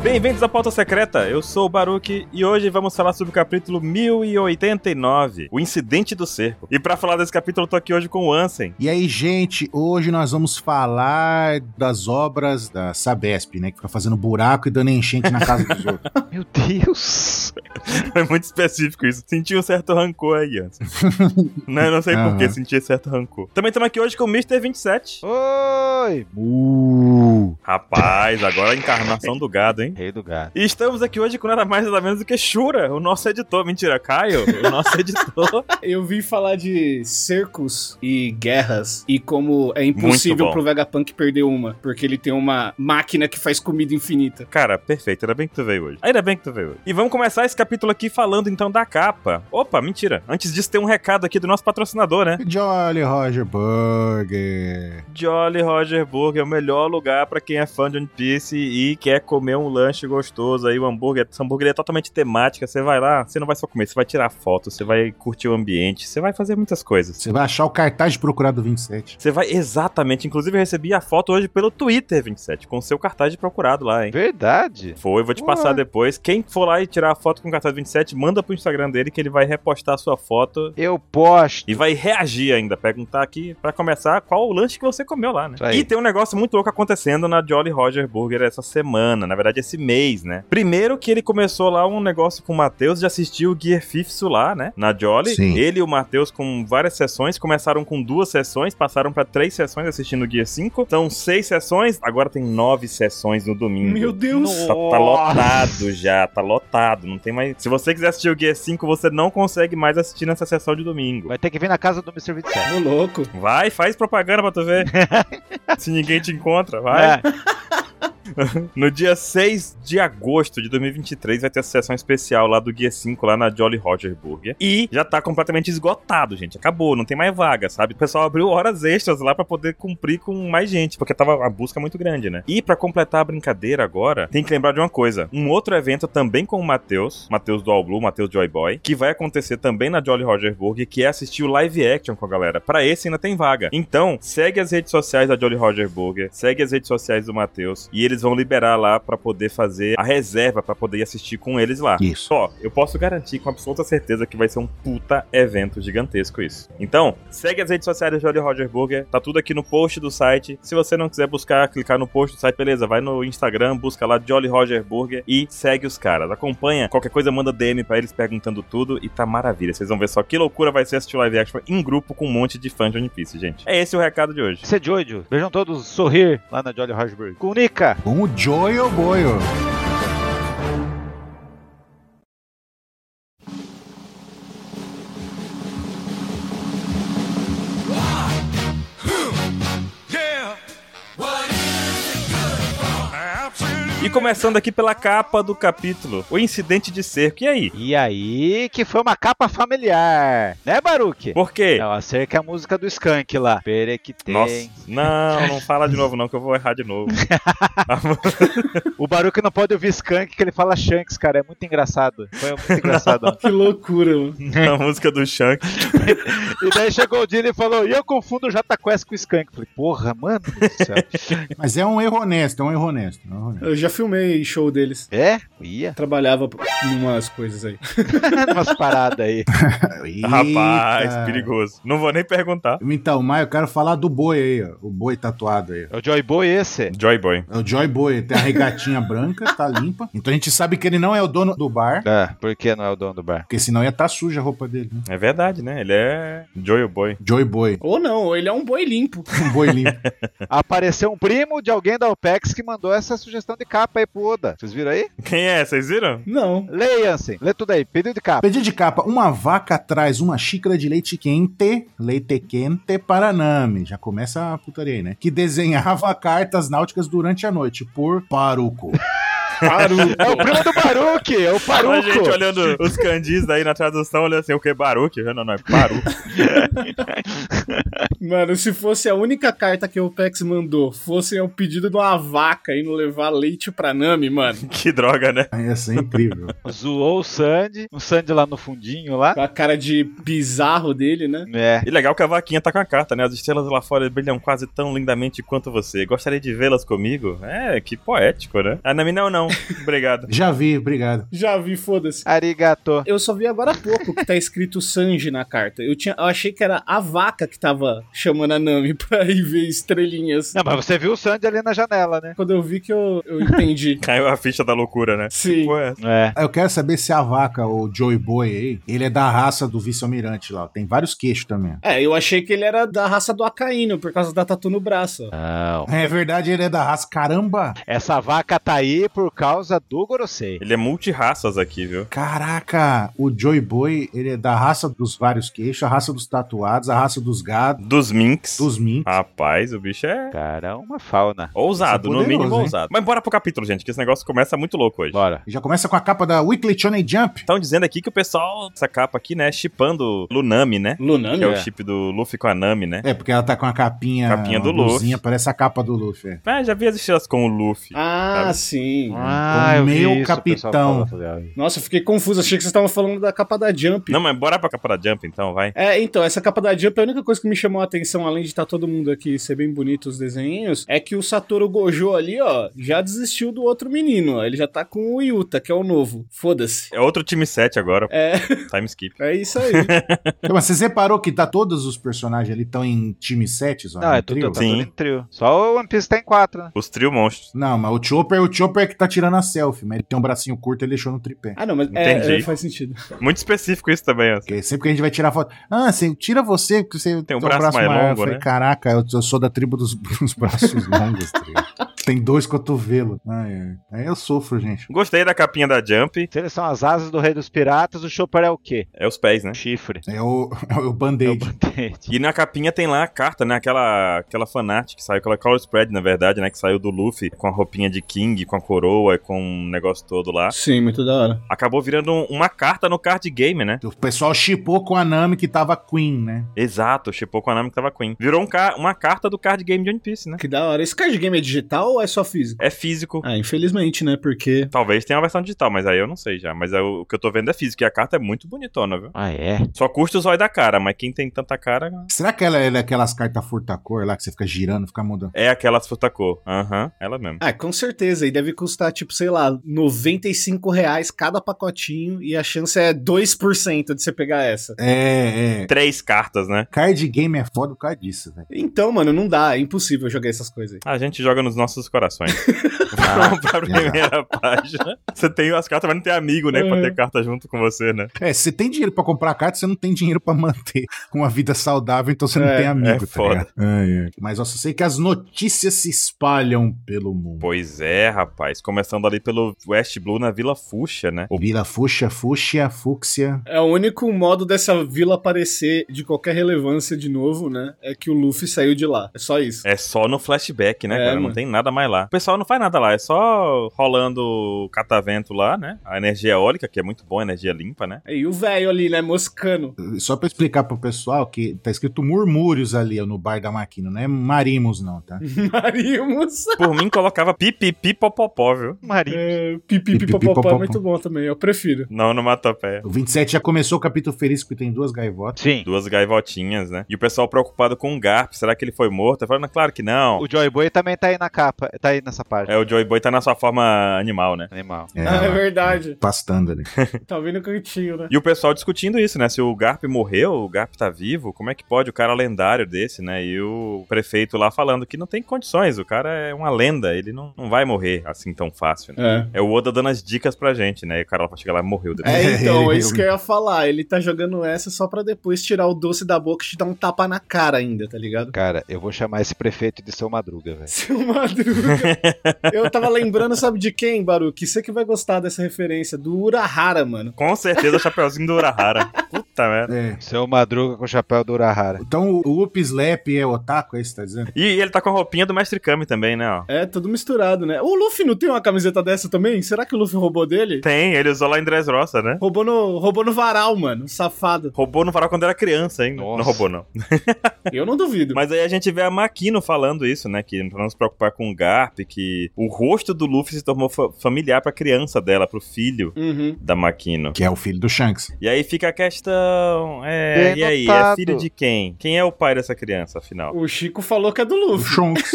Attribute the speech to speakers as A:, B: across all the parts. A: Bem-vindos à Pauta Secreta, eu sou o Baruque e hoje vamos falar sobre o capítulo 1089, o incidente do cerco. E pra falar desse capítulo eu tô aqui hoje com o Ansem.
B: E aí, gente, hoje nós vamos falar das obras da Sabesp, né? Que fica fazendo buraco e dando enchente na casa dos outros.
C: Meu Deus!
A: É muito específico isso. Senti um certo rancor aí, Ansem. não, não sei por que
B: Aham.
A: senti certo rancor. Também estamos aqui hoje com o Mr. 27.
C: Oi!
B: Uh,
A: Rapaz, agora a encarnação do gado, hein?
C: Rei do gado.
A: E estamos aqui hoje com nada mais nada menos do que Shura, o nosso editor. Mentira, Caio, o nosso editor.
D: Eu vi falar de cercos e guerras e como é impossível
A: bom.
D: pro Vegapunk perder uma, porque ele tem uma máquina que faz comida infinita.
A: Cara, perfeito. Ainda bem que tu veio hoje. Ainda bem que tu veio hoje. E vamos começar esse capítulo aqui falando então da capa. Opa, mentira. Antes disso, tem um recado aqui do nosso patrocinador, né?
B: Jolly Roger Burger.
A: Jolly Roger Burger é o melhor lugar pra quem é fã de One Piece e quer comer um lanche gostoso aí, um hambúrguer. Essa hambúrgueria é totalmente temática. Você vai lá, você não vai só comer, você vai tirar foto, você vai curtir o ambiente, você vai fazer muitas coisas.
B: Você vai achar o cartaz de procurado do 27.
A: Você vai exatamente, inclusive eu recebi a foto hoje pelo Twitter 27, com o seu cartaz de procurado lá, hein?
C: Verdade.
A: Foi, vou te passar
C: Ué.
A: depois. Quem for lá e tirar a foto com o cartaz 27, manda pro Instagram dele que ele vai repostar a sua foto
C: Eu posto.
A: e vai reagir ainda. Perguntar aqui, pra começar, qual o lanche que você comeu lá, né?
C: Isso aí.
A: E tem um negócio muito louco acontecendo na Jolly Roger Burger essa semana, na verdade esse mês, né? Primeiro que ele começou lá um negócio com o Matheus de assistir o Gear Fifths lá, né? Na Jolly.
B: Sim.
A: Ele e o Matheus com várias sessões, começaram com duas sessões, passaram pra três sessões assistindo o Gear 5. São seis sessões, agora tem nove sessões no domingo.
D: Meu Deus!
A: Tá, tá lotado já, tá lotado. Não tem mais. Se você quiser assistir o Gear 5, você não consegue mais assistir nessa sessão de domingo.
C: Vai ter que vir na casa do Mr. 27.
D: Ô louco.
A: Vai, faz propaganda pra tu ver. Se ninguém te encontra, vai.
C: É,
A: No dia 6 de agosto de 2023 vai ter a sessão especial lá do Guia 5 lá na Jolly Roger Burger. E já tá completamente esgotado, gente. Acabou, não tem mais vaga, sabe? O pessoal abriu horas extras lá pra poder cumprir com mais gente, porque tava a busca muito grande, né? E pra completar a brincadeira agora, tem que lembrar de uma coisa. Um outro evento também com o Matheus, Matheus do All Blue, Matheus Joy Boy, que vai acontecer também na Jolly Roger Burger, que é assistir o live action com a galera. Pra esse ainda tem vaga. Então, segue as redes sociais da Jolly Roger Burger, segue as redes sociais do Matheus e eles vão liberar lá pra poder fazer a reserva pra poder ir assistir com eles lá.
B: Isso.
A: Só, eu posso garantir com absoluta certeza que vai ser um puta evento gigantesco isso. Então, segue as redes sociais da Jolly Roger Burger, tá tudo aqui no post do site. Se você não quiser buscar, clicar no post do site, beleza, vai no Instagram, busca lá Jolly Roger Burger e segue os caras. Acompanha, qualquer coisa manda DM pra eles perguntando tudo e tá maravilha. Vocês vão ver só que loucura vai ser assistir o live action em grupo com um monte de fãs de One Piece, gente. É esse o recado de hoje.
C: você é Jojo. Vejam todos sorrir lá na Jolly Rosberg. Com o Nika.
B: Com o Joy ou Boyo.
A: E começando aqui pela capa do capítulo, o incidente de cerco. E aí?
C: E aí, que foi uma capa familiar. Né, Baruque?
A: Por quê?
C: Não, acerca é a música do Skank lá. Perequitê.
A: Nossa, não, não fala de novo não, que eu vou errar de novo.
C: O Baruque não pode ouvir Skank, que ele fala Shanks, cara. É muito engraçado. Foi muito engraçado. ó.
D: Que loucura, mano.
A: A música do Shank.
C: E daí chegou o dia e ele falou, e eu confundo o Jota Quest com o Skank. Falei, porra, mano do céu.
B: Mas é um erro honesto, é um erro honesto. é um erro honesto.
D: Eu já filmei show deles.
C: é? Ia.
D: Trabalhava em umas coisas aí.
C: Umas paradas aí.
A: Rapaz,
B: Eita.
A: perigoso. Não vou nem perguntar.
B: Então, mas eu quero falar do boi aí, ó. O boi tatuado aí.
C: É o Joy Boy esse?
A: Joy Boy.
B: É o Joy Boy, tem a regatinha branca, tá limpa. Então a gente sabe que ele não é o dono do bar,
C: Ah, por que não é o dono do bar?
B: porque senão ia estar suja a roupa dele. Né?
A: É verdade, né? Ele é Joy Boy.
B: Joy Boy,
D: Ou não, ou ele é um boi limpo.
B: um boi limpo.
C: Apareceu um primo de alguém da OPEX que mandou essa sugestão de capa aí pro Oda. Vocês viram aí?
A: Quem é? Vocês viram?
D: Não.
C: Leiam-se. Lê tudo aí. Pedido de capa.
B: Pedido de capa, uma vaca traz uma xícara de leite quente, leite quente para Nami. Já começa a putaria aí, né? Que desenhava cartas náuticas durante a noite por Paruco.
C: É o primo do Baruque, é o
A: A gente
C: Paruco.
A: olhando os candis daí na tradução, olhando assim, o que? Baruque? Não, não, é Baruque.
D: Mano, se fosse a única carta que o Pex mandou, fosse o pedido de uma vaca indo levar leite pra Nami, mano.
A: Que droga, né?
B: Essa é incrível.
C: Zoou o Sandy, o Sandy lá no fundinho lá.
D: Com a cara de bizarro dele, né?
C: É.
A: E legal que a vaquinha tá com a carta, né? As estrelas lá fora brilham quase tão lindamente quanto você. Gostaria de vê-las comigo? É, que poético, né? A Nami, não, não. Obrigado.
B: Já vi, obrigado.
D: Já vi, foda-se.
C: Arigato.
D: Eu só vi agora há pouco que tá escrito Sanji na carta. Eu, tinha, eu achei que era a vaca que tava chamando a Nami pra ir ver estrelinhas.
C: Não, mas você viu o Sandy ali na janela, né?
D: Quando eu vi que eu, eu entendi.
A: Caiu a ficha da loucura, né?
D: Sim.
A: Pô, é.
C: É.
B: Eu quero saber se a vaca, o Joey Boy aí, ele é da raça do vice-almirante lá. Tem vários queixos também.
D: É, eu achei que ele era da raça do Acaíno, por causa da tatu no braço.
C: Não.
B: É verdade, ele é da raça. Caramba!
C: Essa vaca tá aí por causa do Gorosei.
A: Ele é multirraças aqui, viu?
B: Caraca, o Joy Boy, ele é da raça dos vários queixos, a raça dos tatuados, a raça dos gados,
A: Dos minks.
B: dos min.
A: Rapaz, o bicho é
C: Cara, uma fauna.
A: ousado,
B: Isso é
A: no mínimo
B: poderoso, hein?
A: ousado. Mas bora pro capítulo, gente, que esse negócio começa muito louco hoje.
C: Bora.
B: Já começa com a capa da Weekly Shonen Jump.
A: Estão dizendo aqui que o pessoal, essa capa aqui, né, chipando Lunami, né?
D: Lunami?
A: Que é o
C: É.
A: chip do Luffy com a Nami, né?
B: É, porque ela tá com a capinha,
A: Capinha do
B: uma blusinha,
A: Luffy.
B: parece a capa do Luffy. é.
A: Ah, já vi as estrelas com o Luffy.
D: Ah,
A: Sabe?
D: sim.
B: Ah, eu vi isso, o pessoal
D: Nossa, eu fiquei confuso. Achei que vocês estavam falando da capa da Jump.
A: Não, mas bora pra capa da Jump então, vai.
D: É, então, essa capa da Jump, a única coisa que me chamou a atenção, além de estar todo mundo aqui e ser bem bonito os desenhinhos, é que o Satoru Gojo ali, ó, já desistiu do outro menino, ó. Ele já tá com o Yuta, que é o novo. Foda-se.
A: É outro time 7 agora,
D: É,
A: time skip.
D: é isso aí.
B: Então, mas você reparou que tá todos os personagens ali estão em time 7, só?
C: Não,
B: em
C: é tudo
B: trio?
C: tá
A: Sim.
C: tudo em trio. Só o One Piece tá em quatro, né?
A: Os trio monstros.
B: Não, mas o Chopper, o Chopper é que tá tirando a selfie, mas ele tem um bracinho curto e ele deixou no tripé.
D: Ah, não, mas
A: Entendi.
D: é, é, faz sentido.
A: Muito específico isso também, ó.
B: Porque sempre que a gente vai tirar foto, ah, você tira você, porque você
A: Tem um braço mais
B: Eu
A: longo,
B: falei,
A: né?
B: Caraca, eu, eu sou da tribo dos, dos braços longos. tá ligado? Tem dois cotovelos. Ai, ai. Aí eu sofro, gente.
A: Gostei da capinha da Jump.
C: Se eles são as asas do Rei dos Piratas, o Chopper é o quê?
A: É os pés, né?
C: Um chifre.
B: É o, é o
C: É o
B: band-aid.
C: band-aid.
A: E na capinha tem lá a carta, né? Aquela, aquela fanart que saiu, aquela color spread, na verdade, né? Que saiu do Luffy com a roupinha de King, com a coroa e com o negócio todo lá.
D: Sim, muito da hora.
A: Acabou virando um- uma carta no card game, né?
B: O pessoal chipou com a Nami que tava Queen, né?
A: Exato, chipou com a Nami que tava Queen. Virou um ca- uma carta do card game de One Piece, né?
D: Que da hora. Esse card game é digital ou é só físico?
A: É físico.
D: Ah, infelizmente, né? Porque.
A: Talvez tenha uma versão digital, mas aí eu não sei já. Mas é o, o que eu tô vendo é físico. E a carta é muito bonitona, viu?
C: Ah, é?
A: Só custa o zóio da cara, mas quem tem tanta cara
B: Será que ela é daquelas cartas furtacor lá que você fica girando, fica mudando?
A: é aquela furtacor. Aham, ela mesmo.
D: Ah, com certeza. E deve custar, tipo, sei lá, R$ 95 reais cada pacotinho. E a chance é 2% de você pegar essa.
B: É, é.
A: Três cartas, né?
B: Card game é foda por causa disso, velho.
D: Então, mano, não dá. É impossível jogar essas coisas aí.
A: A gente joga nos nossos corações. Vamos pra primeira página. Você tem as cartas, mas não tem amigo, né? Pra
D: É.
A: ter carta junto com você, né?
B: É, se você tem dinheiro pra comprar carta, você não tem dinheiro pra manter uma vida saudável, então você não
D: É,
B: tem amigo,
A: é
B: tá
A: foda.
B: ligado? Ai, ai. Mas eu só sei que as notícias se espalham pelo mundo.
A: Pois é, rapaz. Começando ali pelo West Blue na Vila Fuxa, né?
B: O Vila Fuxa, Fuxa, Fúxia.
D: É o único modo dessa vila aparecer de qualquer relevância de novo, né? É que o Luffy saiu de lá. É só isso.
A: É só no flashback, né,
D: É,
A: cara? Não
D: mano.
A: tem nada mais lá. O pessoal não faz nada lá, é só rolando o catavento lá, né? A energia eólica, que é muito bom, a energia limpa, né?
D: É. E o velho ali, né? Moscano.
B: Só pra explicar pro pessoal que tá escrito murmúrios ali ó, no bar da Maquina, não é marimos não, tá?
D: Marimos.
A: Por mim, colocava pipipi popopó, viu?
C: Marinho.
D: É, Pipipipopopó é muito bom também. Eu prefiro.
A: Não no matapé.
B: O 27 já começou o capítulo feliz porque tem duas gaivotas.
C: Sim.
A: Duas gaivotinhas, né? E o pessoal preocupado com o Garp. Será que ele foi morto? Eu falando, claro que não.
C: O Joy Boy também tá aí na capa, tá aí nessa página.
A: É, o Joy Boy tá na sua forma animal, né?
C: Animal.
B: É,
D: Ah, é
B: ela
D: verdade.
B: pastando ali.
D: Tá vendo o cantinho, né?
A: E o pessoal discutindo isso, né? Se o Garp morreu, o Garp tá vivo, como é que pode o cara lendário desse, né? E o prefeito lá falando que não tem condições, o cara é uma lenda, ele não, não vai morrer assim tão fácil, né?
D: É.
A: É o Oda dando as dicas pra gente, né? E o cara lá chega lá e morreu depois.
D: É, então, é isso
B: Eu-
D: que eu ia falar. Ele tá jogando essa só pra depois tirar o doce da boca e te dar um tapa na cara ainda, tá ligado?
C: Cara, eu vou chamar esse prefeito de seu Madruga, velho.
D: Seu Madruga. Eu tava lembrando, sabe de quem, Baruque? Você que vai gostar dessa referência, do Urahara, mano.
A: Com certeza, Chapeuzinho do Urahara. Puta merda.
B: É.
C: Seu Madruga com o chapéu do Urahara.
B: Então o o Upslap é otaku, é isso que tá dizendo?
A: E ele tá com a roupinha do Mestre Kami também, né? Ó.
D: É, tudo misturado, né? O Luffy não tem uma camiseta dessa também? Será que o Luffy roubou dele?
A: Tem, ele usou lá em Dressrosa, né?
D: Roubou no, roubou no varal, mano. Safado.
A: Roubou no varal quando era criança, hein? Não
C: Nossa.
A: roubou, não.
D: Eu não duvido.
A: Mas aí a gente vê a Makino falando isso, né? Que pra não se preocupar com o Garp, que o rosto do Luffy se tornou fa- familiar pra criança dela, pro filho
D: Uhum.
A: da Makino.
B: Que é o filho do Shanks.
A: E aí fica a questão. É,
C: Bem
A: e aí, é
C: notado.
A: filho de quem? Quem é o pai dessa criança, afinal?
D: O Chico falou que é do
B: O
D: Luffy.
B: Shonks.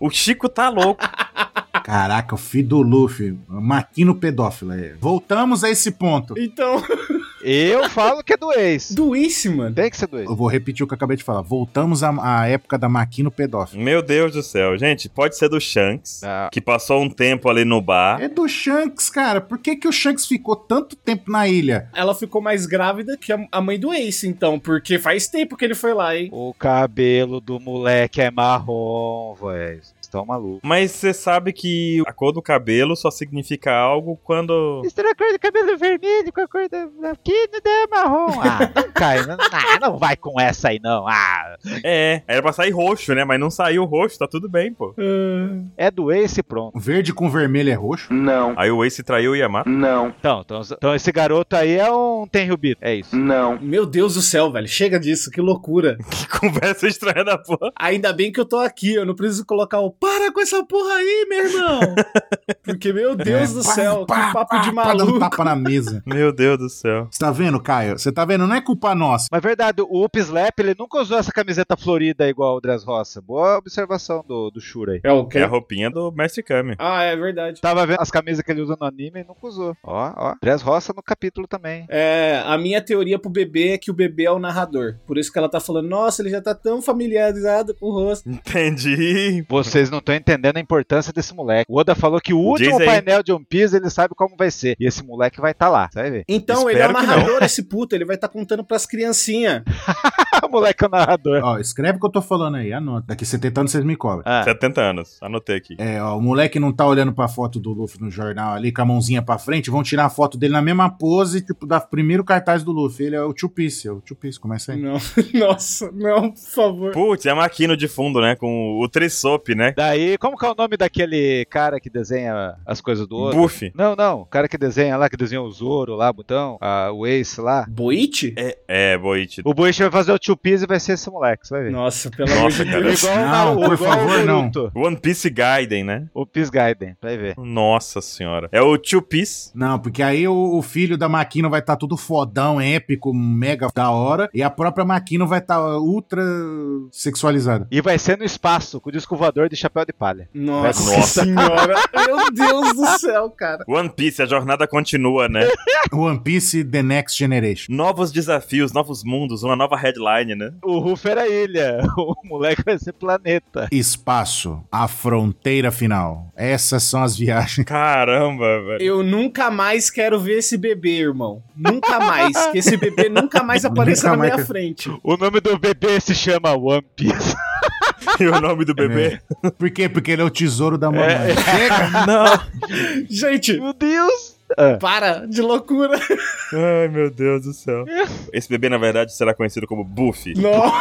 A: O Chico tá louco.
B: Caraca, o filho do Luffy. Maquino pedófilo. é. Voltamos a esse ponto.
D: Então,
C: Eu falo que é do ex.
D: doice, mano.
C: Tem que ser do ex.
B: Eu vou repetir o que eu acabei de falar. Voltamos à, à época da Maquino pedófilo.
A: Meu Deus do céu. Gente, pode ser do Shanks,
C: Ah.
A: que passou um tempo ali no bar.
B: É do Shanks, cara. Por que, que o Shanks ficou tanto tempo na ilha?
D: Ela ficou mais grávida que a a mãe do Ace, então, porque faz tempo que ele foi lá, hein?
C: O cabelo do moleque é marrom, velho. Vocês estão malucos.
A: Mas você sabe que a cor do cabelo só significa algo quando
C: Mistura a cor do cabelo vermelho com a cor da quina é marrom. Ah, não cai. Não, ah, não vai com essa aí, não. Ah,
A: É, era pra sair roxo, né? Mas não saiu roxo, tá tudo bem, pô.
D: Ah,
C: é do ex e pronto.
B: Verde com vermelho é roxo?
E: Não,
A: Aí o Ace traiu o Yamato.
E: não,
C: Então, então, então esse garoto aí é um Tenryubito. É
A: Hum.
C: isso.
E: não.
D: meu Deus do céu, velho. Chega disso, que loucura.
A: Que conversa estranha da porra.
D: Ainda bem que eu tô aqui, eu não preciso colocar o para com essa porra aí, meu irmão. Porque, meu Deus
B: É,
D: do
B: pá,
D: céu,
B: pá,
D: que papo
B: pá,
D: de
B: pá, dando
D: maluco.
B: tapa na mesa.
A: Meu Deus do céu.
B: Você tá vendo, Caio? Você tá vendo? Não é culpa nossa.
C: Mas verdade, o Upslap, ele nunca usou essa camiseta florida igual o Dress Roça. Boa observação do, do Shura aí.
D: É o quê?
A: É a roupinha do Mestre Kami.
D: Ah, é verdade.
C: Tava vendo as camisas que ele usa no anime e nunca usou. Ó, ó. Dress Roça no capítulo também.
D: É, a minha teoria pro bebê é que o bebê é o narrador. Por isso que ela tá falando, nossa, ele já tá tão familiarizado com o rosto.
A: Entendi.
C: Vocês não estão entendendo a importância desse moleque. O Oda falou que o último
A: Diz aí.
C: painel de One Piece ele sabe como vai ser. E esse moleque vai estar lá. Você vai ver.
D: Então, ele é o
A: Espero que não.
D: narrador, esse puto, ele vai tá contando pras criancinhas.
C: o moleque é o narrador.
B: Ó, escreve o que eu tô falando aí, anota. Daqui 70 anos vocês me cobram.
C: Ah,
A: 70 anos. Anotei aqui.
B: É, ó, o moleque não tá olhando pra foto do Luffy no jornal ali, com a mãozinha pra frente, vão tirar a foto dele na mesma pose, tipo, da primeiro cartaz do Luffy. Ele é o Tio Piece, é o Tio Piece, começa aí.
D: Não, nossa, não, por favor.
A: Putz, é a Maquino de fundo, né? Com o Trissop, né?
C: daí, como que é o nome daquele cara que desenha as coisas do Oda?
A: Buff.
C: Não, não. O cara que desenha lá, que desenha o Zoro lá, Butão, ah, o Ace lá.
D: Boite?
A: É, Boichi.
C: O Buichi vai fazer o Two Piece e vai ser esse moleque, você vai ver.
D: Nossa, pelo amor de
A: É. Nossa, cara. é
D: Deus.
C: Igual,
B: Não,
C: na,
B: por
C: igual
B: favor,
C: o
B: não.
C: Naruto.
A: One Piece Gaiden, né?
C: O Peace Gaiden, vai ver.
A: Nossa senhora. É o Two Piece.
B: Não, porque aí o, o filho da Maquino vai estar tá tudo fodão, épico, mega da hora, e a própria Maquino vai estar ultra sexualizada.
C: E vai ser no espaço, com o disco voador de chapéu de palha.
D: Nossa,
A: Nossa.
D: senhora. Meu Deus do céu, cara.
A: One Piece, a jornada continua, né?
B: One Piece The Next Generation.
A: Novos desafios, novos mundos, uma nova headline, né?
C: O Ruff era ilha, o moleque vai ser planeta.
B: Espaço, a fronteira final. Essas são as viagens.
A: Caramba, velho.
D: Eu nunca mais quero ver esse bebê, irmão. Nunca mais. Que esse bebê nunca mais apareça
B: Nunca
D: na
B: mais
D: minha
B: que-
D: frente.
C: O nome do bebê se chama One Piece.
A: E o nome do bebê?
B: Por quê? Porque ele é o tesouro da mamãe. Chega!
A: Não.
D: Gente,
C: Meu Deus!
A: É.
D: para de loucura.
A: Ai, meu Deus do céu. Esse bebê, na verdade, será conhecido como Buffy,
D: Nossa.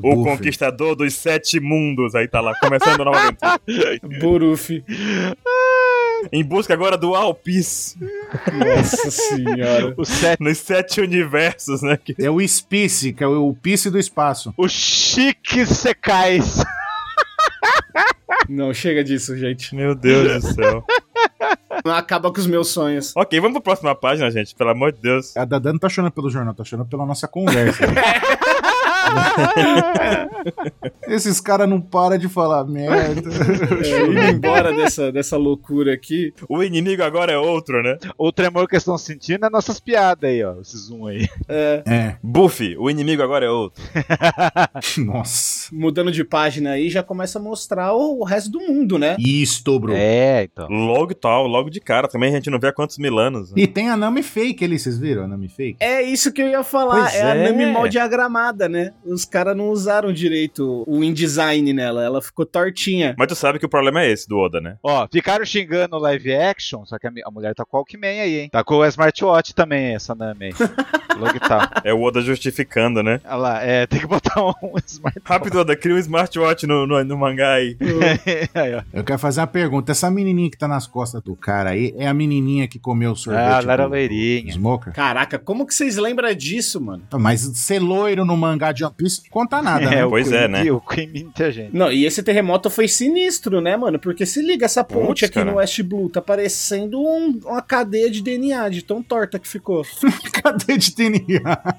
A: o
B: Buffy.
A: conquistador dos sete mundos. Aí tá lá, começando novamente.
D: Borufi.
A: Em busca agora do Alpis,
D: Nossa senhora.
C: O Sete,
A: nos sete universos, né? Que-
B: É o Spice, que é o Piece do espaço.
C: o Chique Sekais.
D: Não, chega disso, gente.
A: Meu Deus do céu.
D: Não acaba com os meus sonhos.
A: ok, vamos pra próxima página, gente, pelo amor de Deus.
B: A Dadan não tá chorando pelo jornal, tá chorando pela nossa conversa. né? Esses caras não param de falar merda.
D: É, indo embora dessa, dessa loucura aqui.
A: O inimigo agora é outro, né?
C: O tremor que eles estão sentindo é nossas piadas aí, ó. Esses um aí.
D: É,
B: É,
A: Buffy, o inimigo agora é outro.
B: nossa.
D: mudando de página aí, já começa a mostrar o, o resto do mundo, né?
B: Isto, bro.
C: É, então.
A: Logo tal, logo de cara. Também a gente não vê há quantos mil anos. né?
B: E tem a Nami fake ali, vocês viram a Nami fake?
D: É isso que eu ia falar.
A: Pois
D: é, a
A: é.
D: Nami mal diagramada, né? os caras não usaram direito o InDesign nela. Ela ficou tortinha.
A: Mas tu sabe que o problema é esse do Oda, né?
C: Ó, ficaram xingando o live action, só que a, mi- a mulher tá com o Walkman aí, hein? Tá com o smartwatch também, essa Nami aí. Logital.
A: É o Oda justificando, né?
C: Olha lá, é, tem que botar um, um smartwatch
A: Rápido, Oda, cria um smartwatch no, no, no mangá aí.
C: aí, ó.
B: Eu quero fazer uma pergunta. Essa menininha que tá nas costas do cara aí é a menininha que comeu o sorvete?
C: Ah, ela era
B: do- do
C: loirinha.
B: Smoker?
D: Caraca, como que vocês lembram disso, mano?
B: Tá, Mas ser loiro no mangá de One Piece não conta nada, né?
C: o
A: pois
C: Queen-
A: é, né?
C: O Queen muita gente.
D: Não, e esse terremoto foi sinistro, né, mano? Porque se liga essa ponte
A: Putz,
D: aqui
A: cara.
D: no West Blue, tá parecendo um- uma cadeia de DNA de tão torta que ficou.
B: Cadê de DNA?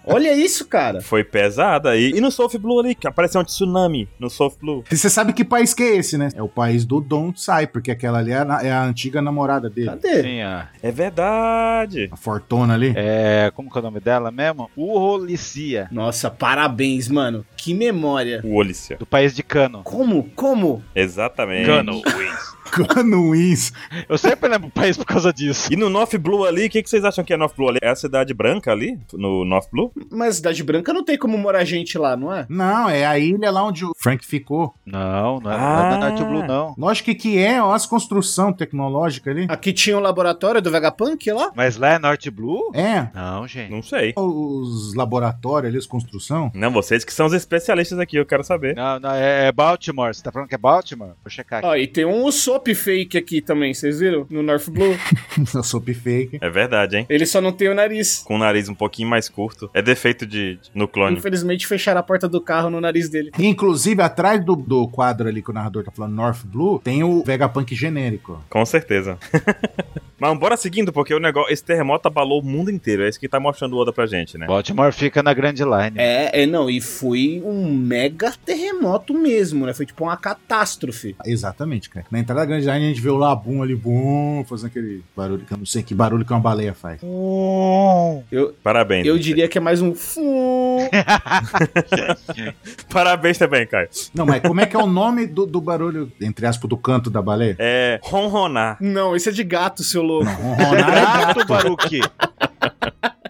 D: Olha isso, cara.
A: Foi pesada. E, e no South Blue ali, que apareceu um tsunami no South Blue.
B: E você sabe que país que é esse, né? É o país do Don Sai, porque aquela ali é a, na- é a antiga namorada dele.
D: Cadê?
C: Sim, ó.
A: É verdade.
B: A fortuna ali.
C: É, como que é o nome dela mesmo? Urolicia,
D: Nossa, parabéns, mano. Que memória.
A: O Olícia.
C: do país de Cano.
D: Como? Como?
A: Exatamente.
B: Canoins.
C: Eu sempre lembro o país por causa disso.
A: E no North Blue ali, o que, que vocês acham que é North Blue ali? É a cidade branca ali? No North Blue?
D: Mas Cidade Branca não tem como morar gente lá, não é?
B: Não, é a ilha lá onde o Frank ficou.
C: Não, não é
A: Ah.
C: ah. da Night Blue, não.
B: Lógico que, que é, ó, as construção tecnológica ali.
D: Aqui tinha o laboratório do Vegapunk lá?
C: Mas lá é Norte Blue?
B: É,
C: Não, gente.
A: Não sei.
B: os laboratórios ali, as construção.
A: Não, vocês que são os especialistas aqui, eu quero saber.
C: Não, não, é, é Baltimore. Você tá falando que é Baltimore? Vou checar aqui.
D: Ó, e tem um Usopp fake aqui também, vocês viram? No North Blue.
B: Eu sou fake.
A: É verdade, hein?
D: Ele só não tem o nariz.
A: Com o nariz um pouquinho mais curto. É defeito de, de- no clone.
D: Infelizmente fecharam a porta do carro no nariz dele.
B: Inclusive, atrás do, do quadro ali que o narrador tá falando, North Blue, tem o Vegapunk genérico.
A: Com certeza. Mas bora seguindo, porque o negócio. Esse terremoto abalou o mundo inteiro. É isso que tá mostrando o Oda pra gente, né?
C: Baltimore fica na Grand Line.
D: É, é, não, e foi um mega terremoto mesmo, né? Foi tipo uma catástrofe.
B: Exatamente, cara. Na entrada da grande Line, a gente vê o Labum ali, bum, fazendo aquele barulho, que eu não sei que barulho que uma baleia faz.
C: Hum.
D: Eu,
A: Parabéns.
D: eu diria que é mais um fum.
C: é
A: Parabéns também, Caio.
B: Não, mas como é que é o nome do, do barulho, entre aspas, do canto da baleia?
A: É. Ronronar.
D: Não, isso é de gato, seu louco.
B: Ronronar
C: Gato, Baruque.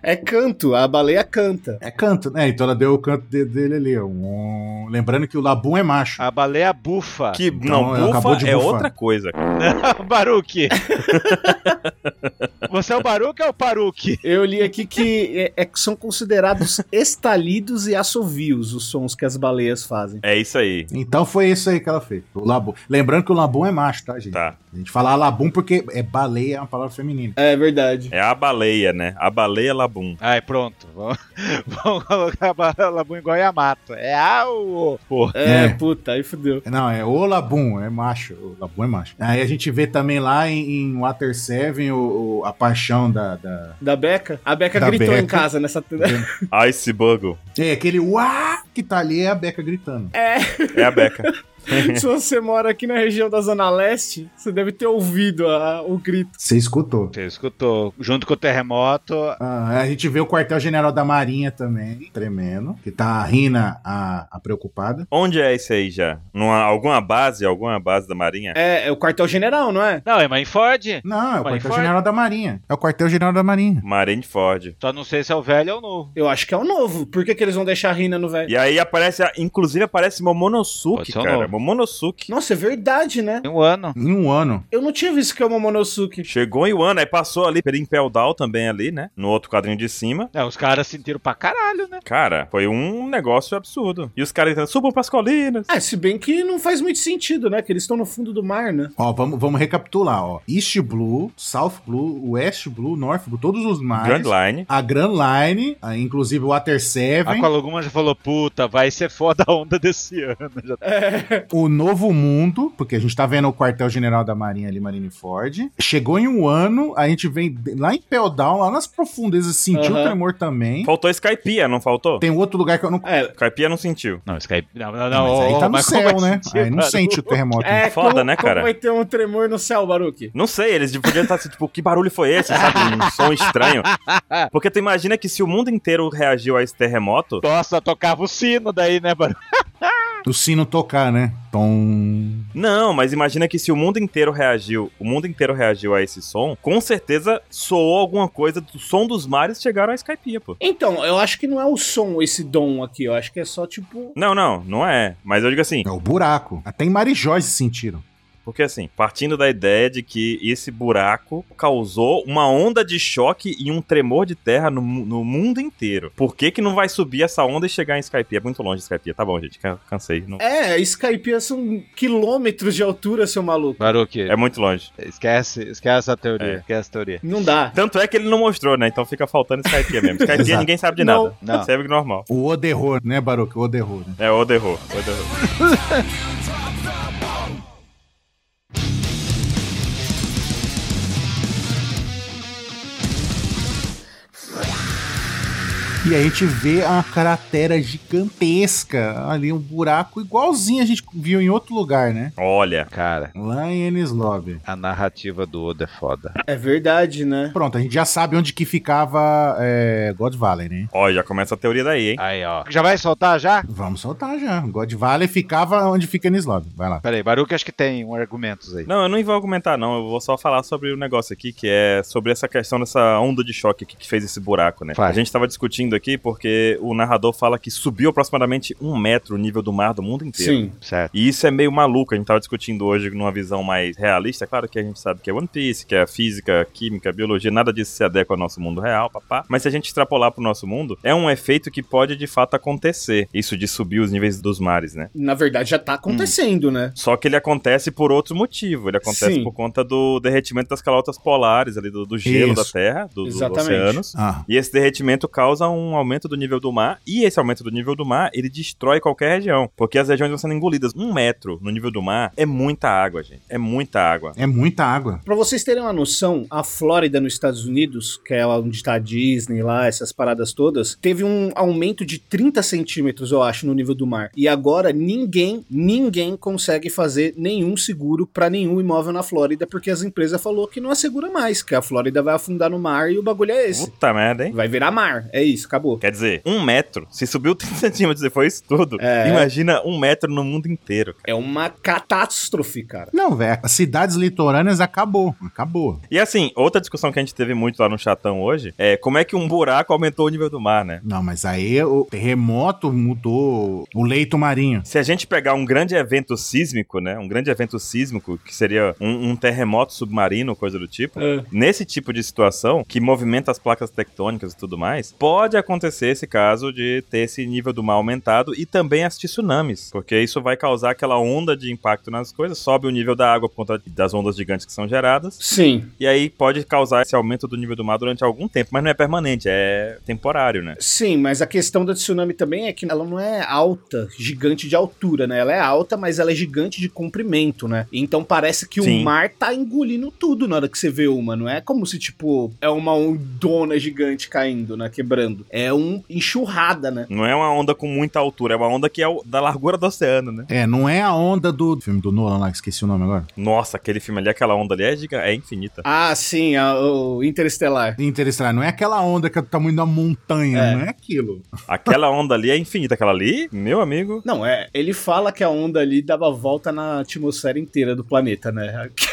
D: É canto, a baleia canta.
B: é canto, né? Então ela deu o canto de- dele ali. ó. Um... Lembrando que o Labum é macho.
C: A baleia bufa.
A: Que
B: Então, ela
A: não,
B: acabou
A: bufa
B: de
A: é
B: bufar.
A: outra coisa.
C: Baruque. Você é o Baruque ou é o Paruque?
D: Eu li aqui que é- é que são considerados estalidos e assovios os sons que as baleias fazem.
A: É isso aí.
B: Então foi isso aí que ela fez. O Labum. Lembrando que o Labum é macho, tá, gente?
A: Tá.
B: A gente fala Labum porque é baleia, é uma palavra feminina.
D: É verdade.
A: É a baleia, né? A baleia labum.
C: Ai, pronto. Vamos, vamos colocar a baleia labu igual Yamato. É au! Pô.
D: É,
B: É.
D: puta, aí fudeu.
B: Não, é o Labum, é macho. O Labum é macho. Aí a gente vê também lá em, em Water Seven o, o- a paixão da. da...
D: Da Beca? A Beca
B: Da
D: gritou
B: Becca.
D: em casa nessa.
A: Ice Bugle.
B: É, aquele uá que tá ali é a Beca gritando.
A: É a Beca.
D: Se você mora aqui na região da Zona Leste, você deve ter ouvido a- o grito.
B: Você escutou.
C: Você escutou? Junto com o terremoto.
B: Ah, a gente vê o quartel-general da Marinha também, tremendo. Que tá a Rina, a, a preocupada.
A: Onde é isso aí já? Numa, alguma base? Alguma base da marinha?
D: É, é o quartel-general, não é?
C: Não, é mãe Ford.
B: Não, é o
C: Mas
B: quartel-general da Marinha. É o quartel-general da Marinha.
A: Marineford.
C: Só não sei se é o velho ou o novo.
D: Eu acho que é o novo. Por que, que eles vão deixar a Rina no velho?
A: E aí aparece, a- inclusive aparece Momonosuke,
C: Pode ser o
A: cara.
C: novo.
A: Momonosuke.
D: Nossa, é verdade, né?
C: Tem um ano.
B: Em um ano.
D: Eu não tinha visto que é o Momonosuke.
A: Chegou em Wano, aí passou ali pelo Impel Down também ali, né? No outro quadrinho de cima.
C: É, os caras sentiram pra caralho, né?
A: Cara, foi um negócio absurdo. E os caras gritando, subam pras colinas.
D: Ah, se bem que não faz muito sentido, né? Que eles estão no fundo do mar, né?
B: Ó, vamos, vamos recapitular, ó. East Blue, South Blue, West Blue, North Blue, todos os mares.
A: Grand Line.
B: A Grand Line, a- inclusive o Water
C: A
B: Seven,
C: Aqualoguma já falou, puta, vai ser foda a onda desse ano. Já tá-
B: o Novo Mundo, porque a gente tá vendo o quartel-general da Marinha ali, Marineford. Chegou em um ano, a gente vem de- lá em Pell Down, lá nas profundezas, sentiu
D: Aham.
B: o tremor também.
A: Faltou Skypiea, não faltou?
B: Tem um outro lugar que eu não...
D: É,
A: Skypiea não sentiu.
C: Não, Skype. Não, não,
B: Não,
C: não.
B: mas aí
C: ô,
B: tá no
C: mas como é
B: céu,
C: vai
B: né?
C: sentir,
B: Aí não
C: cara?
B: sente o terremoto.
D: é
A: Foda,
D: como,
A: né, cara?
D: Como vai ter um tremor no céu, Baruque?
A: Não sei, eles podiam estar assim, tipo, que barulho foi esse, sabe? Um som estranho. Porque tu imagina que se o mundo inteiro reagiu a esse terremoto,
C: Nossa, tocava o sino daí, né, mano?
B: O sino tocar, né? Tom.
A: Não, mas imagina que se o mundo inteiro reagiu, o mundo inteiro reagiu a esse som, com certeza soou alguma coisa do som dos mares chegaram à Skype, pô.
D: Então, eu acho que não é o som esse dom aqui, eu acho que é só tipo.
A: Não, não, não é. Mas eu digo assim,
B: É o buraco. Até em Marijóis se sentiram.
A: Porque assim, partindo da ideia de que esse buraco causou uma onda de choque e um tremor de terra no, mu- no mundo inteiro. Por que que não vai subir essa onda e chegar em Skype? É muito longe de Skype. Tá bom, gente, can- cansei. Não-
D: É, Skype são quilômetros de altura, seu maluco.
C: Baruque,
A: É muito longe.
C: esquece, esquece a teoria, esquece a teoria.
D: Não dá.
A: Tanto é que ele não mostrou, né? Então fica faltando Skype mesmo. Skype
B: Exato.
A: ninguém sabe de
D: Não.
A: nada.
C: Não.
A: Serve normal.
B: O Oderror, né, Baroque? O Oderror. Né?
A: É, o errou. Oda errou.
B: E a gente vê a cratera gigantesca ali, um buraco igualzinho a gente viu em outro lugar, né?
A: Olha,
C: Cara,
B: Lá em Enes Lobby.
C: a narrativa do Oda é foda.
D: É verdade, né?
B: Pronto, a gente já sabe onde que ficava é, God Valley, né?
A: ó, já começa a teoria daí, hein?
C: Aí, ó. Já vai soltar já?
B: Vamos soltar já. God Valley ficava onde fica Enes Lobby. Vai lá.
C: Pera aí, Baruque acho que tem um argumentos aí.
A: Não, eu não vou argumentar, não. Eu vou só falar sobre o negócio aqui, que é sobre essa questão dessa onda de choque aqui que fez esse buraco, né?
C: Vai.
A: A gente tava discutindo aqui porque o narrador fala que subiu aproximadamente um metro o nível do mar do mundo inteiro.
D: Sim.
C: Certo.
A: E isso é meio maluco, a gente tava discutindo hoje numa visão mais realista. Claro que a gente sabe que é One Piece, que é física, química, biologia, nada disso se adequa ao nosso mundo real, papá. Mas se a gente extrapolar pro nosso mundo, é um efeito que pode de fato acontecer. Isso de subir os níveis dos mares, né?
D: Na verdade, já tá acontecendo, né?
A: Só que ele acontece por outro motivo. Ele acontece
D: Sim.
A: por conta do derretimento das calotas polares, ali do, do gelo
B: Isso.
A: da Terra, do- dos
D: Exatamente.
A: oceanos.
B: Ah,
A: E esse derretimento causa um aumento do nível do mar, e esse aumento do nível do mar, ele destrói qualquer região, porque as regiões vão sendo engolidas. Um metro no nível do mar é muita água, gente. É muita água.
B: é muita água.
D: Pra vocês terem uma noção, a Flórida nos Estados Unidos, que é lá onde tá a Disney lá, essas paradas todas, teve um aumento de 30 centímetros, eu acho, no nível do mar. E agora ninguém, ninguém consegue fazer nenhum seguro pra nenhum imóvel na Flórida, porque as empresas falou que não assegura mais, que a Flórida vai afundar no mar e o bagulho é esse.
A: Puta merda, hein?
D: Vai virar mar. É isso, acabou.
A: Quer dizer, um metro, se subiu 30 centímetros e foi isso tudo,
D: É.
A: imagina um metro no mundo inteiro.
D: É uma catástrofe, cara.
B: Não, velho. As cidades litorâneas acabou. Acabou.
A: E assim, outra discussão que a gente teve muito lá no chatão hoje é como é que um buraco aumentou o nível do mar, né?
B: Não, mas aí o terremoto mudou o leito marinho.
A: Se a gente pegar um grande evento sísmico, né? Um grande evento sísmico, que seria um, um terremoto submarino, coisa do tipo. Nesse tipo de situação, que movimenta as placas tectônicas e tudo mais, pode acontecer esse caso de ter esse nível do mar aumentado e também as tsunamis, porque isso vai causar aquela onda de impacto nas coisas, sobe o nível da água por conta das ondas gigantes que são geradas,
D: Sim.
A: e aí pode causar esse aumento do nível do mar durante algum tempo, mas não é permanente, é temporário, né?
D: Sim, mas a questão da tsunami também é que ela não é alta, gigante de altura, né? Ela é alta, mas ela é gigante de comprimento, né? Então parece que
A: Sim.
D: o mar tá engolindo tudo na hora que você vê uma, não é como se, tipo, é uma ondona gigante caindo, né? Quebrando. É um enxurrada, né?
A: Não é uma onda com muita altura, é uma onda que é o- da largura do oceano, né?
B: É, não é a onda do filme do Nolan lá, que esqueci o nome agora.
A: Nossa, aquele filme ali, aquela onda ali é, giga, é infinita.
D: Ah, sim, a- o Interestelar.
B: Interestelar, não é aquela onda que é do tamanho da montanha,
D: É.
B: não é aquilo.
A: Aquela onda ali é infinita. Aquela ali, meu amigo.
D: Não, é. Ele fala que a onda ali dava volta na atmosfera inteira do planeta, né?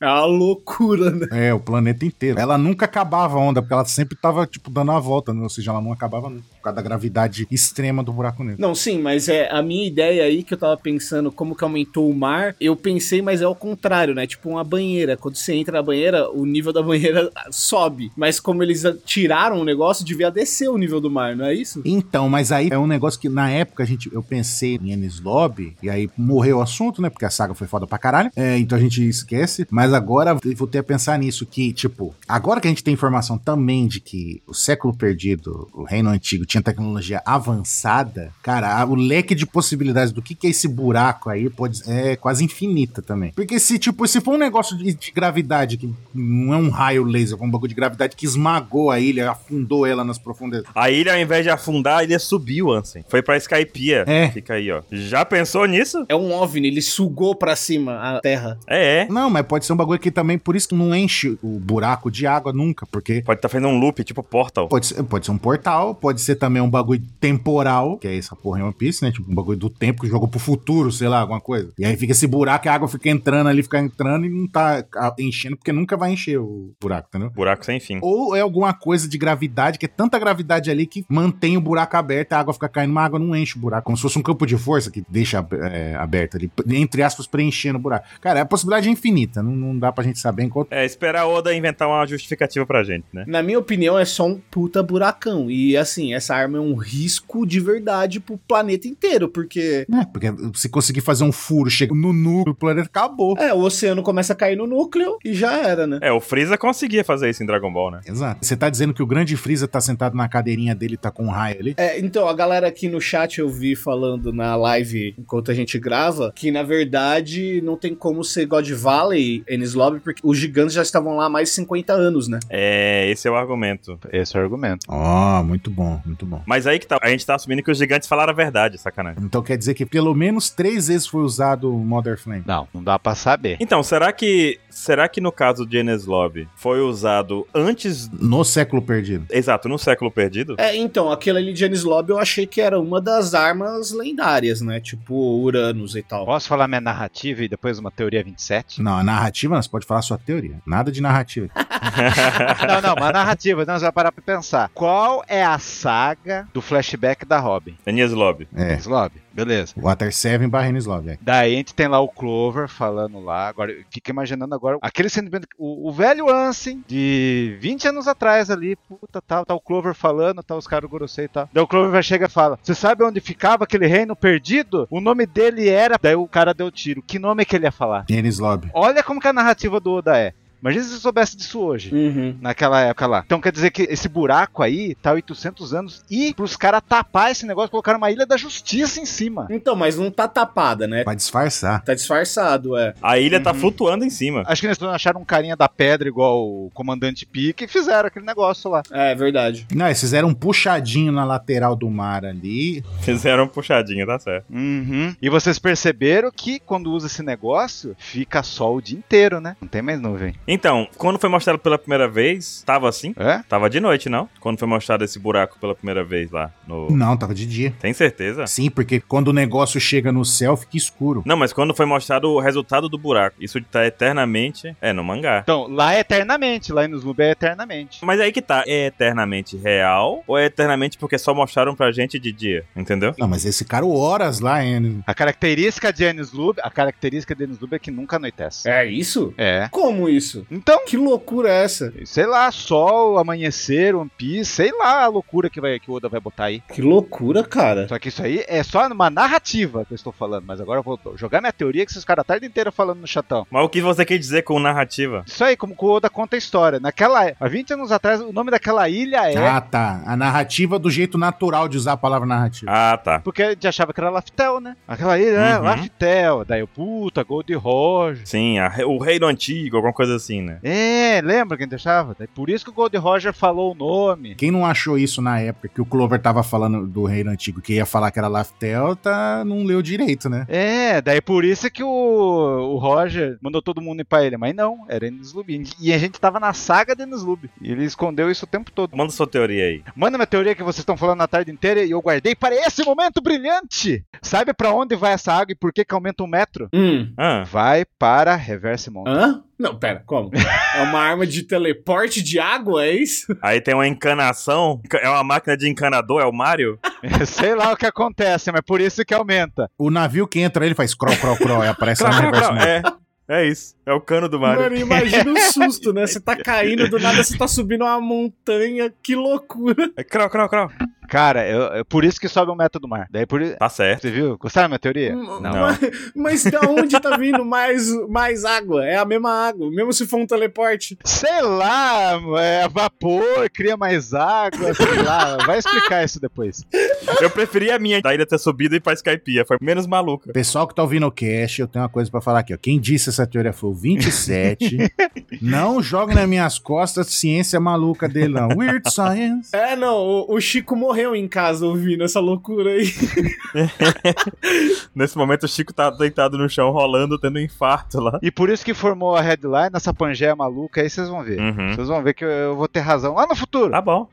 D: É uma loucura, né?
B: É, o planeta inteiro. Ela nunca acabava a onda, porque ela sempre tava, tipo, dando a volta, né? ou seja, ela não acabava nunca, por causa da gravidade extrema do buraco negro.
D: Não, sim, mas é a minha ideia aí que eu tava pensando como que aumentou o mar. Eu pensei, mas é ao contrário, né? Tipo uma banheira. Quando você entra na banheira, o nível da banheira sobe. Mas como eles a- tiraram o negócio, devia descer o nível do mar, não é isso?
B: Então, mas aí é um negócio que na época a gente, eu pensei em Enes Lobby, e aí morreu o assunto, né? Porque a saga foi foda pra caralho. É, então a gente esquece. Mas agora eu voltei a pensar nisso, que, tipo, agora que a gente tem informação também de que o século perdido, o reino antigo, tinha tecnologia avançada, cara, a- o leque de possibilidades do que, que é esse buraco aí pode é quase infinita também. Porque se, tipo, se for um negócio de, de gravidade, que não é um raio laser, é um bagulho de gravidade que esmagou a ilha, afundou ela nas profundezas.
A: A ilha, ao invés de afundar, a ilha subiu, Ansem. Foi pra Skypiea.
B: É.
A: Fica aí, ó. Já pensou nisso?
D: É um OVNI, ele sugou pra cima a terra.
A: É, é.
B: Não, mas pode ser um bagulho que também, por isso que não enche o buraco de água nunca, porque
A: Pode estar tá fazendo um loop, tipo Portal.
B: pode ser, pode ser um portal, pode ser também um bagulho temporal, que é essa porra em One Piece, né? Tipo, um bagulho do tempo que jogou pro futuro, sei lá, alguma coisa. E aí fica esse buraco e a água fica entrando ali, fica entrando e não tá ah, enchendo, porque nunca vai encher o buraco, entendeu?
A: Buraco sem fim.
B: Ou é alguma coisa de gravidade, que é tanta gravidade ali que mantém o buraco aberto, a água fica caindo, mas a água não enche o buraco. Como se fosse um campo de força que deixa é, aberto ali, entre aspas, preenchendo o buraco. Cara, a possibilidade é infinita, não, não dá pra gente saber enquanto.
A: É, esperar a Oda inventar uma justificativa pra gente, né?
D: Na minha opinião, é só um puta buracão. E assim, essa arma é um risco de verdade pro planeta inteiro, porque.
B: É, porque se conseguir fazer um furo, chega no núcleo do planeta, acabou.
D: É, o oceano começa a cair no núcleo e já era, né?
A: É, o Freeza conseguia fazer isso em Dragon Ball, né?
B: Exato. Você tá dizendo que o grande Freeza tá sentado na cadeirinha dele e tá com um raio ali?
D: É, então, a galera aqui no chat eu vi falando na live enquanto a gente grava que na verdade não tem como ser God Valley Ennis Lobby porque os gigantes já estavam lá há mais de 50 anos, né?
A: É, esse é o argumento.
C: Esse é o argumento.
B: Ó, muito bom, muito bom.
A: Mas aí que tá, a gente tá assumindo que os gigantes falaram a verdade, sacanagem.
B: Então quer dizer que pelo menos três vezes foi usado o Mother Flame.
C: Não, não dá pra saber.
A: Então, será que será que no caso de Enes Lobby foi usado antes,
B: No século perdido.
A: exato, no século perdido?
D: É, então, aquele ali de Ennis Lobby eu achei que era uma das armas lendárias, né? Tipo Uranus e tal.
C: Posso falar minha narrativa e depois uma teoria 27?
B: Não, a narrativa, nós pode falar a sua teoria. Nada de narrativa.
C: não, não, uma narrativa. Não, você vai parar pra pensar. Qual é a saga do flashback da Robin?
A: Enes Lobby.
B: É.
C: Slob, beleza.
B: Water 7 barra Enislov. É.
C: Daí a gente tem lá o Clover falando lá. Agora, eu fico imaginando agora aquele sentimento. O, o velho Ansem, de 20 anos atrás ali, puta, tal, tá o Clover falando, tá os caras do Gorosei e tal. Daí o Clover vai chega e fala: Você sabe onde ficava aquele reino perdido? O nome dele era. Daí o cara deu tiro. Que nome que ele ia falar?
B: Enislov.
C: Olha como que a narrativa do Oda é. Imagina se eu soubesse disso hoje.
D: Uhum.
C: Naquela época lá. Então quer dizer que esse buraco aí tá 800 anos e pros caras tapar esse negócio colocaram uma ilha da justiça em cima.
D: Então, mas não tá tapada, né?
B: Pra disfarçar.
D: Tá disfarçado, é.
A: A ilha tá flutuando em cima.
C: Acho que eles acharam um carinha da pedra igual o comandante Pique e fizeram aquele negócio lá.
D: É, verdade.
B: Não, eles fizeram um puxadinho na lateral do mar ali.
A: Fizeram uma puxadinha, tá certo.
C: Uhum. E vocês perceberam que quando usa esse negócio, fica sol o dia inteiro, né? Não tem mais nuvem.
A: Então, quando foi mostrado pela primeira vez, tava assim?
C: É?
A: Tava de noite, não? Quando foi mostrado esse buraco pela primeira vez lá no.
B: Não, tava de dia.
A: Tem certeza?
B: Sim, porque quando o negócio chega no céu, fica escuro.
A: Não, mas quando foi mostrado o resultado do buraco, isso tá eternamente. É, no mangá.
C: Então, lá é eternamente, lá em Nuzlube é eternamente.
A: Mas aí que tá, é eternamente real ou é eternamente porque só mostraram pra gente de dia, entendeu?
B: Não, mas esse cara horas lá, hein?
C: A característica de Enislub, a característica de Enislub é que nunca anoitece.
D: É isso?
C: É.
D: Como isso?
C: Então,
D: Que loucura é essa?
C: sei lá, sol, amanhecer, One Piece, sei lá a loucura que, vai, que o Oda vai botar aí.
D: Que loucura, cara.
C: Só que isso aí é só uma narrativa que eu estou falando, mas agora eu vou jogar minha teoria que esses caras a tarde inteira falando no chatão.
A: Mas o que você quer dizer com narrativa?
C: Isso aí, como que o Oda conta a história. Naquela, há 20 anos atrás, o nome daquela ilha é.
B: Ah, tá. A narrativa do jeito natural de usar a palavra narrativa.
A: Ah, tá.
C: Porque a gente achava que era Laftel, né? Aquela ilha, né?
A: Uhum.
C: Laftel. Daí o puta, Gold Roger.
A: Sim, a- o reino antigo, alguma coisa assim, né?
C: É, lembra que a gente achava? Daí por isso que o Gold Roger falou o nome.
B: Quem não achou isso na época que o Clover tava falando do reino antigo, que ia falar que era Laftel, tá... não leu direito, né?
C: É, daí por isso que o, o Roger mandou todo mundo ir pra ele. Mas não, era Enislub. E a gente tava na saga de Enislub. E ele escondeu isso o tempo todo.
A: Manda sua teoria aí.
C: Manda minha teoria que vocês estão falando a tarde inteira e eu guardei para esse momento brilhante. Sabe pra onde vai essa água e por que que aumenta um metro?
D: Hum.
A: Ah,
C: Vai para Reverse Mountain.
D: Hã? Não, pera, como? É uma arma de teleporte de água, é isso?
A: aí tem uma encanação. É uma máquina de encanador, é o Mario?
C: Sei lá o que acontece, mas por isso que aumenta.
B: O navio que entra, ele faz crawl, crawl, crawl, e aparece lá no
A: Claro,
B: reverso.
A: claro, é. É isso. É o cano do Mario.
D: Mano, imagina o susto, né? Você tá caindo, do nada você tá subindo uma montanha, que loucura.
A: É crau, crau, crau.
C: Cara, eu- é por isso que sobe um metro do mar. Daí por i-
A: Tá certo.
C: Você viu? Gostaram da minha teoria?
D: Hum.
A: Não.
D: Mas, mas da onde tá vindo mais, mais água? É a mesma água, mesmo se for um teleporte.
C: Sei lá, é vapor, cria mais água, sei lá. Vai explicar isso depois.
A: Eu preferi a minha da ilha ter subido e ir pra Skypiea. Foi menos maluca.
B: Pessoal que tá ouvindo o cast, eu tenho uma coisa pra falar aqui. Ó. Quem disse essa teoria foi o 27. não jogue nas minhas costas ciência maluca dele, não. Weird science.
D: É, não, o, o Chico morreu em casa ouvindo essa loucura aí.
A: Nesse momento, o Chico tá deitado no chão, rolando, tendo um infarto lá.
C: E por isso que formou a headline, essa pangeia maluca, aí vocês vão ver.
A: Uhum.
C: Vocês vão ver que eu- eu vou ter razão lá no futuro.
A: Tá bom.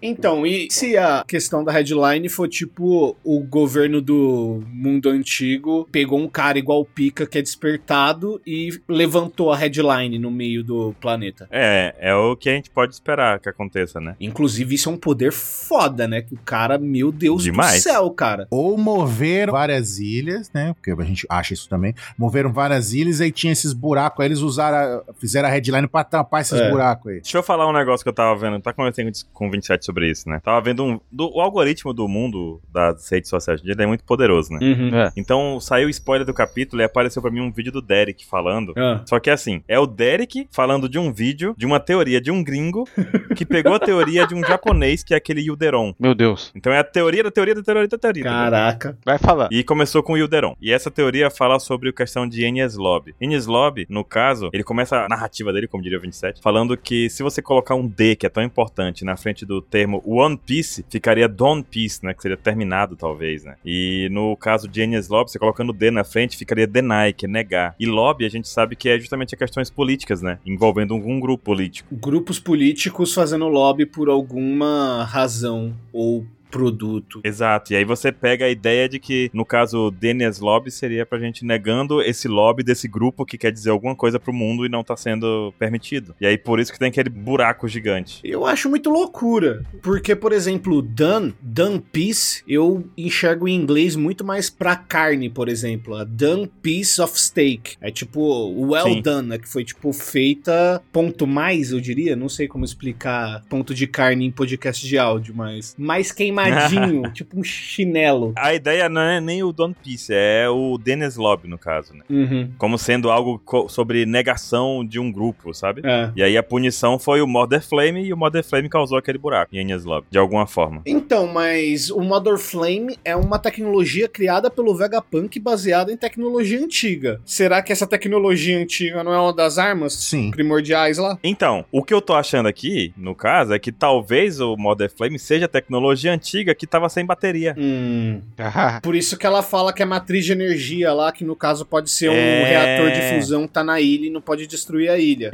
D: Então, e se a questão da headline for tipo o governo do mundo antigo pegou um cara igual o Pica que é despertado e levantou a headline no meio do planeta?
A: É, é o que a gente pode esperar que aconteça, né?
D: Inclusive, isso é um poder foda, né? Que o cara, meu Deus
A: Demais.
D: do céu, cara.
B: Ou moveram várias ilhas, né? Porque a gente acha isso também. Moveram várias ilhas aí tinha esses buracos. Aí eles usaram, a- fizeram a headline pra tampar esses
D: É.
B: buracos aí.
A: Deixa eu falar um negócio que eu tava vendo. Tá conversando com o 27 sobre isso, né? Tava vendo um. do- o algoritmo do mundo das redes sociais ele é muito poderoso, né?
D: Uhum.
C: É.
A: Então saiu o spoiler do capítulo e apareceu pra mim um vídeo do Derek falando.
D: Ah.
A: Só que assim, é o Derek falando de um vídeo, de uma teoria de um gringo, que pegou a teoria de um japonês, que é aquele Yuderon.
C: Meu Deus.
A: Então é a teoria da teoria da teoria da teoria. entendeu?
D: Caraca.
C: Vai falar.
A: E começou com o Ilderon. E essa teoria fala sobre a questão de Enies Lobby. Enies Lobby, no caso, ele começa a narrativa dele, como diria o 27, falando que se você colocar um D, que é tão importante, na frente do termo One Piece, ficaria Don Piece, né? Que seria terminado, talvez, né? E no caso de Enies Lobby, você colocando D na frente, ficaria deny, que é negar. E lobby, a gente sabe que é justamente a questões políticas, né? Envolvendo um grupo político.
D: Grupos políticos fazendo lobby por alguma razão ou produto.
A: Exato. E aí você pega a ideia de que, no caso, Denias Lobby seria pra gente negando esse lobby desse grupo que quer dizer alguma coisa pro mundo e não tá sendo permitido. E aí por isso que tem aquele buraco gigante.
D: Eu acho muito loucura. Porque, por exemplo, Dan, Dan Peace, eu enxergo em inglês muito mais pra carne, por exemplo. A Dan Piece of Steak. É tipo, well
A: Sim.
D: done, né? Que foi tipo feita ponto mais, eu diria. Não sei como explicar ponto de carne em podcast de áudio, mas. Mais queimadinho, tipo um chinelo.
A: A ideia não é nem o Don Piece, é o Denias Lobby, no caso, né?
D: Uhum.
A: Como sendo algo co- sobre negação de um grupo, sabe?
D: É.
A: E aí a punição foi o Mother Flame e o Mother Flame causou aquele buraco em Enies Lobby, de alguma forma.
D: Então, mas o Mother Flame é uma tecnologia criada pelo Vegapunk baseada em tecnologia antiga. Será que essa tecnologia antiga não é uma das armas
B: Sim.
D: primordiais lá?
A: Então, o que eu tô achando aqui, no caso, é que talvez o Mother Flame seja a tecnologia antiga que tava sem bateria.
D: Hum.
C: Ah,
D: Por isso que ela fala que a matriz de energia lá, que no caso pode ser um
A: É.
D: reator de fusão, tá na ilha e não pode destruir a ilha.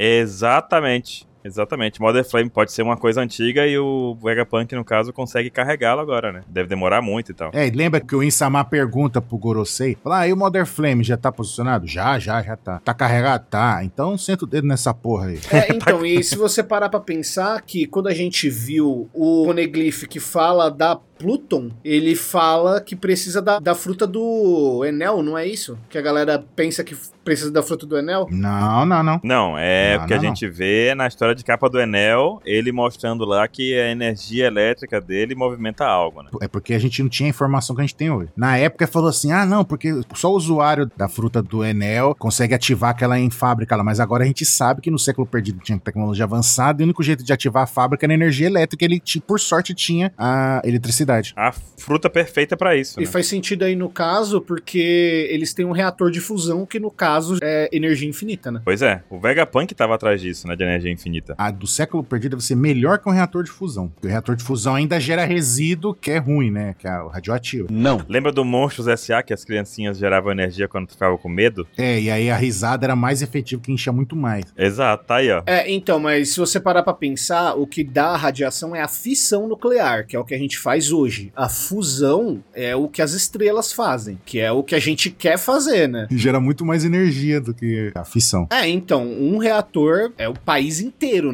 A: Exatamente. Exatamente. Mother Flame pode ser uma coisa antiga e o Vegapunk, no caso, consegue carregá-lo agora, né? Deve demorar muito e tal.
B: É, e lembra que o Insama pergunta pro Gorosei, fala, ah, e o Mother Flame já tá posicionado? Já, já, já tá. Tá carregado? Tá. Então senta o dedo nessa porra aí.
D: É, então, e se você parar pra pensar que quando a gente viu o Poneglyph que fala da Pluton, ele fala que precisa da, da fruta do Enel, não é isso? Que a galera pensa que f- precisa da fruta do Enel?
B: Não, não, não.
A: Não, é
B: Não,
A: o que a
B: não, não.
A: gente vê na história de capa do Enel, ele mostrando lá que a energia elétrica dele movimenta algo, né?
B: É porque a gente não tinha a informação que a gente tem hoje. Na época falou assim: ah, não, porque só o usuário da fruta do Enel consegue ativar aquela em fábrica lá. Mas agora a gente sabe que no século perdido tinha tecnologia avançada e o único jeito de ativar a fábrica era a energia elétrica. Ele, ti- por sorte, tinha a eletricidade.
A: A fruta perfeita pra isso,
D: E
A: né?
D: faz sentido aí no caso, porque eles têm um reator de fusão que no caso é energia infinita, né?
A: Pois é, o Vegapunk tava atrás disso, né? De energia infinita.
B: A do século perdido deve ser melhor que um reator de fusão. Porque o reator de fusão ainda gera resíduo que é ruim, né? Que é o radioativo.
C: Não.
A: Lembra do Monstros S.A. que as criancinhas geravam energia quando ficavam com medo?
B: É, e aí a risada era mais efetiva que enchia muito mais.
A: Exato, tá aí, ó.
D: É, então, mas se você parar pra pensar, o que dá a radiação é a fissão nuclear, que é o que a gente faz hoje. A fusão é o que as estrelas fazem, que é o que a gente quer fazer, né?
B: E gera muito mais energia do que a fissão.
D: É, então, um reator é o país inteiro,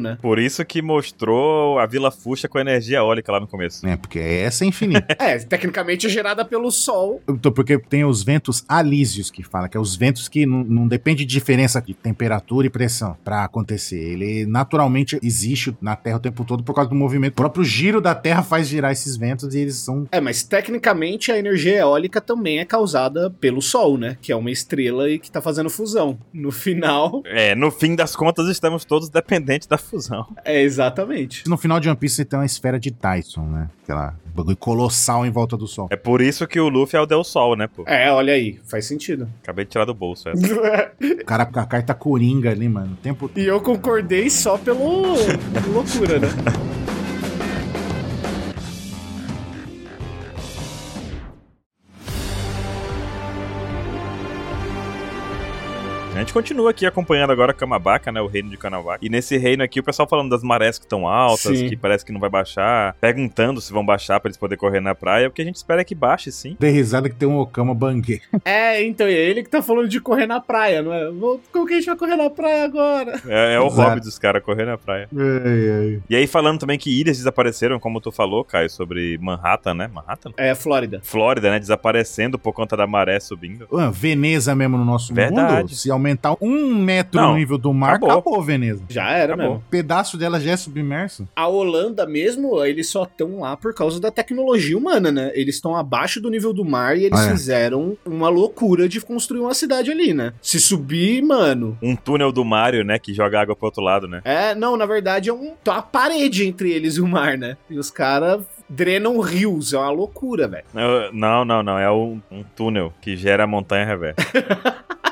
D: né?
A: Por isso que mostrou a Vila Fuxa com energia eólica lá no começo.
B: É, porque essa é infinita.
D: É, tecnicamente é gerada pelo Sol.
B: Então, porque tem os ventos alísios que fala, que é os ventos que não, não depende de diferença de temperatura e pressão pra acontecer. Ele naturalmente existe na Terra o tempo todo por causa do movimento. O próprio giro da Terra faz girar esses ventos e eles são.
D: É, mas tecnicamente a energia eólica também é causada pelo Sol, né? Que é uma estrela e que tá fazendo fusão. No final,
A: É, no fim das contas, estamos todos dependentes da fusão.
D: é exatamente.
B: No final de One Piece você tem uma esfera de Tyson, né? Aquela bagulho colossal em volta do Sol.
A: É por isso que o Luffy é o Deus Sol, né, pô?
D: É, olha aí, faz sentido.
A: Acabei de tirar do bolso essa.
B: O cara com a carta coringa ali, mano. O tempo.
D: E eu concordei só pelo loucura, né?
A: A gente continua aqui acompanhando agora Kamabaka, né? O reino de Kanawaka. E nesse reino aqui, o pessoal falando das marés que estão altas,
D: Sim.
A: que parece que não vai baixar, perguntando se vão baixar pra eles poderem correr na praia. O que a gente espera é que baixe, sim.
B: Dei risada que tem um Okama bangueiro.
D: É, então, e é ele que tá falando de correr na praia, não é? Vou- Como que a gente vai correr na praia agora?
A: É, é o
B: Exato.
A: hobby dos caras correr na praia.
B: Ai, ai.
A: E aí, falando também que ilhas desapareceram, como tu falou, Caio, sobre Manhattan, né? Manhattan?
D: É, Flórida.
A: Flórida, né? Desaparecendo por conta da maré subindo.
B: Ah, Veneza mesmo no nosso
A: Verdade.
B: mundo, se aumentar um metro
A: Não,
B: no nível do mar,
A: acabou.
B: acabou, Veneza.
D: Já era
A: Acabou.
D: mesmo.
B: O pedaço dela já é submerso.
D: A Holanda mesmo, eles só estão lá por causa da tecnologia humana, né? Eles estão abaixo do nível do mar e eles
B: Ah, é.
D: fizeram uma loucura de construir uma cidade ali, né? Se subir, mano.
A: Um túnel do Mario, né? Que joga água pro outro lado, né?
D: É, não, na verdade é um, tá uma parede entre eles e o mar, né? E os caras drenam rios, é uma loucura, velho.
A: Eu- Não, não, não. É um, um túnel que gera a montanha reversa.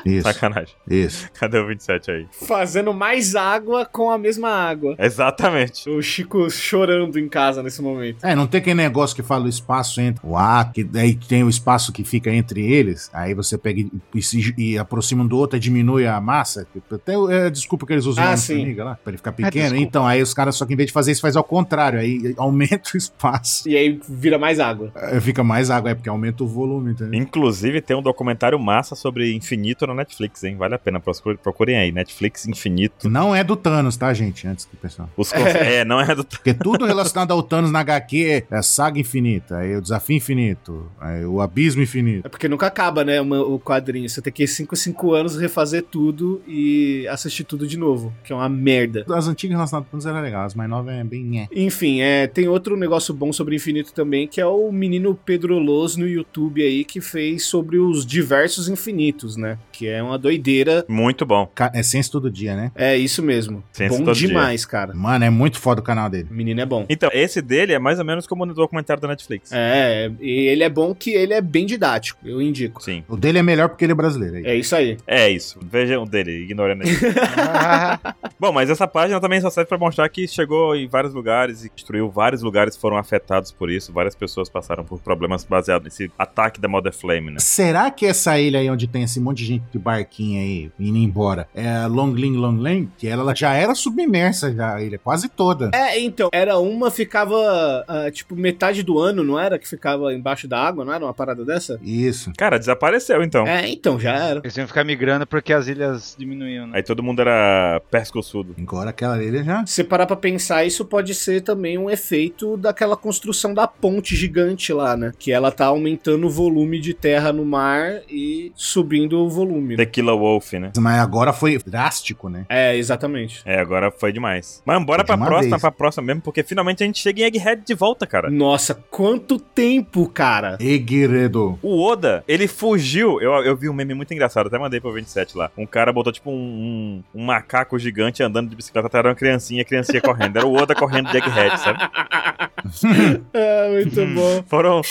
B: Isso,
A: Sacanagem.
B: isso.
A: Cadê o 27 aí?
D: Fazendo mais água com a mesma água.
A: Exatamente.
D: O Chico chorando em casa nesse momento.
B: É, não tem aquele negócio que fala o espaço entre o ar, que daí tem o espaço que fica entre eles, aí você pega e, e se- e aproxima um do outro e diminui a massa. Tipo, Até o- é, a desculpa que eles usam
D: Ah,
B: lá no
D: sim. Ah,
B: Formiga lá, pra ele ficar pequeno.
C: desculpa.
B: então, aí os caras, só que em vez de fazer isso, faz ao contrário, aí aumenta o espaço.
D: E aí vira mais água.
B: É, Fica mais água, é porque aumenta o volume, entendeu?
A: Inclusive, tem um documentário massa sobre infinito na Netflix, hein? Vale a pena. Procure- Procurem aí. Netflix Infinito.
B: Não é do Thanos, tá, gente? Antes que o pessoal.
A: Os conce- é, não é do
B: Porque tudo relacionado ao Thanos na HQ é saga infinita, aí o desafio infinito, aí o abismo infinito.
D: É porque nunca acaba, né, uma- o quadrinho. Você tem que ir 5 5 anos refazer tudo e assistir tudo de novo, que é uma merda.
B: As antigas relacionadas ao Thanos eram legais, as mais novas é bem. nhé.
D: Enfim, é, tem outro negócio bom sobre Infinito também, que é o menino Pedro Loz no YouTube aí, que fez sobre os diversos infinitos, né? Que é uma doideira.
A: Muito bom.
B: Ca- É ciência todo dia, né?
D: É isso mesmo.
A: Ciência
D: bom
A: todo dia.
D: demais, cara.
B: Mano, é muito foda o canal dele.
D: O menino é bom.
A: Então, esse dele é mais ou menos como o documentário da Netflix.
D: É, e ele é bom que ele é bem didático, eu indico.
A: Sim.
B: O dele é melhor porque ele é brasileiro. aí.
D: É isso aí.
A: É isso. Vejam o dele, ignorando ele. Bom, mas essa página também só serve pra mostrar que chegou em vários lugares e destruiu vários lugares, foram afetados por isso, várias pessoas passaram por problemas baseados nesse ataque da Mother Flame, né?
B: Será que essa ilha aí onde tem esse monte de gente de barquinho aí indo embora é a Long Ling Long Ling? Que ela, ela já era submersa, já, a ilha quase toda.
D: É, então, era uma, ficava, ah, tipo, metade do ano, não era? Que ficava embaixo da água, não era uma parada dessa?
B: Isso.
A: Cara, desapareceu então.
D: É, então, já era.
C: Eles iam ficar migrando porque as ilhas diminuíam, né?
A: Aí todo mundo era pescoçudo.
B: Agora aquela ilha já.
D: Se parar pra pensar, isso pode ser também um efeito daquela construção da ponte gigante lá, né? Que ela tá aumentando o volume de terra no mar e subindo o volume. né?
A: Tequila Wolf, né?
B: Mas agora foi drástico, né?
D: É, exatamente.
A: É, agora foi demais. Mas bora
B: De
A: pra
B: uma
A: próxima,
B: vez.
A: pra próxima mesmo, porque finalmente a gente chega em Egghead de volta, cara.
D: Nossa, quanto tempo, cara!
B: Eguiredo.
A: O Oda, ele fugiu. Eu, eu vi um meme muito engraçado, até mandei pro 27 lá. Um cara botou tipo um, um- um macaco gigante andando de bicicleta, até era uma criancinha, a criancinha correndo. Era o Oda correndo de Egghead, sabe?
D: É, muito bom.
A: Foram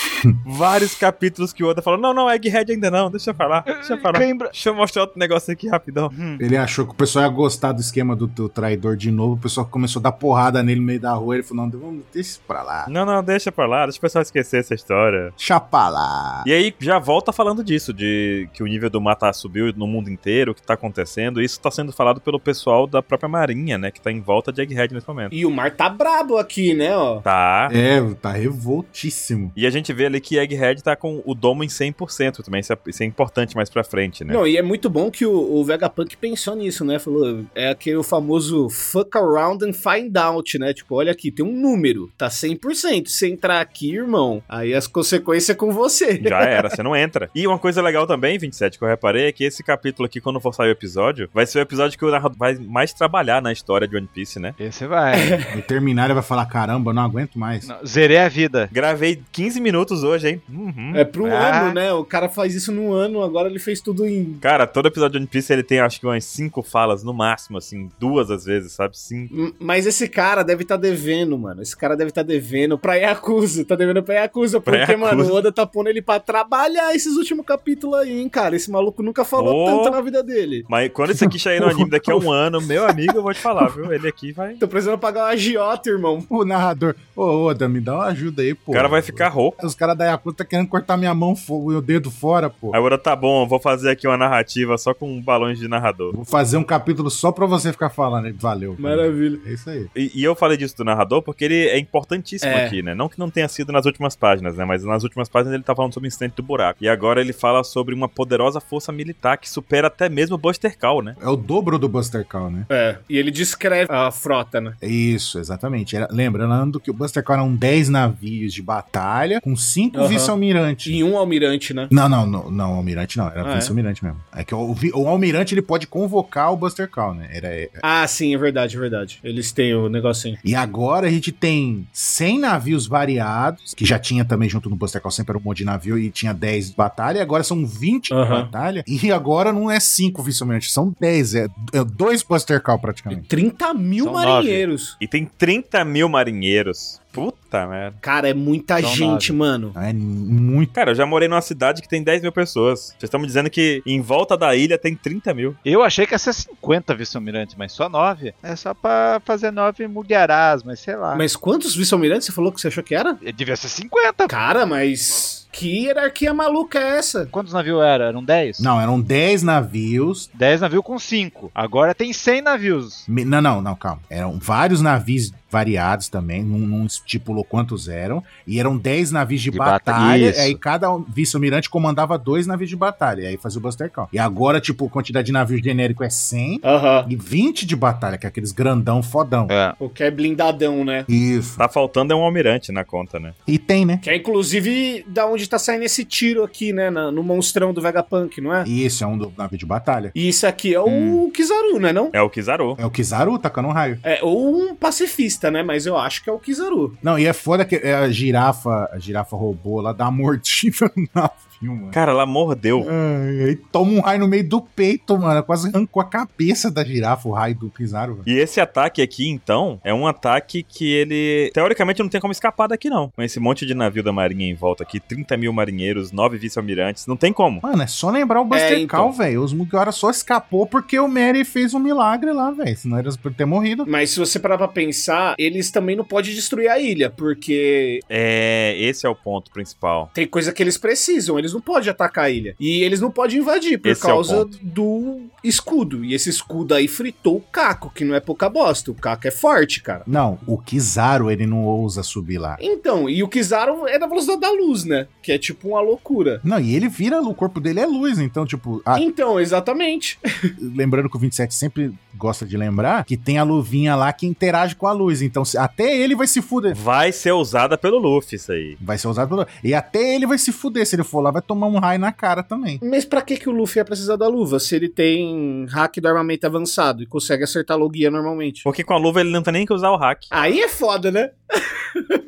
A: vários capítulos que o Oda falou: não, não, Egghead ainda não, deixa eu falar, deixa eu falar.
C: Lembra?
A: Deixa eu mostrar outro negócio aqui rapidão.
C: Hum.
B: Ele achou que o pessoal ia gostar do esquema do, do traidor de novo. O pessoal começou a dar porrada nele no meio da rua. Ele falou: não, vamos, deixa isso pra lá.
A: Não, não, deixa pra lá, deixa o pessoal esquecer essa história.
B: Chapa lá.
A: E aí já volta falando disso, de que o nível do mar tá subiu no mundo inteiro, o que tá acontecendo. Isso tá sendo falado pelo pessoal da própria marinha, né, que tá em volta de Egghead nesse momento.
D: E o mar tá brabo aqui, né, ó?
A: Tá.
B: É, tá revoltíssimo.
A: E a gente vê ali que Egghead tá com o domo em 100% também, isso é, isso é importante mais pra frente, né?
D: Não, e é muito bom que o, o Vegapunk pensou nisso, né? Falou, é aquele famoso fuck around and find out, né? Tipo, olha aqui, tem um número, tá 100%. Se entrar aqui, irmão, aí as consequências é com você.
A: Já era, você não entra. E uma coisa legal também, 27, que eu reparei, é que esse capítulo aqui, quando for sair o episódio, vai ser o episódio que o narrador vai mais trabalhar na história de One Piece, né?
C: Esse vai.
B: E terminar, ele vai falar: caramba, eu não aguento mais.
C: Não, Zerei a vida.
A: Gravei 15 minutos hoje, hein? Uhum.
D: É pro
C: Ah.
D: ano, né? O cara faz isso num ano, agora ele fez tudo em.
A: Cara, todo episódio de One Piece ele tem acho que umas 5 falas, no máximo, assim, duas às vezes, sabe? Cinco.
D: M- Mas esse cara deve tá devendo, mano. Esse cara deve tá devendo pra Yakuza. Tá devendo pra Yakuza.
A: Pra
D: Porque,
A: Yakuza.
D: mano, o Oda tá pondo ele pra trabalhar esses últimos capítulos aí, hein, cara. Esse maluco nunca falou
A: Ô.
D: tanto na vida dele.
A: Mas quando isso aqui sair no anime daqui a um ano, meu amigo, eu vou te falar, viu? Ele aqui vai.
D: Tô precisando pagar uma agiota, irmão.
B: O narrador, ô, Oda, me dá uma ajuda aí, pô.
A: O cara vai ficar rouco.
B: Os caras da Yakuza tá querendo cortar minha mão, fo- meu dedo fora, pô.
A: Agora tá bom, eu vou fazer aqui uma narrativa só com balões de narrador.
B: Vou fazer um capítulo só pra você ficar falando. Ele, Valeu. cara.
D: Maravilha.
B: É isso aí.
A: E, e eu falei disso do narrador porque ele é importantíssimo
D: É.
A: aqui, né? Não que não tenha sido nas últimas páginas, né? Mas nas últimas páginas ele tá falando sobre o incidente do buraco. E agora ele fala sobre uma poderosa força militar que supera até mesmo o Buster Call, né?
B: É o dobro do Buster Call, né? É
D: É, e ele descreve a frota, né?
B: Isso, exatamente. Era- lembrando que o Buster Call eram 10 navios de batalha com 5
D: Aham.
B: vice-almirantes.
D: Em um almirante, né?
B: Não, não, não, não, almirante não, era
D: Ah, é?
B: vice-almirante mesmo. É que o, vi- o almirante ele pode convocar o Buster Call, né? Era, é-
D: Ah, sim, é verdade, é verdade. Eles têm o negocinho.
B: E agora a gente tem 100 navios variados, que já tinha também junto no Buster Call, sempre era um monte de navio e tinha 10 de batalha, e agora são 20 de
D: Aham.
B: batalha, e agora não é 5 vice-almirantes, são 10, é, é dois Buster Call praticamente.
D: 30 mil
C: São
D: marinheiros.
A: E tem 30 mil marinheiros. Puta merda.
D: Cara, é muita
C: São
D: gente, mano.
B: É muito.
A: Cara, eu já morei numa cidade que tem 10 mil pessoas. Vocês estão me dizendo que em volta da ilha tem 30 mil.
C: Eu achei que ia ser 50 vice-almirante, mas só 9. É só pra fazer 9 mulherás, mas sei lá. É,
D: Mas quantos vice-almirantes você falou que você achou que era?
C: Devia ser 50.
D: Cara, mas que hierarquia maluca é essa?
C: Quantos navios eram? Eram 10?
B: Não, eram 10 navios.
C: 10 navios com 5. Agora tem 100 navios.
B: Me- Não, não, não, calma. Eram vários navios variados também, não, não estipulou quantos eram. E eram 10 navios de,
C: De bata-
B: batalha.
C: isso.
B: aí cada um vice-almirante comandava dois navios de batalha. E aí fazia o Buster Call. E agora, tipo, a quantidade de navios genérico é 100.
D: Aham.
B: E 20 de batalha, que é aqueles grandão fodão.
C: É.
D: O que é blindadão, né?
B: Isso.
A: Tá faltando é um almirante na conta, né?
B: E tem, né?
D: Que é inclusive da onde tá saindo esse tiro aqui, né? na- no monstrão do Vegapunk, não é?
B: Isso, é um do navio de batalha.
D: E isso aqui é o
C: Hum.
D: Kizaru, né? Não?
A: É o Kizaru.
B: É o Kizaru tacando um raio.
D: É, ou um pacifista, né? Mas eu acho que é o Kizaru.
B: Não, e é foda que é, a girafa, a girafa robô lá dá uma mordida no navio, mano.
A: Cara, ela mordeu.
B: Ai, aí toma um raio no meio do peito, mano. Quase arrancou a cabeça da girafa, o raio do Kizaru. velho.
A: E esse ataque aqui, então, é um ataque que ele. Teoricamente não tem como escapar daqui, não. Com esse monte de navio da marinha em volta aqui, 30 mil marinheiros, 9 vice-almirantes, não tem como.
B: Mano, é só lembrar o Buster
D: É, então.
B: Call, velho. Os Mugiwara só escapou porque o Mary fez um milagre lá, velho. Senão era pra ter morrido.
D: Mas se você parar pra pensar, eles também não podem destruir a ilha, porque
A: É, esse é o ponto principal.
D: tem coisa que eles precisam, eles não podem atacar a ilha. E eles não podem invadir por
A: Esse é o
D: causa
A: ponto.
D: do escudo. E esse escudo aí fritou o Caco, que não é pouca bosta. O Caco é forte, cara.
B: Não, o Kizaru, ele não ousa subir lá.
D: Então, e o Kizaru é da velocidade da luz, né? Que é tipo uma loucura.
B: Não, e ele vira, o corpo dele é luz, então, tipo,
A: Ah.
B: a-
D: Então, exatamente.
B: lembrando que o 27 sempre gosta de lembrar que tem a luvinha lá que interage com a luz, então se- até ele vai se fuder.
A: Vai ser usada pelo Luffy, isso aí.
B: Vai ser usado pelo. E até ele vai se fuder. Se ele for lá, vai tomar um raio na cara também.
D: Mas pra que, que o Luffy ia precisar da luva se ele tem hack do armamento avançado e consegue acertar a logia normalmente?
A: Porque com a luva ele não tem nem que usar o hack.
D: Aí é foda, né?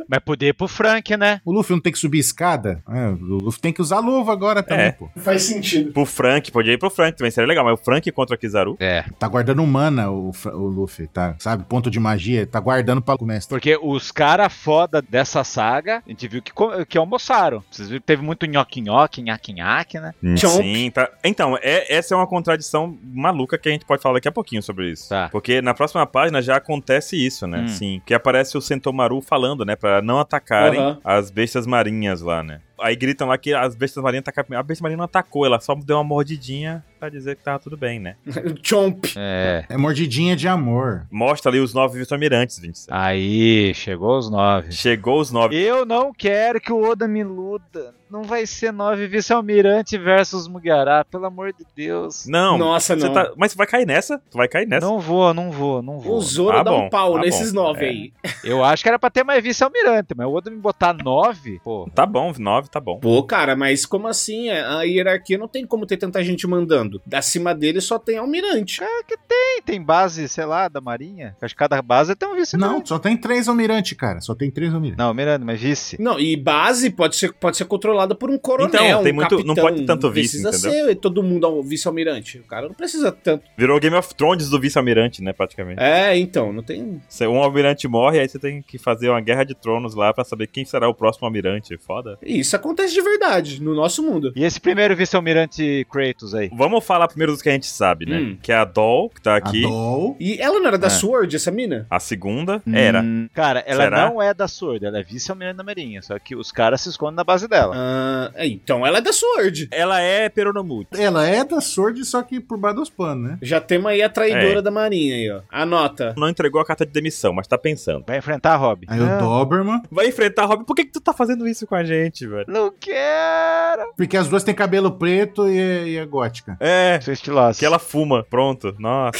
C: Mas poder ir pro Frank, né?
B: O Luffy não tem que subir escada? É, o Luffy tem que usar luva agora também,
A: É.
B: pô.
D: Faz sentido.
A: Pro Frank, podia ir pro Frank também, seria legal, mas o Frank contra o Kizaru.
C: É.
B: Tá guardando mana o, Fra- o Luffy, tá? Sabe? Ponto de magia. Tá guardando pra o mestre.
C: Porque os cara foda dessa saga, a gente viu que, co- que almoçaram. Vocês viram que teve muito nhoque-nhoque, nhaque-nhaque, né?
D: Chomp.
A: Sim, tá. Então, é- essa é uma contradição maluca que a gente pode falar daqui a pouquinho sobre isso.
C: Tá.
A: Porque na próxima página já acontece isso, né?
C: Hum.
A: Sim. Que aparece o Sentomaru falando, né? Pra não atacarem
D: Aham.
A: as bestas marinhas lá, né? Aí gritam lá que as bestas marinhas atacaram. A besta marinha não atacou, ela só deu uma mordidinha pra dizer que tava tudo bem, né?
D: Chomp.
C: É.
B: É mordidinha de amor.
A: Mostra ali os nove vice-almirantes, 27.
C: Aí, chegou os nove.
A: Chegou os nove.
C: Eu não quero que o Oda me iluda. Não vai ser nove vice-almirante versus Mugiará, pelo amor de Deus.
A: Não,
D: Nossa,
A: você
D: não.
A: tá- mas você vai cair nessa? Tu vai cair nessa?
C: Não vou, não vou, não vou.
D: O Zoro
A: Ah,
D: dá
A: bom,
D: um pau
A: ah,
D: nesses
A: bom.
D: nove
A: É.
D: aí.
C: Eu acho que era pra ter mais vice-almirante, mas o Oda me botar nove, pô.
A: Tá bom, nove tá bom.
D: Pô, cara, mas como assim? A hierarquia não tem como ter tanta gente mandando. Acima dele só tem almirante.
C: Cara, É que tem, tem base, sei lá, da Marinha. Acho que cada base tem um vice-almirante.
B: Não, só tem três almirante, cara. Só tem três almirante.
C: Não, Miranda, mas vice.
D: Não, e base pode ser, pode ser controlada por um coronel,
A: Então, tem
D: um
A: muito- não
D: capitão.
A: pode ter tanto vice,
D: Precisa ser todo mundo ao vice-almirante. O cara não precisa tanto.
A: Virou Game of Thrones do vice-almirante, né? Praticamente.
D: É, então, não tem...
A: Se Um almirante morre, aí você tem que fazer uma guerra de tronos lá pra saber quem será o próximo almirante. Foda.
D: Isso Isso acontece de verdade, no nosso mundo.
C: E esse primeiro vice-almirante Kratos aí?
A: Vamos falar primeiro dos que a gente sabe, né?
D: Hum.
A: Que é a Doll, que tá aqui.
B: A Doll.
D: E ela não era da
C: É.
D: Sword, essa mina?
A: A segunda era.
C: Hum, Cara, ela
A: Será?
C: não é da Sword, ela é vice-almirante da Marinha, só que os caras se escondem na base dela.
D: Ah, é, então ela é da Sword.
A: Ela é Peronomuti.
B: Ela é da Sword, só que por baixo dos panos, né?
D: Já temos aí a traidora
A: É.
D: da marinha aí, ó. Anota.
A: Não entregou a carta de demissão, mas tá pensando.
C: Vai enfrentar a Ah, Rob.
B: Aí o Doberman.
A: Vai enfrentar Robin. Por que, que tu tá fazendo isso com a gente, velho?
C: Não quero!
B: Porque as duas têm cabelo preto e é, e é gótica.
A: É.
C: Seu estiloso.
A: Que ela fuma, pronto. Nossa.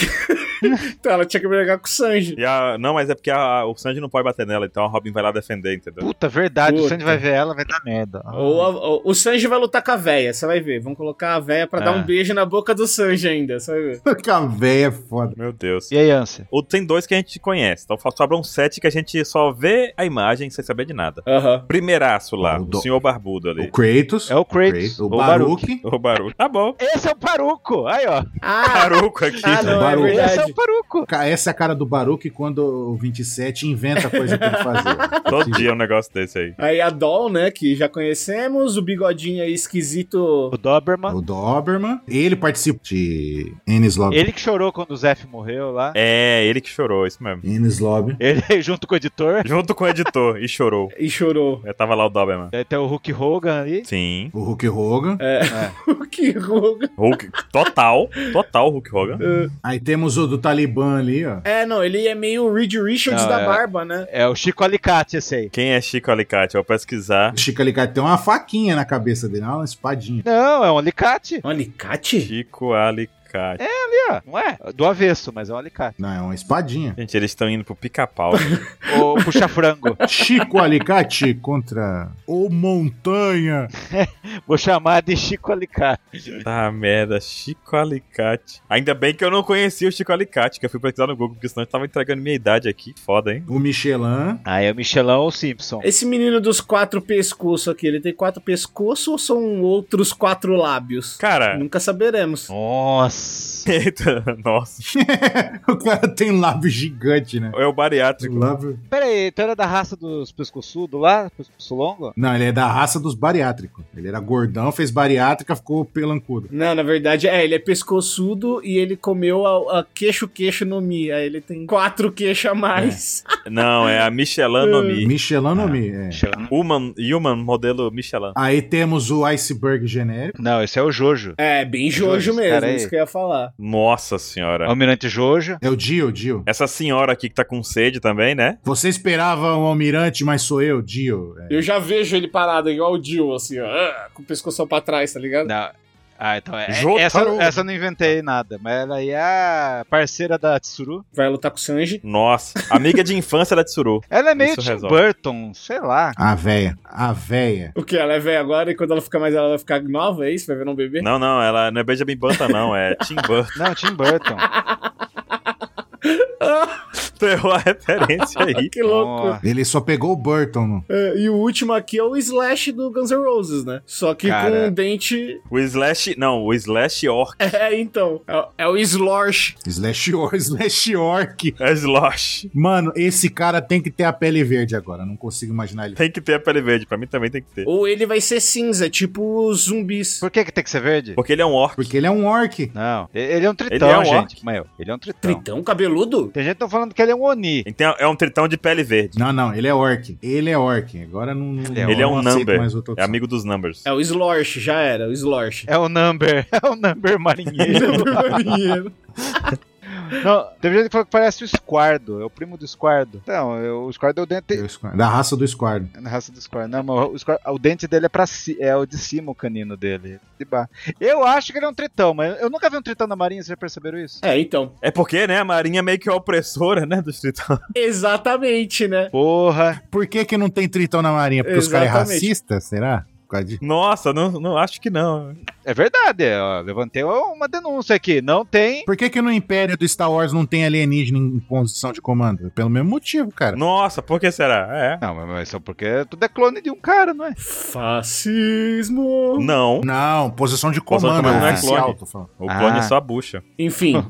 D: Então ela tinha que brigar com o Sanji.
A: E a- não, mas é porque a- o Sanji não pode bater nela, então a Robin vai lá defender, entendeu?
C: Puta, verdade, o
D: Puta.
C: Sandy vai ver ela, vai dar merda.
D: Ou, a- ou- o Sanji vai lutar com a véia, você vai ver. Vão colocar a véia pra dar
C: Ah.
D: um beijo na boca do Sanji ainda, você vai ver.
B: Que a véia é foda.
A: Meu Deus.
C: E aí, Anse?
A: Ou tem dois que a gente conhece. Então sobram sete que a gente só vê a imagem sem saber de nada.
D: Aham.
A: Primeiraço lá,
B: O
A: o,
B: do-
A: senhor barbudo ali.
B: O Kratos.
C: É o Kratos.
B: O
C: ou o Baruch.
B: Baruch.
A: O barulho. Tá bom.
C: Esse é o Paruco! Aí, ó.
D: Ah,
A: Baruco aqui.
D: ah, não, é
B: Barulho.
C: Esse é
D: verdade.
C: o Paruco.
B: Ca- Essa é a cara do Baruch quando o 27 inventa coisa pra ele fazer.
A: Todo dia é um negócio desse aí.
D: Aí a Doll, né, que já conhecemos, o bigodinho aí esquisito.
C: O Doberman.
B: O Doberman. Ele participa de Ennis Lobby.
C: Ele que chorou quando o Zef morreu lá.
A: É, ele que chorou, isso mesmo.
B: Ennis Lobby.
C: Ele junto com o editor.
A: Junto com o editor e chorou.
D: E chorou.
A: Eu tava lá o Doberman.
C: Daí tem o Hulk Hogan ali.
A: Sim.
B: O Hulk Hogan.
D: que ruga.
A: Hulk. Total. Total Hulk Hogan.
B: Aí temos o do Talibã ali, ó.
D: É, não, ele é meio Reed Richards
C: Não,
D: da
C: é.
D: barba, né?
C: É o Chico Alicate esse aí.
A: Quem é Chico Alicate? Eu vou pesquisar.
B: O Chico Alicate tem uma faquinha na cabeça dele, uma espadinha.
C: Não, é um alicate.
D: Um alicate?
A: Chico Alicate.
C: Ali, ó. Não é? Do avesso, mas é um alicate.
B: Não, é uma espadinha.
A: Gente, eles estão indo pro pica-pau.
C: Ou puxa-frango.
B: Chico Alicate contra o Montanha.
C: Vou chamar de Chico Alicate.
A: tá merda, Chico Alicate. Ainda bem que eu não conhecia o Chico Alicate, que eu fui pesquisar no Google, porque senão eu tava entregando minha idade aqui. Foda, hein?
B: O Michelin.
C: Ah, é o Michelão ou o Simpson?
D: Esse menino dos quatro pescoços aqui, ele tem quatro pescoços ou são outros quatro lábios?
A: Cara.
D: Nunca saberemos.
C: Nossa.
A: Eita, nossa.
B: O cara tem um lábio gigante, né?
A: É o bariátrico.
B: Lábio...
C: Pera aí, então era da raça dos pescoçudos lá? Pescoço longo?
B: Não, ele é da raça dos bariátricos. Ele era gordão, fez bariátrica, ficou pelancudo.
D: Não, na verdade, é, ele é pescoçudo e ele comeu a, a queixo-queixo no Mi. Aí ele tem quatro queixos a mais.
A: Não, é a Michelin Nomi.
B: Michelin
C: Ah.
B: nome, é.
C: Michelão.
A: Human, human modelo Michelin.
B: Aí temos o iceberg genérico.
C: Não, esse é o Jojo.
D: É, bem Jojo
C: Jojo,
D: mesmo,
C: cara, aí.
D: isso que eu ia falar.
A: Nossa senhora.
C: Almirante Jojo.
B: É o Dio, Dio.
A: Essa senhora aqui que tá com sede também, né?
B: Você esperava um almirante, mas sou eu, Dio. É.
D: Eu já vejo ele parado igual o Jill, assim, ó, ah, com o pescoção pra trás, tá ligado?
C: Não. Ah, então é.
A: Jotaro.
C: Essa, essa eu não inventei nada, mas ela aí é a parceira da Tsuru.
D: Vai lutar com o Sanji.
A: Nossa. Amiga de infância da Tsuru.
C: Ela é meio
A: Isso
C: Tim
A: resolve.
C: Burton, sei lá.
B: A véia. A véia.
D: O que? Ela é velha agora e quando ela ficar mais ela vai ficar nova, é isso? Vai ver um bebê?
A: Não, não, ela não é Benjamin Banta, não. É Tim Burton.
C: Não, Tim Burton.
A: Tu errou a referência aí.
D: Que louco.
C: Nossa.
B: Ele só pegou o Burton.
D: É, e o último aqui é o Slash do Guns N' Roses, né? Só que
C: Cara.
D: com um dente.
A: O Slash. Não, o Slash Orc.
D: É, então. É, é o Slorsh.
B: Slash Orc. Slash Orc.
A: É Slosh.
B: Mano, esse cara tem que ter a pele verde agora. Não consigo imaginar ele.
A: Tem que ter a pele verde. Pra mim também tem que ter.
D: Ou ele vai ser cinza, tipo os zumbis.
C: Por que, que tem que ser verde?
A: Porque ele é um orc.
B: Porque ele é um orc.
C: Não. e- Ele é um tritão,
A: é um
C: gente.
A: orc.
C: Meu, ele é um tritão.
D: Tritão cabeludo?
C: Tem gente que tá falando que ele é um Oni.
A: Então é um tritão de pele verde.
B: Não, não, ele é orc. Ele é orc. Agora não. não-
C: é
A: Ele é
B: não
A: um
B: aceito
A: number.
B: mais outra
A: É
B: opção.
A: amigo dos numbers.
D: É o Slorsh, já era, o Slorsh.
C: É o Number. É o Number
D: é
C: marinheiro. não, teve gente que falou que parece o Squardo. É o primo do Squardo. Não, eu- o Squardo é o dente.
B: É o Squar- Da raça do Squardo.
C: Na raça do Squirrel. Não, mas o, Squirrel- o dente dele é pra ci, é o de cima, o canino dele. De baixo. Eu acho que ele é um tritão, mas eu nunca vi um tritão na marinha, vocês já perceberam isso?
D: É, então.
A: É porque, né, a marinha meio que é opressora, né, dos tritões.
D: Exatamente, né?
C: Porra!
B: Por que, que não tem tritão na marinha? Porque os caras é
D: Exatamente.
B: racista, será? Por causa de-
A: Nossa, não, não acho que não.
C: É verdade, ó, levantei uma denúncia aqui. Não tem.
B: Por que, que no Império do Star Wars não tem alienígena em posição de comando? Pelo mesmo motivo, cara.
A: Nossa, por que será? É.
C: Não, mas- mas só porque tudo é clone de um cara, não é?
D: Fascismo.
A: Não.
B: Não, posição de
A: Posição de
B: comando,
C: comando
B: é
C: não é
B: oficial,
A: clone.
B: tô falando.
A: O clone
C: Ah.
A: é só a bucha.
D: Enfim,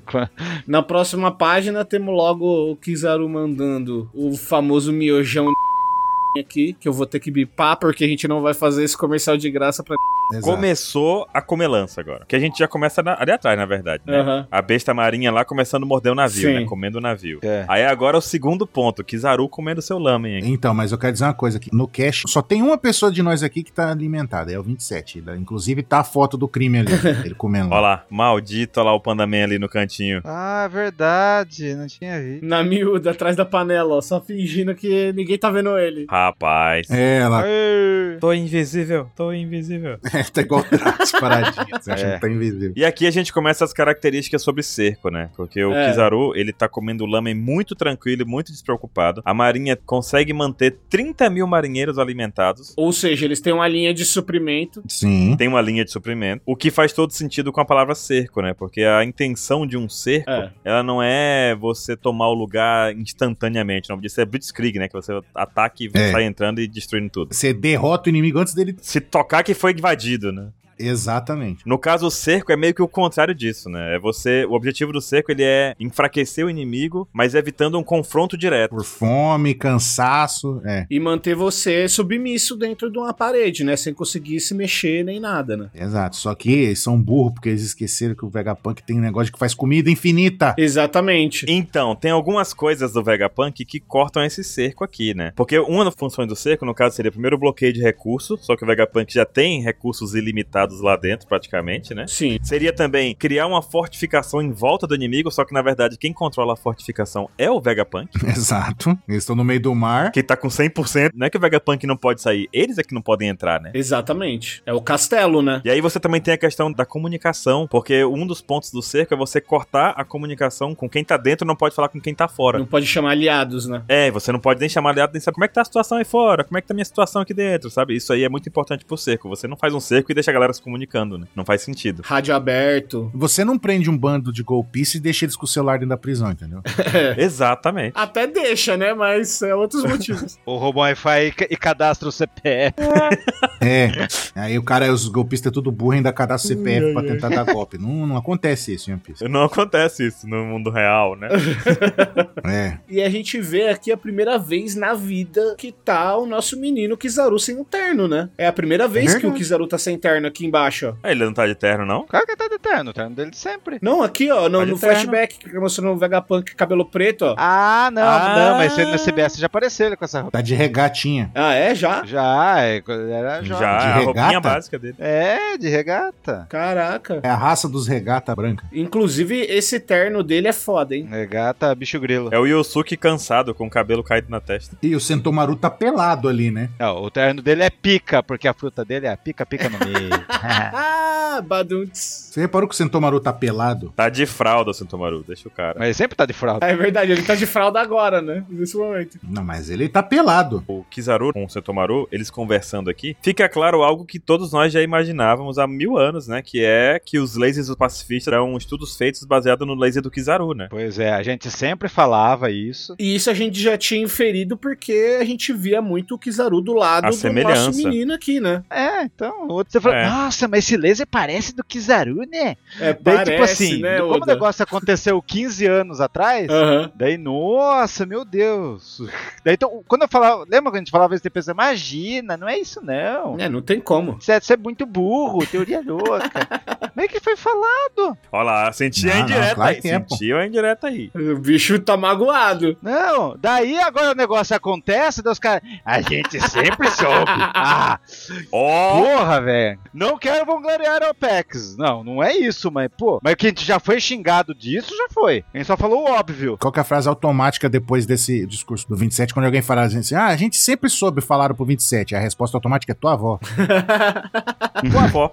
D: na próxima página temos logo o Kizaru mandando o famoso miojão aqui, que eu vou ter que bipar, porque a gente não vai fazer esse comercial de graça pra.
B: Exato.
A: Começou a comelança agora. Que a gente já começa na- ali atrás, na verdade, né?
D: Aham.
A: A besta marinha lá começando a morder o navio,
D: Sim.
A: né? Comendo o navio.
C: É.
A: Aí agora é o segundo ponto, Kizaru comendo seu lamen aqui.
B: Então, mas eu quero dizer uma coisa aqui. No cash, só tem uma pessoa de nós aqui que tá alimentada, é o 27. Da- Inclusive, tá a foto do crime ali, ele comendo.
A: Olha lá, maldito, olha lá o Pandaman ali no cantinho.
C: Ah, verdade, não tinha visto.
D: Na miúda, atrás da panela, ó, só fingindo que ninguém tá vendo ele.
A: Rapaz.
B: É, ela
C: Aê.
A: Tô invisível, tô invisível.
B: tá igual o Drax, paradinha. Você acha
C: É.
B: que tá invisível.
A: E aqui a gente começa as características sobre cerco, né? Porque o
D: É.
A: Kizaru, ele tá comendo lamen muito tranquilo, e muito despreocupado. A marinha consegue manter 30 mil marinheiros alimentados.
D: Ou seja, eles têm uma linha de suprimento.
B: Sim.
A: Tem uma linha de suprimento. O que faz todo sentido com a palavra cerco, né? Porque a intenção de um cerco,
D: É.
A: ela não é você tomar o lugar instantaneamente. O nome disso é Blitzkrieg, né? Que você ataca e
B: É.
A: sai entrando e destruindo tudo.
B: Você derrota o inimigo antes dele.
A: Se tocar que foi invadido, né?
B: Exatamente.
A: No caso, o cerco é meio que o contrário disso, né? É você. O objetivo do cerco ele é enfraquecer o inimigo, mas evitando um confronto direto.
B: Por fome, cansaço. É,
D: E manter você submisso dentro de uma parede, né? Sem conseguir se mexer nem nada, né?
B: exato. Só que eles são burros porque eles esqueceram que o Vegapunk tem um negócio que faz comida infinita.
D: Exatamente.
A: Então, tem algumas coisas do Vegapunk que cortam esse cerco aqui, né? Porque uma das funções do cerco, no caso, seria primeiro o bloqueio de recurso, só que o Vegapunk já tem recursos ilimitados lá dentro, praticamente, né?
D: Sim.
A: Seria também criar uma fortificação em volta do inimigo, só que na verdade quem controla a fortificação é o Vegapunk.
B: Exato. Eles estão no meio do mar.
A: que tá com 100%. Não é que o Vegapunk não pode sair, eles é que não podem entrar, né?
D: Exatamente. É o castelo, né?
A: E aí você também tem a questão da comunicação, porque um dos pontos do cerco é você cortar a comunicação com quem tá dentro, não pode falar com quem tá fora.
D: Não pode chamar aliados, né?
A: É, você não pode nem chamar aliado nem saber como é que tá a situação aí fora, como é que tá a minha situação aqui dentro, sabe? Isso aí é muito importante pro cerco. Você não faz um cerco e deixa a galera se comunicando, né? Não faz sentido.
D: Rádio aberto.
B: Você não prende um bando de golpistas e deixa eles com o celular dentro da prisão, entendeu?
A: Exatamente.
D: Até deixa, né? Mas é outros motivos.
C: Ou rouba o Wi-Fi e ca- e cadastra o CPF.
B: É. Aí o cara, os golpistas é tudo burro ainda cadastra o CPF pra tentar dar golpe. Não, não acontece isso, em One Piece.
A: Não acontece isso no mundo real, né?
B: É.
D: e a gente vê aqui a primeira vez na vida que tá o nosso menino Kizaru sem o terno, né? É a primeira vez que o
B: verdade.
D: Kizaru tá sem terno aqui embaixo, ó.
A: Ah, Ele não tá de terno, não?
C: Claro que tá de terno, o terno dele de sempre.
D: Não, aqui, ó, no,
A: Tá de terno.
D: no flashback que mostrou no Vegapunk cabelo preto, ó.
C: Ah, não,
A: Ah.
C: não, mas ele no CBS já apareceu ele com essa roupa.
B: Tá de regatinha.
D: Ah, é? Já?
C: Já, é, quando ele era jovem.
A: Já,
B: De
A: é a roupinha
B: regata?
A: básica dele.
C: É, de regata.
D: Caraca.
B: É a raça dos regata branca.
D: Inclusive, esse terno dele é foda, hein?
C: Regata, bicho grilo.
A: É o Yosuke cansado, com o cabelo caído na testa.
B: E o Sentomaru tá pelado ali, né?
C: Não, o terno dele é pica, porque a fruta dele é a pica, pica no meio. É.
D: Ah, Baduntz.
B: Você reparou que o Sentomaru tá pelado?
A: Tá de fralda, Santomaru, deixa o cara.
C: mas ele sempre tá de fralda.
D: É verdade, ele tá de fralda agora, né? Nesse momento.
B: Não, mas ele tá pelado.
A: O Kizaru com o Santomaru, eles conversando aqui, fica claro algo que todos nós já imaginávamos há mil anos, né? Que é que os lasers do pacifista eram estudos feitos baseados no laser do Kizaru, né?
C: Pois é, a gente sempre falava isso.
D: E isso a gente já tinha inferido porque a gente via muito o Kizaru do lado
A: A
D: do
A: semelhança.
D: nosso menino aqui, né?
C: É, então, o outro você falou,
A: É.
C: nossa, mas esse laser parece do Kizaru, né?
D: É,
C: Daí,
D: parece,
C: tipo assim,
D: né,
C: como
D: Oda? Ah.
C: o negócio aconteceu 15 anos atrás,
D: Aham.
C: Daí, nossa, meu Deus. Daí, então, quando eu falava, lembra quando a gente falava isso, depois, imagina, não é isso não.
D: É, não tem como.
C: Você é, você é muito burro, teoria louca. Como é que foi falar?
A: Olha lá, senti a
B: Não, não,
A: indireta
B: claro
A: aí.
B: que é, pô.
A: sentiu a indireta aí.
D: O bicho tá magoado.
C: Não, daí agora o negócio acontece, daí os caras. A gente sempre soube. Ah,
A: Ó,
C: porra, velho. Não quero vangloriar a OPEX. Não, não é isso, mas, pô. Mas que a gente já foi xingado disso, já foi. A gente só falou o óbvio.
B: Qual que é a frase automática depois desse discurso do 27? Quando alguém fala assim, ah, a gente sempre soube, falaram pro 27. A resposta automática é tua avó.
A: tua avó.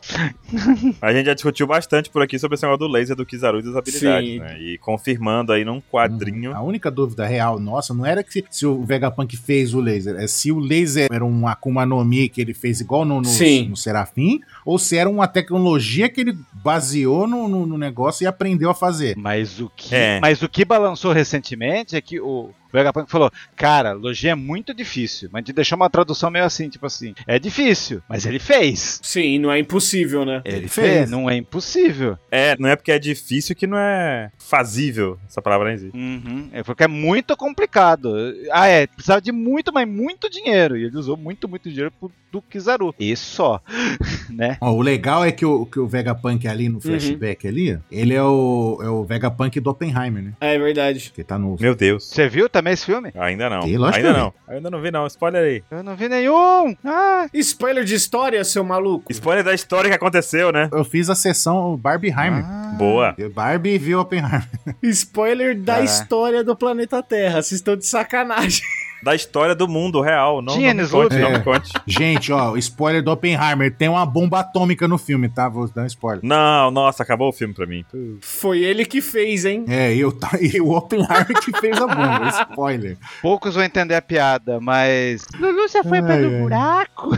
A: A gente já discutiu bastante por aqui sobre esse negócio do laser do Kizaru e das habilidades,
D: Sim.
A: né? E confirmando aí num quadrinho.
B: A única dúvida real nossa não era que se, se o Vegapunk fez o laser, é se o laser era um Akuma no Mi que ele fez igual no, no,
D: Sim.
B: no Serafim, ou se era uma tecnologia que ele baseou no, no- no negócio e aprendeu a fazer.
C: Mas o que,
A: É.
C: mas o que balançou recentemente é que o, Vegapunk falou: Cara, Logia é muito difícil. Mas te deixou uma tradução meio assim, tipo assim: É difícil, mas ele fez.
D: Sim, não é impossível, né?
C: Ele
B: fez.
C: fez. Não é impossível.
A: É, não é porque é difícil que não é fazível. Essa palavra não existe.
C: Uhum, é porque é muito complicado. Ah, é, precisava de muito, mas muito dinheiro. E ele usou muito, muito dinheiro pro, do Kizaru. E só, né?
B: Ó, o legal é que o, que o Vegapunk é ali no flashback ali, ele é o, é o Vegapunk do Oppenheimer, né?
D: É verdade.
B: Que tá no.
A: Meu Deus.
C: Você viu também esse filme?
A: Ainda não.
B: Sim, lógico
A: Ainda
B: que eu
A: não. Ainda não vi, não. Spoiler aí.
C: Eu não vi nenhum! Ah!
D: Spoiler de história, seu maluco.
A: Spoiler da história que aconteceu, né?
B: Eu fiz a sessão Barbieheimer.
C: ah.
A: Boa.
B: Barbie viu Oppenheimer.
D: Spoiler da
C: Caraca.
D: história do planeta Terra. Vocês estão de sacanagem.
A: Da história do mundo real. Não,
C: Tinha
A: não me
C: Neslope?
A: conte, não
B: É.
A: me conte.
B: Gente, ó, spoiler do Oppenheimer. Tem uma bomba atômica no filme, tá? Vou dar um spoiler.
A: Não, nossa, acabou o filme pra mim.
D: Foi ele que fez, hein?
B: É, eu, tá, e o Oppenheimer que fez a bomba. Spoiler.
C: Poucos vão entender a piada, mas. Lulu já
B: foi pra Ai, do ai.
C: buraco!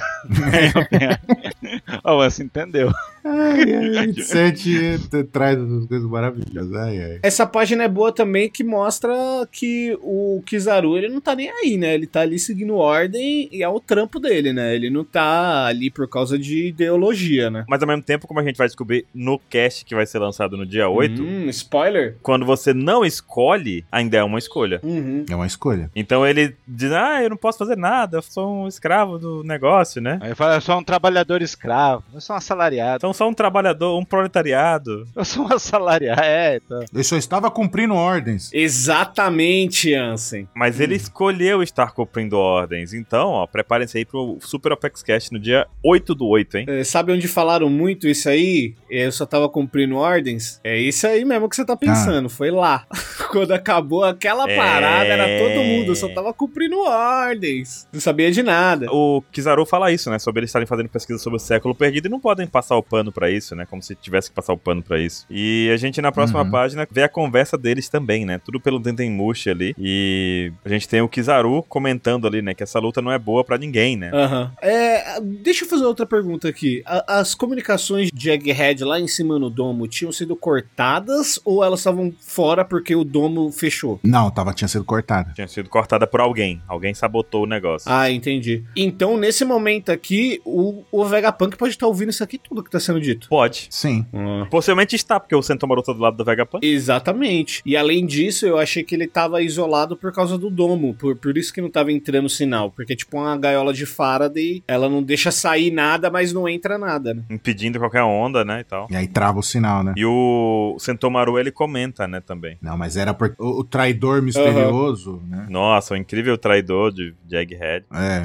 C: Ó, o Anson entendeu.
B: Ai, ai, Sete t- traz essas coisas maravilhosas. Ai, ai.
D: Essa página é boa também que mostra que o Kizaru ele não tá nem aí, né? Ele tá ali seguindo ordem e é o trampo dele, né? Ele não tá ali por causa de ideologia, né?
A: Mas ao mesmo tempo, como a gente vai descobrir no cast que vai ser lançado no dia 8,
D: Hum, spoiler?
A: quando você não escolhe, ainda é uma escolha.
D: Uhum.
B: É uma escolha.
A: Então ele diz, ah, eu não posso fazer nada, eu sou um escravo do negócio, né?
C: Aí fala: eu sou um trabalhador escravo, eu sou um assalariado,
A: Então só um trabalhador, um proletariado.
C: eu sou um assalariado. É, então.
B: Eu só estava cumprindo ordens.
D: Exatamente, Ansem.
A: Mas ele escolheu estar cumprindo ordens. Então, ó, preparem-se aí pro Super Opex Cast no dia 8 do 8, hein?
D: É, Sabe onde falaram muito isso aí? É, Eu só tava cumprindo ordens? É isso aí mesmo que você tá pensando. Foi lá. Quando acabou aquela
A: É.
D: parada, era todo mundo. Eu só tava cumprindo ordens. Não sabia de nada.
A: É. O Kizaru fala isso, né? Sobre eles estarem fazendo pesquisa sobre o século perdido e não podem passar o pano pra isso, né? Como se tivesse que passar o pano pra isso. E a gente, na próxima
B: Uhum.
A: página, vê a conversa deles também, né? Tudo pelo Dendemushi ali. E a gente tem o Kizaru comentando ali, né? Que essa luta não é boa pra ninguém, né?
D: Aham. É, deixa eu fazer outra pergunta aqui. A- as comunicações de Egghead lá em cima no domo tinham sido cortadas ou elas estavam fora porque o domo fechou?
B: Não, tava, tinha sido cortada.
A: Tinha sido cortada por alguém. Alguém sabotou o negócio.
D: Ah, entendi. Então, nesse momento aqui, o, o Vegapunk pode estar ouvindo isso aqui tudo que tá sendo dito.
A: Pode.
B: Sim.
D: Ah.
A: Possivelmente está, porque o Sentomaru tá do lado do Vegapunk.
D: Exatamente. E além disso, eu achei que ele tava isolado por causa do domo. Por, por isso que não tava entrando sinal. Porque, tipo, uma gaiola de Faraday, ela não deixa sair nada, mas não entra nada, né?
A: Impedindo qualquer onda, né? E tal.
B: E aí trava o sinal, né?
A: E o Sentomaru, ele comenta, né, também.
B: Não, mas era porque o, o traidor misterioso, né?
A: Nossa, o incrível traidor de, de Egghead.
B: É,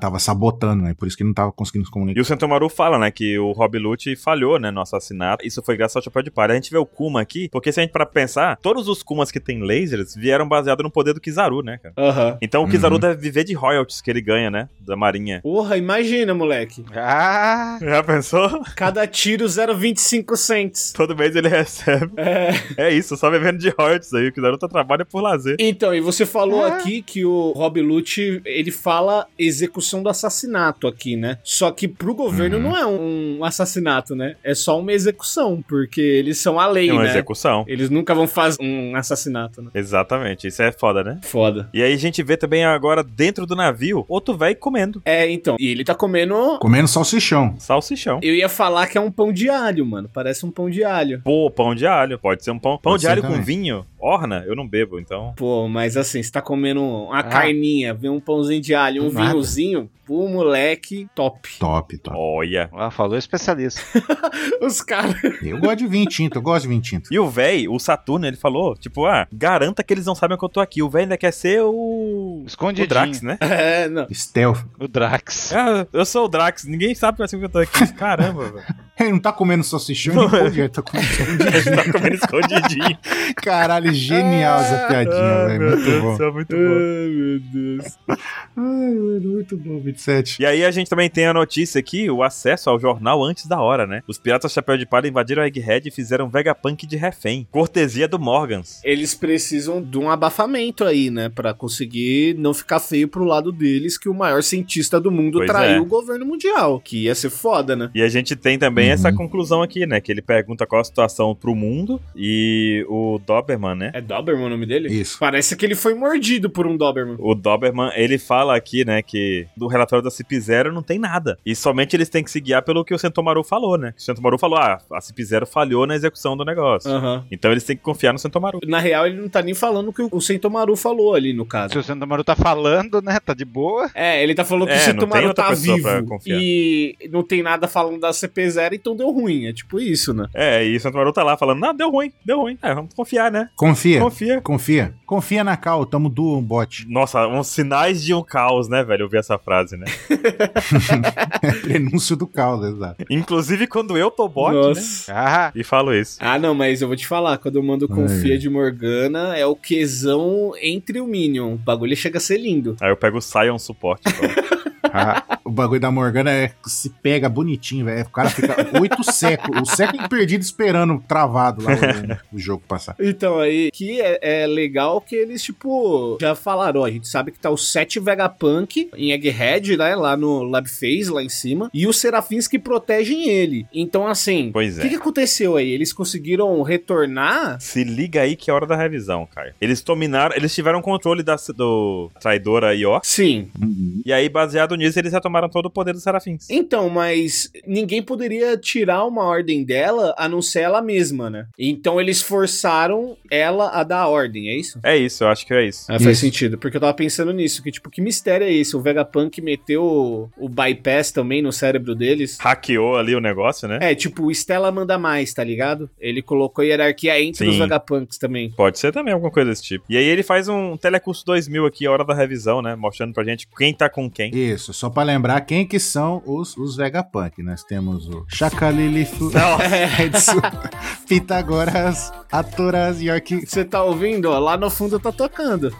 B: tava sabotando, né? Por isso que não tava conseguindo se comunicar.
A: E o Sentomaru fala, né, que o Rob Lute falhou, né, no assassinato. Isso foi graças ao Chapéu de Palha. A gente vê o Kuma aqui, porque se a gente para pensar, todos os Kumas que têm lasers vieram baseados no poder do Kizaru, né, cara?
D: Aham.
A: Então o Kizaru
B: Uhum.
A: deve viver de royalties que ele ganha, né, da marinha.
D: Porra, imagina, moleque.
C: Ah!
A: Já pensou?
D: Cada tiro 0,25 cents.
A: Todo mês ele recebe.
D: É.
A: É isso, só vivendo de royalties aí. O Kizaru tá trabalha por lazer.
D: Então, e você falou
C: Ah.
D: aqui que o Rob Lute, ele fala execução do assassinato aqui, né? Só que pro governo
B: Uhum.
D: não é um assassinato, né? É só uma execução, porque eles são a lei,
A: É uma
D: né?
A: execução.
D: Eles nunca vão fazer um assassinato, né?
A: Exatamente, isso é foda, né?
D: Foda.
A: E aí a gente vê também agora dentro do navio outro velho comendo
D: É, então. E ele tá comendo.
B: Comendo salsichão.
A: salsichão.
D: Eu ia falar que é um pão de alho, mano. Parece um pão de alho.
A: Pô, pão de alho, pode ser um pão. Pão
B: Pode
A: de
B: ser
A: alho com
B: também.
A: vinho? Orna? Eu não bebo, então.
D: Pô, mas assim, você tá comendo uma
C: Ah.
D: carninha, vê um pãozinho de alho, um
C: Nada.
D: vinhozinho. Pô, moleque, top.
B: Top, top.
A: Olha.
C: Ah, falou especialista.
D: Os caras.
B: Eu gosto de vinho tinto, eu gosto de vinho tinto.
A: E o véi, o Saturno, ele falou, tipo, ah, garanta que eles não sabem que eu tô aqui. O véi ainda quer ser o.
C: Escondidinho.
A: O Drax, né?
D: É, não.
B: Stealth.
C: O Drax. É.
A: Ah, eu sou o Drax, ninguém sabe assim que eu tô aqui. Caramba, velho.
B: Ele não tá comendo salsichão, ele
A: é.
B: pô, ele tá comendo
A: Ele tá comendo escondidinho.
B: Caralho, genial essa piadinha,
A: Ah,
B: velho.
A: meu
B: Muito
A: Deus
B: bom.
A: do céu, muito bom.
D: meu Deus.
B: Ai, mano, muito bom, 27.
A: E aí a a gente também tem a notícia aqui, o acesso ao jornal antes da hora, né? Os piratas Chapéu de Palha invadiram a Egghead e fizeram Vegapunk de refém. Cortesia do Morgans.
D: Eles precisam de um abafamento aí, né? Pra conseguir não ficar feio pro lado deles que o maior cientista do mundo
A: Pois
D: traiu
A: é.
D: o governo mundial. Que ia ser foda, né?
A: E a gente tem também
B: Uhum.
A: essa conclusão aqui, né? Que ele pergunta qual a situação pro mundo e o Doberman, né?
D: É Doberman o nome dele?
B: Isso.
D: Parece que ele foi mordido por um Doberman.
A: O Doberman, ele fala aqui, né, que do relatório da CIP0 não tem nada. E somente eles têm que se guiar pelo que o Sentomaru falou, né? O Sentomaru falou, ah, a CIP0 falhou na execução do negócio.
D: Aham.
A: Então eles têm que confiar no Sentomaru.
D: Na real, ele não tá nem falando o que o Sentomaru falou ali, no caso.
C: Se o Santo Maru tá falando, né? Tá de boa.
D: É, ele tá falando
A: É,
D: que o
A: não tem
D: Sentomaru
A: outra
D: tá
A: pessoa pra
D: vivo
A: confiar.
D: e não tem nada falando da CP0, então deu ruim. É tipo isso, né?
A: É, e o Sentomaru tá lá falando, não, deu ruim, deu ruim. É, vamos confiar, né?
B: Confia.
A: Confia.
B: Confia. Confia na Cal, tamo do bot.
A: Nossa, uns sinais de um caos, né, velho? Eu vi essa frase, né?
B: É prenúncio do caos, exato.
A: Inclusive quando eu tô bot, né?
D: Nossa.
C: Ah,
A: E falo isso.
D: Ah, não, mas eu vou te falar, quando eu mando confia de Morgana, é o quesão entre o Minion. O bagulho chega a ser lindo.
A: Aí eu pego o Sion suporte. então.
B: Ah, o bagulho da Morgana é que se pega bonitinho, velho. O cara fica oito séculos, o século perdido esperando travado lá olhando o jogo passar.
D: Então, aí, que é, é legal que eles, tipo, já falaram, ó, a gente sabe que tá o 7 Vegapunk em Egghead, né, lá no Lab Phase, lá em cima, e os serafins que protegem ele. Então, assim,
A: Pois
D: o
A: é.
D: que, que aconteceu aí? Eles conseguiram retornar?
A: Se liga aí que é hora da revisão, cara. Eles dominaram, eles tiveram controle da, do traidora Ior.
D: Sim.
A: E aí, baseado nisso, eles retomaram todo o poder dos serafins.
D: Então, mas ninguém poderia tirar uma ordem dela a não ser ela mesma, né? Então eles forçaram ela a dar a ordem, é isso?
A: É isso, eu acho que é isso.
D: Ah, faz
B: Isso.
D: sentido, porque eu tava pensando nisso, que tipo, que mistério é esse? O Vegapunk meteu o, o bypass também no cérebro deles?
A: Hackeou ali o negócio, né?
D: É, tipo, o Stella manda mais, tá ligado? Ele colocou hierarquia entre
A: Sim.
D: os Vegapunks também.
A: Pode ser também alguma coisa desse tipo. E aí ele faz um telecurso 2000 aqui, a hora da revisão, né? Mostrando pra gente quem tá com quem.
B: Isso, só pra lembrar quem que são os, os Vegapunk. Nós temos o Chacalilifu, Edson, Pitagoras, Atoras, York.
D: Você tá ouvindo? ó? Lá no fundo tá tocando.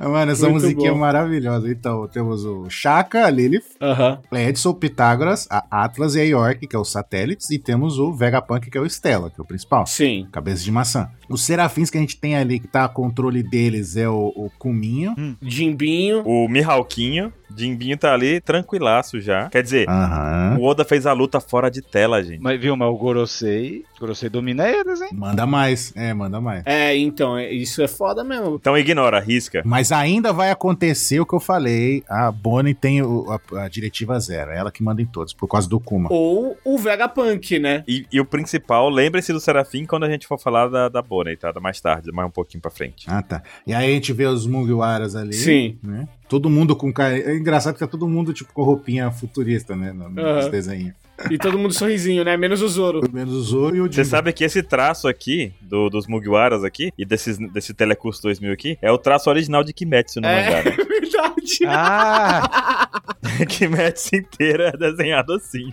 B: Ah, Mano, essa
D: Muito
B: musiquinha é
D: bom.
B: maravilhosa. Então, temos o Chaka, Lilith,
D: Aham.
B: Edson, Pitágoras, a Atlas e a York, que é os satélites, e temos o Vegapunk, que é o Stella, que é o principal.
D: Sim.
B: Cabeça de maçã. Os serafins que a gente tem ali, que tá a controle deles, é o, o Cuminho.
D: Jimbinho.
A: O Mihawkinho, Jimbinho tá ali tranquilaço já. Quer dizer,
B: Aham.
A: o Oda fez a luta fora de tela, gente.
C: mas viu, mas o Gorosei. O Gorosei domina eles, hein?
B: Manda mais. É, manda mais.
D: É, então, é- isso é foda mesmo.
A: Então ignora, risca.
B: Mas ainda vai acontecer o que eu falei. A Bonnie tem o- a, a diretiva zero. É ela que manda em todos, por causa do Kuma.
D: Ou o Vegapunk, né?
A: E, e o principal, lembre-se do Serafim quando a gente for falar da, da Bonnie, tá? Da Mais tarde, mais um pouquinho pra frente.
B: Ah, tá. E aí a gente vê os Mugiwaras ali.
D: Sim.
B: Né? Todo mundo com cara. É engraçado que tá todo mundo tipo com roupinha futurista, né? No, Nos
D: Aham.
B: desenhos.
D: E todo mundo sorrisinho, né? Menos o Zoro.
B: Pelo menos o Zoro e o
A: Você
B: Jimbo.
A: sabe que esse traço aqui, do- dos Mugiwaras aqui, e desses, desse Telecurso 2000 aqui, é o traço original de Kimetsu no
D: É.
A: mangá. né?
D: Verdade.
C: Ah,
A: Kimetsu inteira é desenhado assim.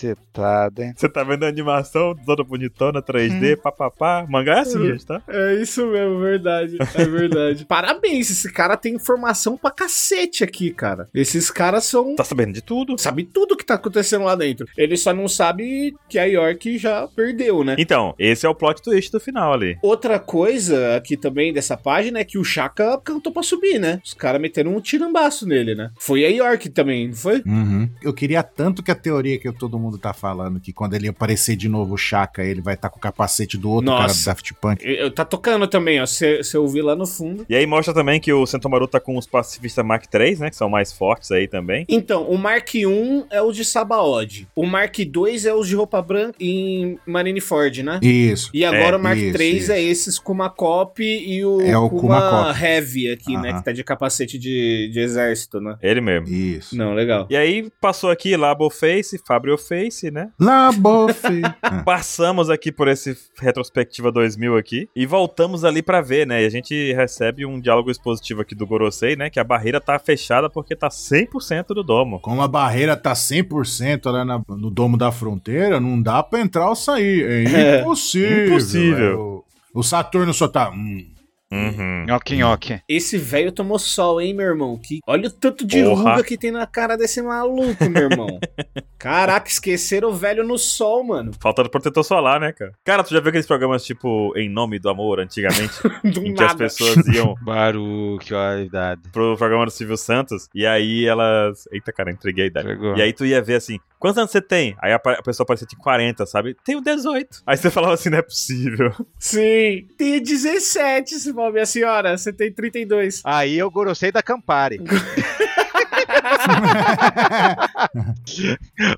C: cacetada, hein?
A: Você tá vendo a animação toda bonitona, 3D, papapá. Mangá é assim,
D: Hum.
A: gente, tá?
D: É isso mesmo, verdade. É verdade. Parabéns, esse cara tem informação pra cacete aqui, cara. Esses caras são.
A: Tá sabendo de tudo.
D: Sabe tudo que tá acontecendo lá dentro. Ele só não sabe que a York já perdeu, né?
A: Então, esse é o plot twist do final ali.
D: Outra coisa aqui também dessa página é que o Chaka cantou pra subir, né? Os caras meteram um tirambaço nele, né? Foi a York também, não foi?
B: Uhum. Eu queria tanto que a teoria que todo mundo tá falando, que quando ele aparecer de novo o Chaka, ele vai estar com o capacete do outro
D: Nossa.
B: cara do Daft Punk.
D: Eu, eu- tá tocando também, ó. Se se eu ouvir lá no fundo.
A: E aí mostra também que o Sentomaru tá com os pacifistas Mark 3, né? Que são mais fortes aí também.
D: Então, o Mark I é o de Sabaody. O Mark II é os de roupa branca em Marineford, né?
B: Isso.
D: E
A: É,
D: agora o Mark
B: isso,
D: III
B: isso.
D: é esses Kuma Cop e o,
B: É o Kuma Cop.
D: Heavy aqui, né?
B: Aham.
D: Que tá de capacete de, de exército, né?
A: Ele mesmo.
B: Isso.
D: Não, legal.
A: E aí passou aqui Laboface, Fabrio Face, né?
B: Labofe. ah.
A: Passamos aqui por esse retrospectiva 2000 aqui e voltamos ali pra ver, né? E a gente recebe um diálogo expositivo aqui do Gorosei, né? Que a barreira tá fechada porque tá 100% do domo.
B: Como a barreira tá 100% lá na- no domo da fronteira, não dá pra entrar ou sair. É impossível.
A: impossível.
B: É, o, o Saturno só tá. hum,
A: Uhum.
C: Nhoque, nhoque.
D: Esse velho tomou sol, hein, meu irmão? Que... Olha o tanto de
A: Porra.
D: ruga que tem na cara desse maluco, meu irmão. Caraca, esqueceram o velho no sol, mano.
A: Falta do protetor solar, né, cara? Cara, tu já viu aqueles programas tipo Em Nome do Amor, antigamente?
D: Do
A: em que as
D: nada.
A: pessoas iam
C: Baruque, olha a idade.
A: pro programa do Silvio Santos e aí elas. Eita, cara, entreguei a idade.
C: Entregou.
A: E aí tu ia ver assim, quantos anos você tem? Aí a pa- a pessoa parecia de 40, sabe? Tenho 18. Aí você falava assim, não é possível.
D: Sim. Tem 17, se for, minha senhora. Você tem 32.
C: Aí eu gorosei da Campari.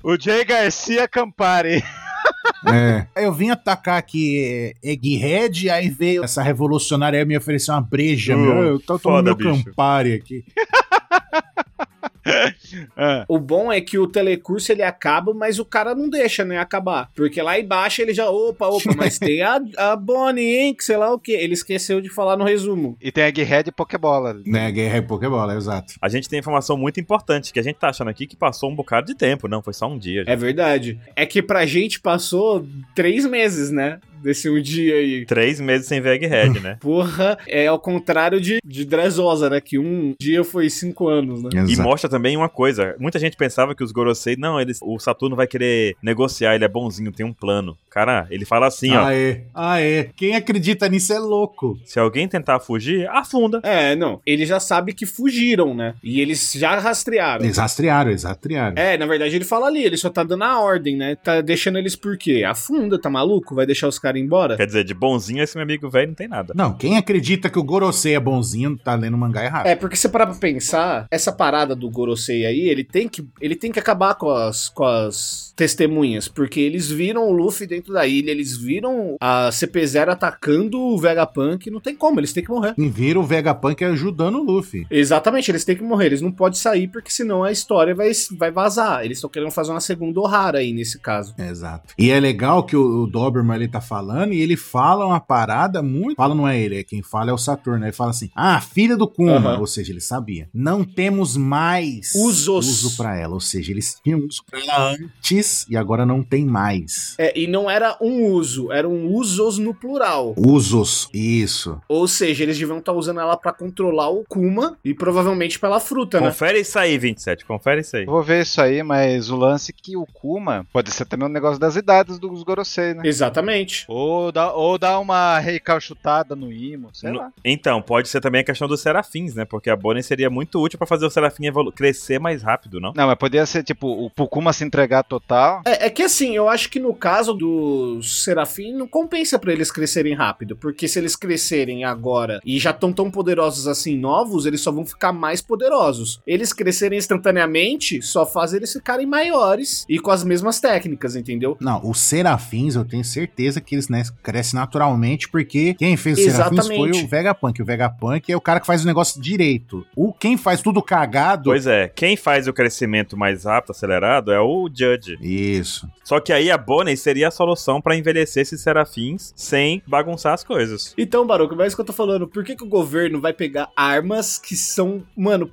C: o Jay Garcia Campari.
B: É. Eu vim atacar aqui é, Egghead, aí veio essa revolucionária aí me oferecer uma breja,
A: Uh,
B: meu. Eu tô tomando meu
A: foda, bicho.
B: Campari aqui.
C: Ah,
D: O bom é que o telecurso ele acaba, mas o cara não deixa, né, acabar. Porque lá embaixo ele já, opa, opa, mas tem a, a Bonnie, hein, que sei lá o quê. Ele esqueceu de falar no resumo.
C: E tem Egghead e Pokébola. ali.
B: Né, guerra é Pokébola, exato.
A: A gente tem informação muito importante, que a gente tá achando aqui que passou um bocado de tempo. Não, foi só um dia.
D: É verdade. É que pra gente passou três meses, né, desse um dia aí.
A: Três meses sem ver Egghead, né?
D: Porra, é ao contrário de, de Dresosa, né, que um dia foi cinco anos, né.
A: E
B: Exato.
A: mostra também uma coisa. Muita gente pensava que os Gorosei, não, eles, o Saturno vai querer negociar, ele é bonzinho, tem um plano. Cara, ele fala assim, ó.
B: Aê, aê. Quem acredita nisso Ah, é louco.
A: Se alguém tentar fugir, afunda.
D: É, não. Ele já sabe que fugiram, né, e eles já rastrearam.
B: Eles rastrearam, eles rastrearam.
D: É, na verdade ele fala ali, ele só tá dando a ordem, né? Tá deixando eles por quê? Afunda, tá maluco? Vai deixar os caras embora?
A: Quer dizer, de bonzinho esse meu amigo velho não tem nada.
B: Não, quem acredita que o Gorosei é bonzinho tá lendo mangá errado.
D: É, porque se parar pra pensar, essa parada do Gorosei aí, ele tem que, ele tem que acabar com as, com as testemunhas, porque eles viram o Luffy dentro da ilha, eles viram a CP0 atacando o Vegapunk, não tem como, eles têm que morrer.
B: E vira o Vegapunk é ajudando o Luffy.
D: Exatamente, eles têm que morrer, eles não podem sair, porque senão a história vai, vai vazar. Eles estão querendo fazer uma segunda Ohara aí, nesse caso.
B: Exato. E é legal que o, o Doberman ele tá falando e ele fala uma parada muito. Fala não é ele, é quem fala é o Saturno. Ele fala assim: Ah, filha do Kuma.
D: Aham.
B: Ou seja, ele sabia. Não temos mais
D: Usos.
B: uso pra ela. Ou seja, eles tinham uso pra ela antes e agora não tem mais.
D: É, e não era um uso, eram usos no plural.
B: Usos. Isso.
D: Ou seja, eles deviam estar usando ela pra controlar o Kuma e provavelmente pela fruta, né?
A: Confere isso aí, 27, confere isso aí.
C: Eu Vou ver isso aí, mas o lance é que o Kuma pode ser também um negócio das idades dos Gorosei, né?
D: Exatamente.
C: Ou dá, ou dá uma recalchutada no Imo, sei
A: No-
C: lá.
A: Então, pode ser também a questão dos serafins, né? Porque a Bonnie seria muito útil pra fazer o serafim evolu- crescer mais rápido, não?
C: Não, mas poderia ser tipo o pro Kuma se entregar total.
D: É, é que assim, eu acho que no caso do Serafim, não compensa pra eles crescerem rápido, porque se eles crescerem agora e já estão tão poderosos assim novos, eles só vão ficar mais poderosos. Eles crescerem instantaneamente só faz eles ficarem maiores e com as mesmas técnicas, entendeu?
B: Não, os serafins, eu tenho certeza que eles né, crescem naturalmente, porque quem fez os serafins foi
D: Exatamente.
B: o Vegapunk. O Vegapunk é o cara que faz o negócio direito. O quem faz tudo cagado.
A: Pois é, quem faz o crescimento mais rápido, acelerado, é o Judge.
B: Isso.
A: Só que aí a Bonnie seria a solução pra envelhecer esses serafins sem bagunçar as coisas.
D: Então, Baroco, mas é isso que eu tô falando. Por que, que o governo vai pegar armas que são, mano,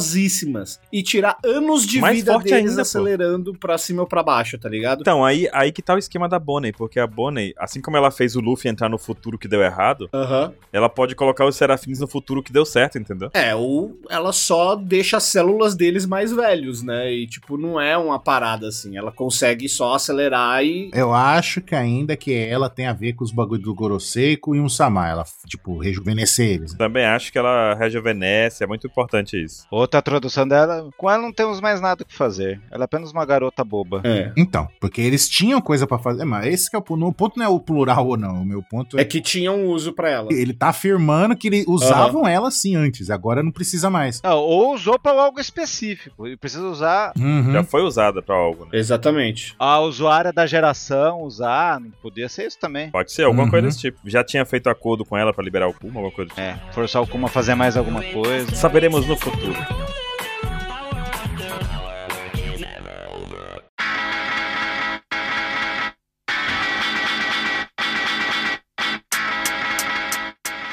D: poderosíssimas e tirar anos de
A: Mais
D: vida
A: forte
D: deles
A: ainda, pô.
D: acelerando pra cima ou pra baixo, tá ligado?
A: Então, aí, aí que tá o esquema da Bonnie, porque a Bonnie, assim como ela fez o Luffy entrar no futuro que deu errado,
D: Aham.
A: ela pode colocar os serafins no futuro que deu certo, entendeu?
D: É, ou ela só deixa as células deles mais velhos, né? E, tipo, não é uma parada assim. Ela consegue só acelerar e.
B: Eu acho que ainda que ela tem a ver com os bagulho do Gorosei e um Samar. Ela, tipo, rejuvenescer eles.
A: Também acho que ela rejuvenesce, é muito importante isso.
C: Outra tradução dela, com ela não temos mais nada o que fazer. Ela é apenas uma garota boba.
D: É.
B: Então, porque eles tinham coisa pra fazer. Mas esse que é o ponto. O ponto não é o plural ou não. O meu ponto é.
D: É que tinha um uso pra ela.
B: Ele tá afirmando que ele usavam ela sim antes, agora não precisa mais.
C: Não, ou usou pra algo específico. E precisa usar
B: Uhum.
A: Já foi usada pra algo, né?
D: Exatamente.
C: a usuária da geração, usar. Não podia ser isso também.
A: Pode ser, alguma
B: Uhum.
A: coisa desse tipo. Já tinha feito acordo com ela pra liberar o Puma, alguma coisa do tipo.
C: É, forçar o Kuma a fazer mais alguma coisa.
A: Saberemos no futuro.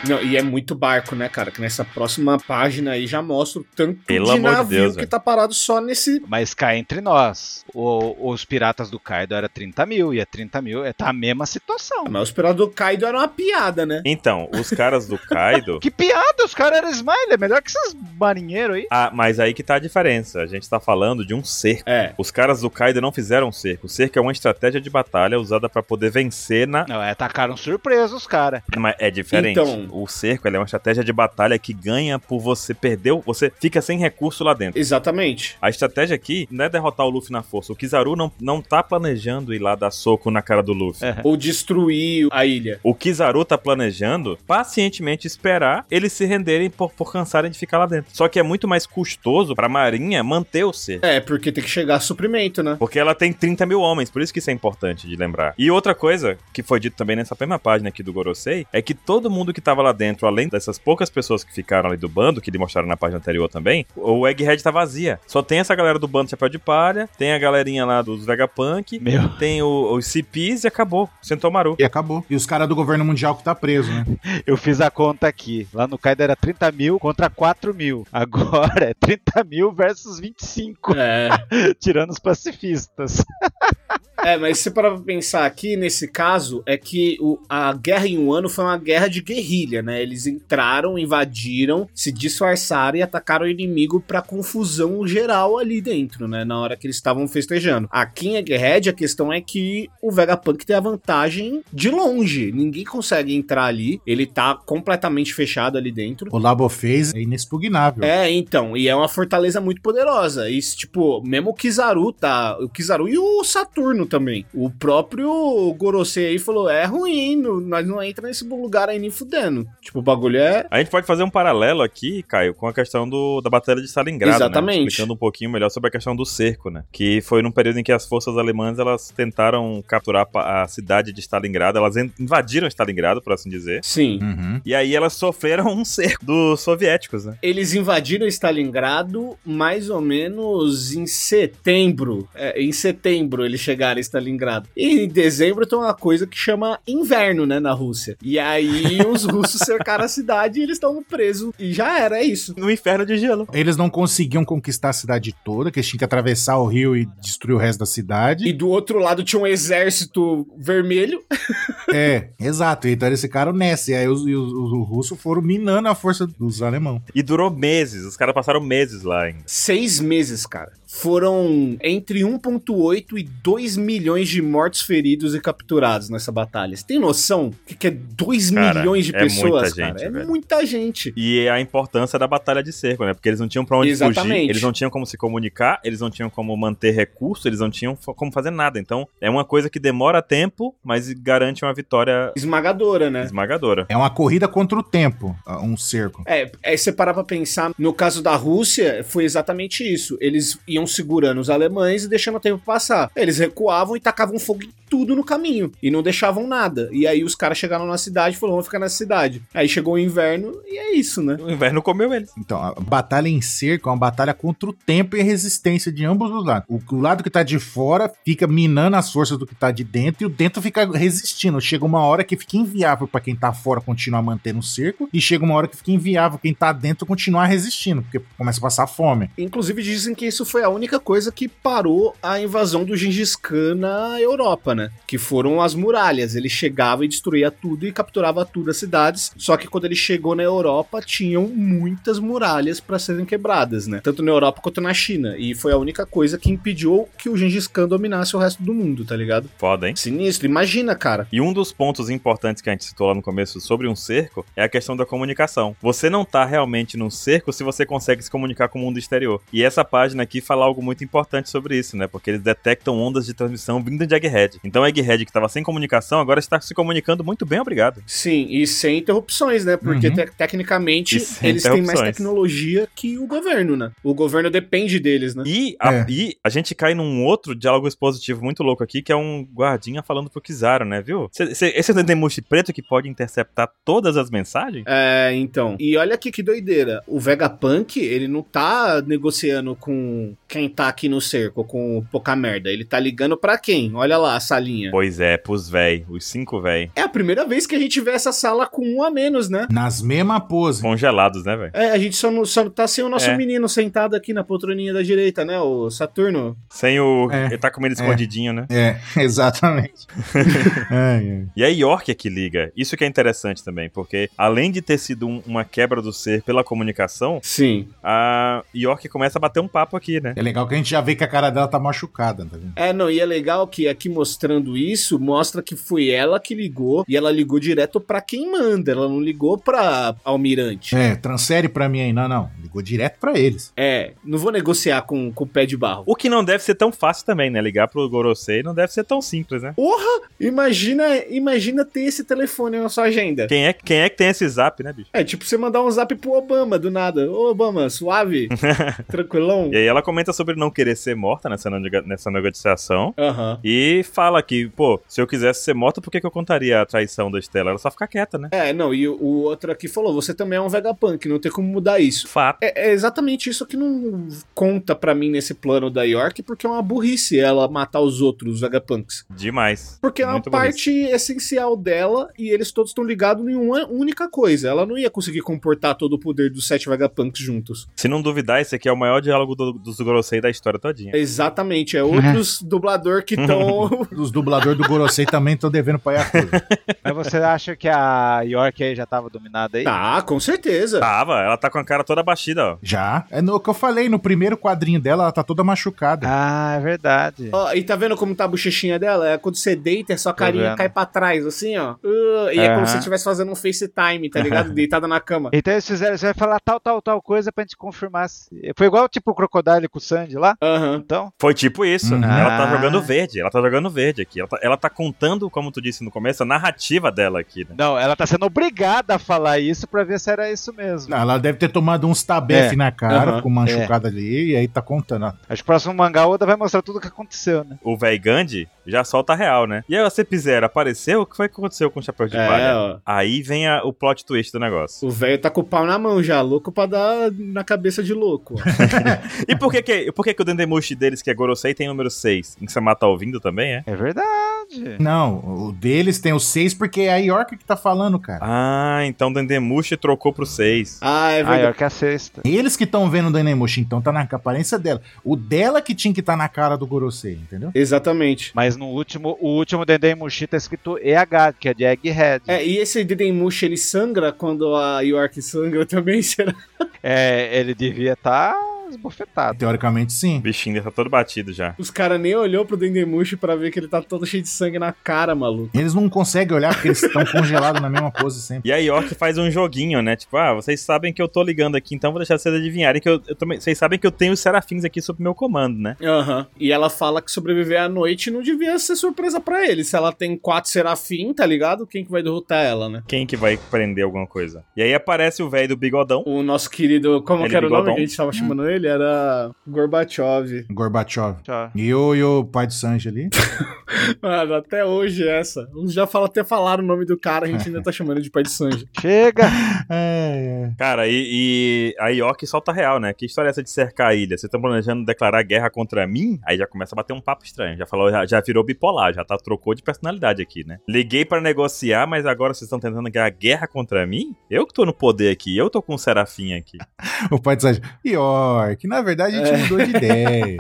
D: Não, e é muito barco, né, cara? Que nessa próxima página aí já mostra o tanto
A: Pelo
D: de
A: amor de
D: navio
A: Deus,
D: que
A: velho.
D: tá parado só nesse.
C: Mas cá entre nós, o- os piratas do Kaido era 30 mil, e a 30 mil é tá a mesma situação.
D: Ah, Mas os piratas do Kaido era uma piada, né?
A: Então, os caras do Kaido.
C: Que piada, os caras eram smile, é melhor que esses marinheiros aí.
A: Ah, mas aí que tá a diferença. A gente tá falando de um cerco.
D: É.
A: Os caras do Kaido não fizeram um cerco. O cerco é uma estratégia de batalha usada pra poder vencer na.
C: Não, é, atacaram surpresa os caras.
A: Mas é diferente.
D: Então-
A: O cerco ele é uma estratégia de batalha que ganha por você perder. o- Você fica sem recurso lá dentro.
D: Exatamente.
A: A estratégia aqui não é derrotar o Luffy na força. O Kizaru não, não tá planejando ir lá dar soco na cara do Luffy.
C: É.
D: Ou destruir a ilha.
A: O Kizaru tá planejando pacientemente esperar eles se renderem por, por cansarem de ficar lá dentro. Só que é muito mais custoso pra Marinha manter o cerco.
D: É, porque tem que chegar a suprimento, né?
A: Porque ela tem 30 mil homens, por isso que isso é importante de lembrar. E outra coisa que foi dito também nessa mesma página aqui do Gorosei é que todo mundo que tava lá dentro, além dessas poucas pessoas que ficaram ali do bando, que ele mostraram na página anterior também, o Egghead tá vazia. Só tem essa galera do bando Chapéu de Palha, tem a galerinha lá dos Vegapunk,
C: Meu.
A: tem o- os CPs e acabou. Sentomaru.
B: E acabou. E os caras do governo mundial que tá preso, né?
C: Eu fiz a conta aqui. Lá no Kaido era 30 mil contra 4 mil. Agora é 30 mil versus 25,
D: É.
C: tirando os pacifistas.
D: É, mas se para pensar aqui, nesse caso, é que o- a guerra em um ano foi uma guerra de guerrilha, né? Eles entraram, invadiram, se disfarçaram e atacaram o inimigo pra confusão geral ali dentro, né? Na hora que eles estavam festejando. Aqui em Egghead, a questão é que o Vegapunk tem a vantagem de longe. Ninguém consegue entrar ali. Ele tá completamente fechado ali dentro.
B: O Labo fez é inexpugnável.
D: É, então, e é uma fortaleza muito poderosa. E, tipo, mesmo o Kizaru tá. O Kizaru e o Saturno também. O próprio Gorosei aí falou: é ruim, não- nós não entra nesse lugar aí nem fudendo. Tipo, o bagulho é.
A: A gente pode fazer um paralelo aqui, Caio, com a questão do, da Batalha de Stalingrado,
D: Exatamente.
A: né? Explicando um pouquinho melhor sobre a questão do cerco, né? Que foi num período em que as forças alemãs, elas tentaram capturar pa- a cidade de Stalingrado, elas en- invadiram Stalingrado, por assim dizer.
D: Sim.
B: Uhum.
A: E aí elas sofreram um cerco dos soviéticos, né?
D: Eles invadiram Stalingrado mais ou menos em setembro. É, em setembro eles chegaram em Stalingrado. E em dezembro tem uma coisa que chama inverno, né, na Rússia. E aí os russos cercaram a cidade e eles estão presos. E já era, é isso.
A: No inferno de gelo.
B: Eles não conseguiam conquistar a cidade toda, que eles tinham que atravessar o rio e destruir o resto da cidade.
D: E do outro lado tinha um exército vermelho.
B: É, exato. Então eles ficaram nessa. E aí os, e os, os, os russos foram minando a força dos alemão.
A: E durou meses, os caras passaram meses lá ainda.
D: Seis meses, cara. Foram entre 1,8 e 2 milhões de mortos, feridos e capturados nessa batalha. Você tem noção do que, que é 2
A: Cara,
D: milhões de
A: é muita
D: pessoas,
A: gente,
D: cara? É
A: velho.
D: muita gente.
A: E a importância da batalha de cerco, né? Porque eles não tinham pra onde
D: Exatamente.
A: fugir, eles não tinham como se comunicar, eles não tinham como manter recurso, eles não tinham fo- como fazer nada. Então, é uma coisa que demora tempo, mas garante uma vitória
D: Esmagadora, né?
A: esmagadora.
B: É uma corrida contra o tempo, ah, um cerco.
D: É, aí você parar pra pensar, no caso da Rússia, foi exatamente isso. Eles iam segurando os alemães e deixando o tempo passar. Eles recuavam e tacavam fogo em tudo no caminho. E não deixavam nada. E aí os caras chegaram na cidade e falaram, vamos ficar nessa cidade. Aí chegou o inverno e é isso, né?
A: O inverno comeu eles.
B: Então, a batalha em cerco é uma batalha contra o tempo e a resistência de ambos os lados. O, o lado que tá de fora fica minando as forças do que tá de dentro e o dentro fica resistindo. Chega uma hora que fica inviável pra quem tá fora continuar mantendo o cerco e chega uma hora que fica inviável quem tá dentro continuar resistindo, porque começa a passar fome.
D: Inclusive dizem que isso foi a única coisa que parou a invasão do Gengis Khan na Europa, né? Que foram as muralhas. Ele chegava e destruía tudo e capturava tudo as cidades. Só que quando ele chegou na Europa, tinham muitas muralhas para serem quebradas, né? Tanto na Europa quanto na China. E foi a única coisa que impediu que o Gengis Khan dominasse o resto do mundo, tá ligado?
A: Foda, hein?
D: Sinistro, imagina, cara.
A: E um dos pontos importantes que a gente citou lá no começo sobre um cerco é a questão da comunicação. Você não tá realmente num cerco se você consegue se comunicar com o mundo exterior. E essa página aqui fala algo muito importante sobre isso, né? Porque eles detectam ondas de transmissão vindas de Egghead. Então Egghead, que tava sem comunicação, agora está se comunicando muito bem, obrigado.
D: Sim, e sem interrupções, né? Porque
B: Uhum.
D: te- tecnicamente
A: E sem
D: eles têm mais
A: interrupções.
D: tecnologia que o governo, né? O governo depende deles, né?
A: E a,
B: É.
A: e a gente cai num outro diálogo expositivo muito louco aqui, que é um guardinha falando pro Kizaru, né, viu? Cê- cê- Esse Dendemushi preto que pode interceptar todas as mensagens?
D: É, então. E olha aqui que doideira. O Vegapunk, ele não tá negociando com quem tá aqui no cerco com pouca merda. Ele tá ligando pra quem? Olha lá a salinha.
A: Pois é, pros véi, os cinco véi.
D: É a primeira vez que a gente vê essa sala com um a menos, né?
B: Nas mesmas poses.
A: Congelados, né, velho?
D: É, a gente só, não- só tá sem o nosso
A: É.
D: menino sentado aqui na poltroninha da direita, né? O Saturno.
A: Sem o.
B: É.
A: Ele tá comendo escondidinho, né?
B: É, exatamente. Ai, ai.
A: E é York que liga. Isso que é interessante também, porque além de ter sido um- uma quebra do ser pela comunicação,
D: Sim.
A: a York começa a bater um papo aqui, né?
B: É legal que a gente já vê que a cara dela tá machucada, tá vendo?
D: É, não, e é legal que aqui mostrando isso, mostra que foi ela que ligou, e ela ligou direto pra quem manda, ela não ligou pra almirante.
B: É, transfere pra mim aí. Não, não. Ligou direto pra eles.
D: É, não vou negociar com, com o pé de barro.
A: O que não deve ser tão fácil também, né? Ligar pro Gorosei não deve ser tão simples, né?
D: Imagina, imagina ter esse telefone na sua agenda.
A: Quem é, quem é que tem esse zap, né, bicho?
D: É tipo você mandar um zap pro Obama do nada. Ô Obama, suave? Tranquilão?
A: E aí ela comenta sobre não querer ser morta nessa, nega- nessa negociação.
D: Aham.
A: E fala que, pô, se eu quisesse ser morta, por que, que eu contaria a traição da Estela? Ela só fica quieta, né?
D: É, não, e o, o outro aqui falou: você também é um Vegapunk, não tem como mudar isso.
A: Fato.
D: É, é exatamente isso que não conta pra mim nesse plano da York, porque é uma burrice ela matar os outros Vegapunks.
A: Demais.
D: Porque é uma
A: Muito bonito.
D: parte essencial dela e eles todos estão ligados em uma única coisa. Ela não ia conseguir comportar todo o poder dos sete Vegapunks juntos.
A: Se não duvidar, esse aqui é o maior diálogo do, dos Gorosei da história todinha.
D: Exatamente, é outros dublador que
C: Oh.
D: estão.
B: Os dubladores do Gorosei também estão devendo pra Yakuza.
C: Mas você acha que a York aí já tava dominada aí?
D: tá, com certeza.
A: Tava, ela tá com a cara toda batida, ó.
B: Já. É no que eu falei, no primeiro quadrinho dela, ela tá toda machucada.
C: Ah, é verdade.
D: Ó, e tá vendo como tá a bochechinha dela? É quando você deita, a sua
C: Tô
D: carinha
C: vendo.
D: cai pra trás, assim, ó. Uh, e é como
C: Aham.
D: se você estivesse fazendo um FaceTime, tá ligado? Deitada na cama.
C: Então eles fizeram, você vai falar tal, tal, tal coisa pra gente confirmar. se- Foi igual tipo o Crocodile com o Sandy lá?
D: Aham.
C: Então,
A: Foi tipo isso.
B: Uhum.
A: Ela tá
C: Ah.
A: jogando verde, ela tá jogando verde aqui. Ela tá, ela tá contando, como tu disse no começo, a narrativa dela aqui, né?
C: não, ela tá sendo obrigada a falar isso pra ver se era isso mesmo.
B: Não, Ela deve ter tomado uns tabef
C: É.
B: na cara,
D: Aham.
B: ficou machucada ali, e aí tá contando. ó.
C: Acho que o próximo mangá Oda vai mostrar tudo o que aconteceu, né?
A: O véi Gandhi já solta a real, né? E aí a Cepizera apareceu, o que foi que aconteceu com o Chapéu de
D: É,
A: Palha?
D: ó.
A: Aí vem a- o plot twist do negócio.
D: O velho tá com o pau na mão já, louco pra dar na cabeça de louco. ó.
A: E por que que, por que, que o Dendemushi deles, que é Gorosei, tem número 6? Insama tá ouvindo também, é?
C: É verdade.
B: Não, o deles tem os seis porque é a York que tá falando, cara.
A: Ah, então o Dendemushi trocou pro 6.
D: ah, é
C: a
D: verdade.
C: York é a sexta.
B: Eles que estão vendo o Danemushi, então tá na aparência dela. O dela que tinha que estar na cara do Gorosei, entendeu?
D: Exatamente.
C: Mas no último, o último Dendem Mushi tá escrito EH, que é de Egghead.
D: É, e esse Dedemush, ele sangra quando a York sangra também, será?
C: É, ele devia estar esbofetado.
B: Ah, Teoricamente, sim.
A: O bichinho dele tá todo batido já.
D: Os caras nem olhou pro Dendemush pra ver que ele tá todo cheio de sangue na cara, maluco.
B: Eles não conseguem olhar porque eles estão congelados na mesma pose sempre.
A: E a York faz um joguinho, né? Tipo, ah, vocês sabem que eu tô ligando aqui, então vou deixar vocês adivinharem que eu, eu também. Vocês sabem que eu tenho os serafins aqui sob meu comando, né?
D: Aham. E ela fala que sobreviver à noite não devia ser surpresa pra ele. Se ela tem quatro serafim, tá ligado? Quem que vai derrotar ela, né?
A: Quem que vai prender alguma coisa? E aí aparece o velho do bigodão.
D: O nosso querido. Como
A: Ele é
D: que era o nome
A: bigodão.
D: que a gente tava chamando ele? Era. Gorbachev.
B: Gorbachev.
C: Tchau.
B: E o, e o pai do Sanji ali?
D: Mano, até hoje é essa. Uns já fala, até falaram o nome do cara, a gente ainda tá chamando ele de pai de Sanji.
C: Chega!
B: É, é.
A: Cara, e, e a York solta real, né? Que história é essa de cercar a ilha? Vocês estão planejando declarar guerra contra mim? Aí já começa a bater um papo estranho. Já falou, já, já virou bipolar, já tá trocou de personalidade aqui, né? Liguei pra negociar, mas agora vocês estão tentando ganhar guerra contra mim? Eu que tô no poder aqui, eu tô com o serafim aqui.
B: O pai do Sanji. York, na verdade a gente mudou de ideia.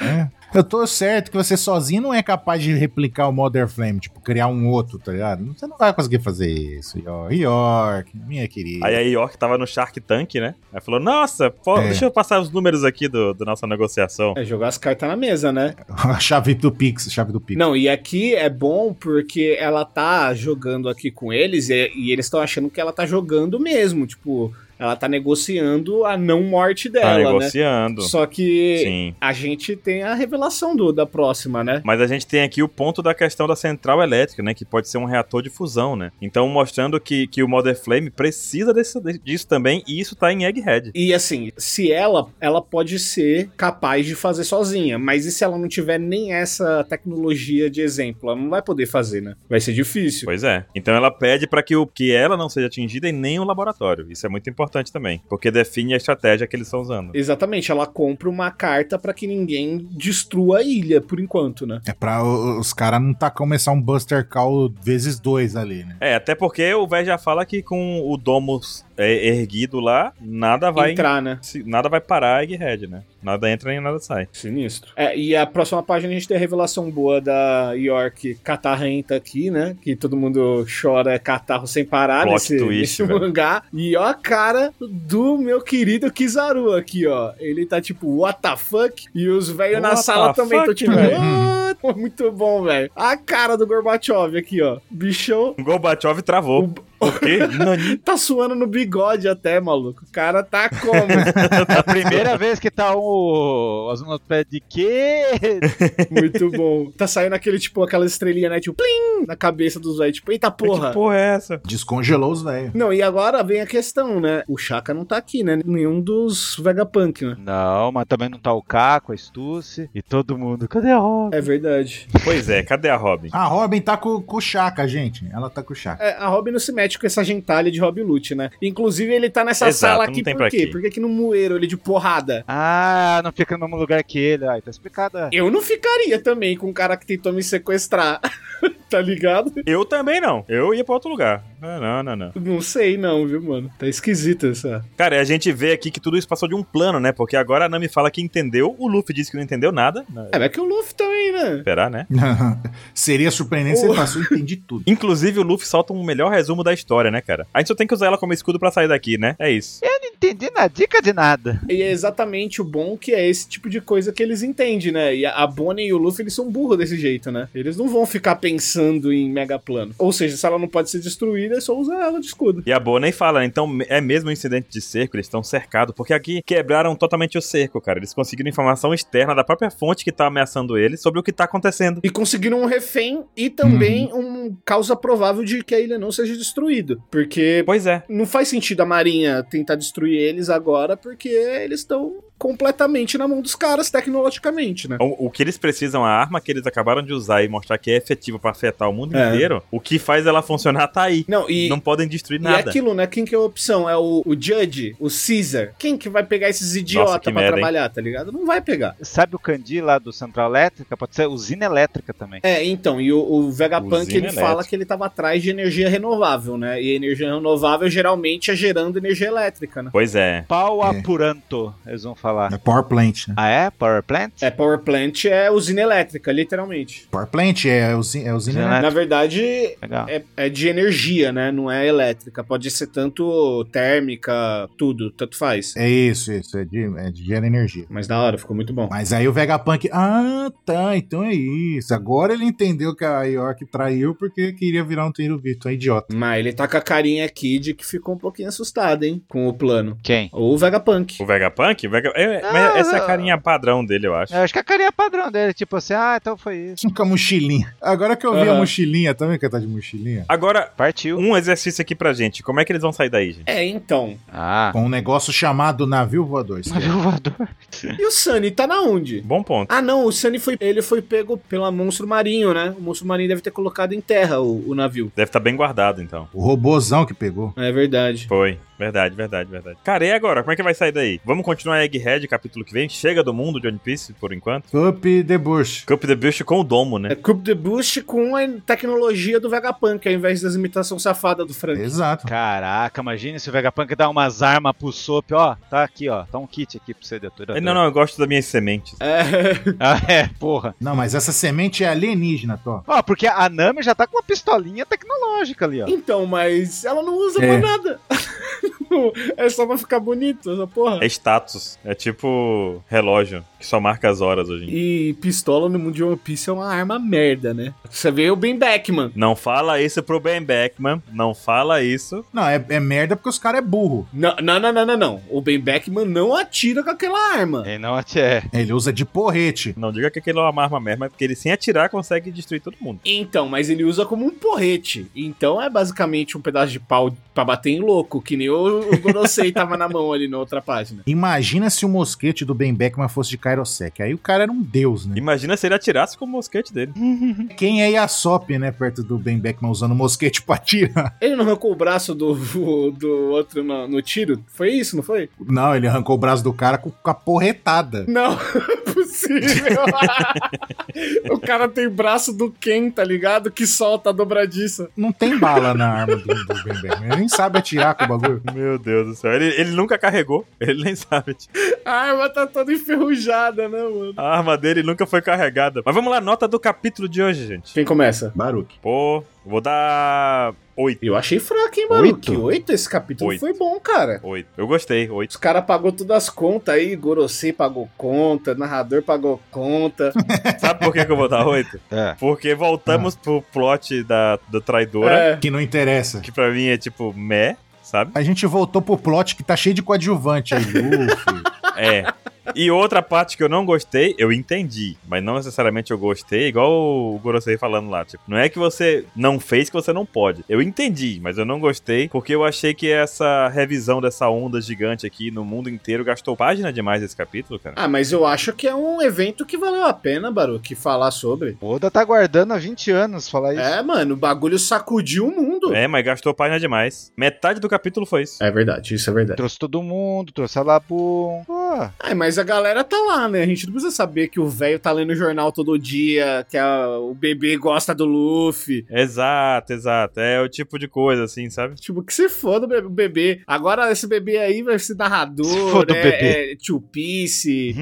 B: É. Eu tô certo que você sozinho não é capaz de replicar o Mother Flame, tipo, criar um outro, tá ligado? Você não vai conseguir fazer isso, York. York, minha querida.
A: Aí é a York tava no Shark Tank, né? Aí falou: Nossa, pô,
B: É.
A: deixa eu passar os números aqui do, do nossa negociação.
D: É jogar as cartas na mesa, né?
B: A chave do Pix, chave do Pix.
D: Não, e aqui é bom porque ela tá jogando aqui com eles e, e eles estão achando que ela tá jogando mesmo. Tipo, ela tá negociando a não morte
A: Tá
D: dela, né?
A: negociando.
D: Só que
A: Sim.
D: a gente tem a revelação do, da próxima, né?
A: Mas a gente tem aqui o ponto da questão da central elétrica, né? Que pode ser um reator de fusão, né? Então, mostrando que, que o Mother Flame precisa desse, disso também, e isso tá em Egghead.
D: E assim, se ela, ela pode ser capaz de fazer sozinha, mas e se ela não tiver nem essa tecnologia de exemplo? Ela não vai poder fazer, né? Vai ser difícil.
A: Pois é. Então ela pede pra que, o, que ela não seja atingida em nenhum laboratório. Isso é muito importante também, porque define a estratégia que eles estão usando.
D: Exatamente, ela compra uma carta pra que ninguém destrua a ilha, por enquanto, né?
B: É pra o- os caras não tá começar um Buster Call vezes dois ali, né?
A: É, até porque o Vé já fala que com o Domus é, erguido lá, nada vai
D: Entrar, né?
A: se- nada vai parar a Egghead, né? Nada entra nem nada sai.
D: Sinistro. É, e a próxima página a gente tem a revelação boa da York catarrenta aqui, né? Que todo mundo chora catarro sem parar
A: Plot
D: nesse,
A: twist,
D: nesse
A: velho.
D: mangá. E ó a cara do meu querido Kizaru aqui, ó. Ele tá tipo, what the fuck? E os velhos na
A: What
D: sala
A: the
D: também
A: fuck,
D: estão tipo,
A: velho?
D: "What?" muito bom, velho. A cara do Gorbachev aqui, ó. Bichão
A: O Gorbachev travou.
D: O-
A: Por quê? Nani.
D: tá suando no bigode até, maluco. O cara tá como?
C: É a primeira vez que tá um. As mãos pé de quê?
D: muito bom. Tá saindo aquele, tipo, aquela estrelinha, né? Tipo, plim! Na cabeça dos velhos. Tipo, eita porra.
A: Que porra é essa?
B: Descongelou os velhos.
D: Não, e agora vem a questão, né? O Chaka não tá aqui, né? Nenhum dos Vegapunk, né?
C: Não, mas também não tá o Caco, a Stussy e todo mundo. Cadê a Robin?
D: É verdade.
A: Pois é, cadê a Robin?
B: A Robin tá com, com o Chaka, gente. Ela tá com o Chaka.
D: É, a Robin não se mete com essa gentalha de Rob Lute, né? Inclusive, ele tá nessa
A: Exato,
D: sala
A: não
D: aqui
A: tem
D: por
A: pra
D: quê?
A: quê.
D: Porque aqui não moeram ele de porrada.
C: Ah, não fica no mesmo lugar que ele. Ai, tá explicada.
D: Eu não ficaria também com um cara que tentou me sequestrar. tá ligado?
A: Eu também não. Eu ia pra outro lugar. Não, não, não, não.
D: Não sei, não, viu, mano? Tá esquisito essa.
A: Cara, e a gente vê aqui que tudo isso passou de um plano, né? Porque agora a Nami fala que entendeu, o Luffy disse que não entendeu nada.
D: É, mas é que o Luffy também, né?
A: Esperar, né?
B: Seria surpreendente se
D: Oh.
B: ele passou e entendi tudo.
A: Inclusive, o Luffy solta um melhor resumo da história, né, cara? A gente só tem que usar ela como escudo pra sair daqui, né? É isso.
C: Eu não entendi na dica de nada.
D: E é exatamente o bom que é esse tipo de coisa que eles entendem, né? E a Bonnie e o Luffy, eles são burros desse jeito, né? Eles não vão ficar pensando em megaplano. Ou seja, se ela não pode ser destruída, é só usar ela de escudo.
A: E a boa nem fala, né? Então é mesmo um incidente de cerco, eles estão cercados, porque aqui quebraram totalmente o cerco, cara. Eles conseguiram informação externa da própria fonte que tá ameaçando eles sobre o que tá acontecendo.
D: E conseguiram um refém e também um causa provável de que a ilha não seja destruída. Porque
A: Pois é.
D: não faz sentido a Marinha tentar destruir eles agora, porque eles estão completamente na mão dos caras tecnologicamente, né?
A: O, o que eles precisam, a arma que eles acabaram de usar e mostrar que é efetiva pra afetar o mundo
D: É.
A: inteiro, o que faz ela funcionar tá aí.
D: Não, e
A: Não podem destruir
D: E é
A: nada.
D: aquilo, né? Quem que é a opção? É o, o Judge, o Caesar. Quem que vai pegar esses idiotas
A: Nossa, que
D: pra
A: merda, hein?
D: trabalhar, tá ligado? Não vai pegar.
C: Sabe o Candi lá do Central Elétrica? Pode ser usina elétrica também.
D: É, então, e o, o Vegapunk
A: Usina
D: ele fala
A: elétrica.
D: que ele tava atrás de energia renovável, né? E energia renovável geralmente é gerando energia elétrica, né?
A: Pois é.
C: Pau
B: É.
C: apuranto, eles vão falar.
B: É Power Plant, né?
C: Ah, é? Power Plant?
D: É, power plant é usina elétrica, literalmente.
B: Power Plant é, usi- é usina.
C: Usina
B: né?
D: Na verdade,
C: Legal.
D: é, é de energia, né? Não é elétrica. Pode ser tanto térmica, tudo, tanto faz.
B: É isso, isso. É de, é de gera energia.
D: Mas da hora, ficou muito bom.
B: Mas aí o Vegapunk, ah, tá, então é isso. Agora ele entendeu que a York traiu porque queria virar um Tenryubito, é idiota.
D: Mas ele tá com a carinha aqui de que ficou um pouquinho assustado, hein? Com o plano.
C: Quem?
D: Ou o Vegapunk.
A: O Vegapunk? O Vega... é,
C: Ah,
A: mas essa é
C: não.
A: a carinha padrão dele, eu acho.
C: É,
D: É.
C: Eu acho que a carinha padrão dele, tipo assim, ah, então foi isso.
B: Com a mochilinha. Agora que eu vi a
D: Aham.
B: mochilinha, também que tá de mochilinha?
A: Agora,
C: Partiu.
A: um exercício aqui pra gente. Como é que eles vão sair daí, gente?
D: É, então.
C: Ah.
B: Com um negócio chamado navio voador. esquece.
C: Navio voador.
D: E o Sunny tá na onde?
A: Bom ponto.
D: Ah, não, o Sunny foi. Ele foi pego pela monstro marinho, né? O monstro marinho deve ter colocado em terra o, o navio.
A: Deve estar bem guardado, então.
B: O robozão que pegou.
D: É verdade.
A: Foi. Verdade, verdade, verdade. Cara, e agora? Como é que vai sair daí? Vamos continuar Egghead, capítulo que vem? Chega do mundo de One Piece, por enquanto.
B: Cup de Bush.
A: Cup the Bush com o domo, né?
D: É Cup the Bush com a tecnologia do Vegapunk, ao invés das imitações safadas do Frank.
B: Exato.
C: Caraca, imagina se o Vegapunk dá umas armas pro Sop, ó. Tá aqui, ó. Tá um kit aqui pra você de
A: É, Não, não, eu gosto das minhas sementes.
D: É,
C: Ah, é, porra.
B: Não, mas essa semente é alienígena, Tó.
C: Ó, porque a Nami já tá com uma pistolinha tecnológica ali, ó.
D: então, mas ela não usa
B: É.
D: pra nada. é só pra ficar bonito, essa porra.
A: É status. É tipo relógio, que só marca as horas hoje em dia.
D: E pistola no mundo de One Piece é uma arma merda, né? Você vê o Ben Beckman.
A: Não fala isso pro Ben Beckman. Não fala isso.
B: Não, é, é merda porque os caras é burro.
D: Não, não, não, não, não, não. O Ben Beckman não atira com aquela arma.
C: E não é.
B: Ele usa de porrete.
A: Não diga que aquilo é uma arma mesmo, é porque ele sem atirar consegue destruir todo mundo.
D: Então, mas ele usa como um porrete. Então é basicamente um pedaço de pau pra bater em louco, que nem o, o Gorosei tava na mão ali na outra página.
B: Imagina se o mosquete do Ben Beckman fosse de Kairosek. Aí o cara era um deus, né?
A: Imagina se ele atirasse com o mosquete dele.
B: Quem é Yasop, né? Perto do Ben Beckman usando mosquete pra tirar.
D: Ele não arrancou o braço do, do outro no, no tiro? Foi isso, não foi?
B: Não, ele arrancou o braço do cara com com a porretada.
D: Não, é possível. o cara tem braço do Ken, tá ligado? Que solta a dobradiça.
B: Não tem bala na arma do, do Ben Beckman. Ele nem sabe atirar com o bagulho.
A: Meu Deus do céu. Ele, ele nunca carregou. Ele nem sabe.
D: A arma tá toda enferrujada, né, mano?
A: A arma dele nunca foi carregada. Mas vamos lá, nota do capítulo de hoje, gente.
D: Quem começa?
B: Baruque.
A: Pô, vou dar. Oito.
D: Eu achei fraco, hein, mano? Que oito? Esse capítulo
A: Oito.
D: foi bom, cara.
A: Oito. Eu gostei, oito.
D: Os caras pagou todas as contas aí, Gorosei pagou conta, narrador pagou conta.
A: Sabe por que, que eu vou dar oito?
C: É.
A: Porque voltamos pro plot da, da traidora,
D: É.
B: Que não interessa.
A: que pra mim é tipo, meh, sabe?
B: A gente voltou pro plot que tá cheio de coadjuvante aí. Luffy.
A: É. E outra parte que eu não gostei, eu entendi, mas não necessariamente eu gostei, igual o Gorosei falando lá, tipo, não é que você não fez que você não pode. Eu entendi, mas eu não gostei, porque eu achei que essa revisão dessa onda gigante aqui no mundo inteiro gastou página demais esse capítulo, cara.
D: Ah, mas eu acho que é um evento que valeu a pena, Baruque, falar sobre.
C: O Oda tá guardando há 20 anos falar isso.
D: É, mano, o bagulho sacudiu o mundo.
A: É, mas gastou página demais. Metade do capítulo foi isso.
D: É verdade, isso é verdade.
C: Trouxe todo mundo, trouxe a Labum. Pô,
D: Ah, mas a galera tá lá, né? A gente não precisa saber que o velho tá lendo jornal todo dia, que a- o bebê gosta do Luffy.
A: Exato, exato. É o tipo de coisa, assim, sabe?
D: Tipo, que se foda o be- o bebê. Agora esse bebê aí vai ser narrador,
C: Se foda o
D: é,
C: bebê.
D: é Chupice,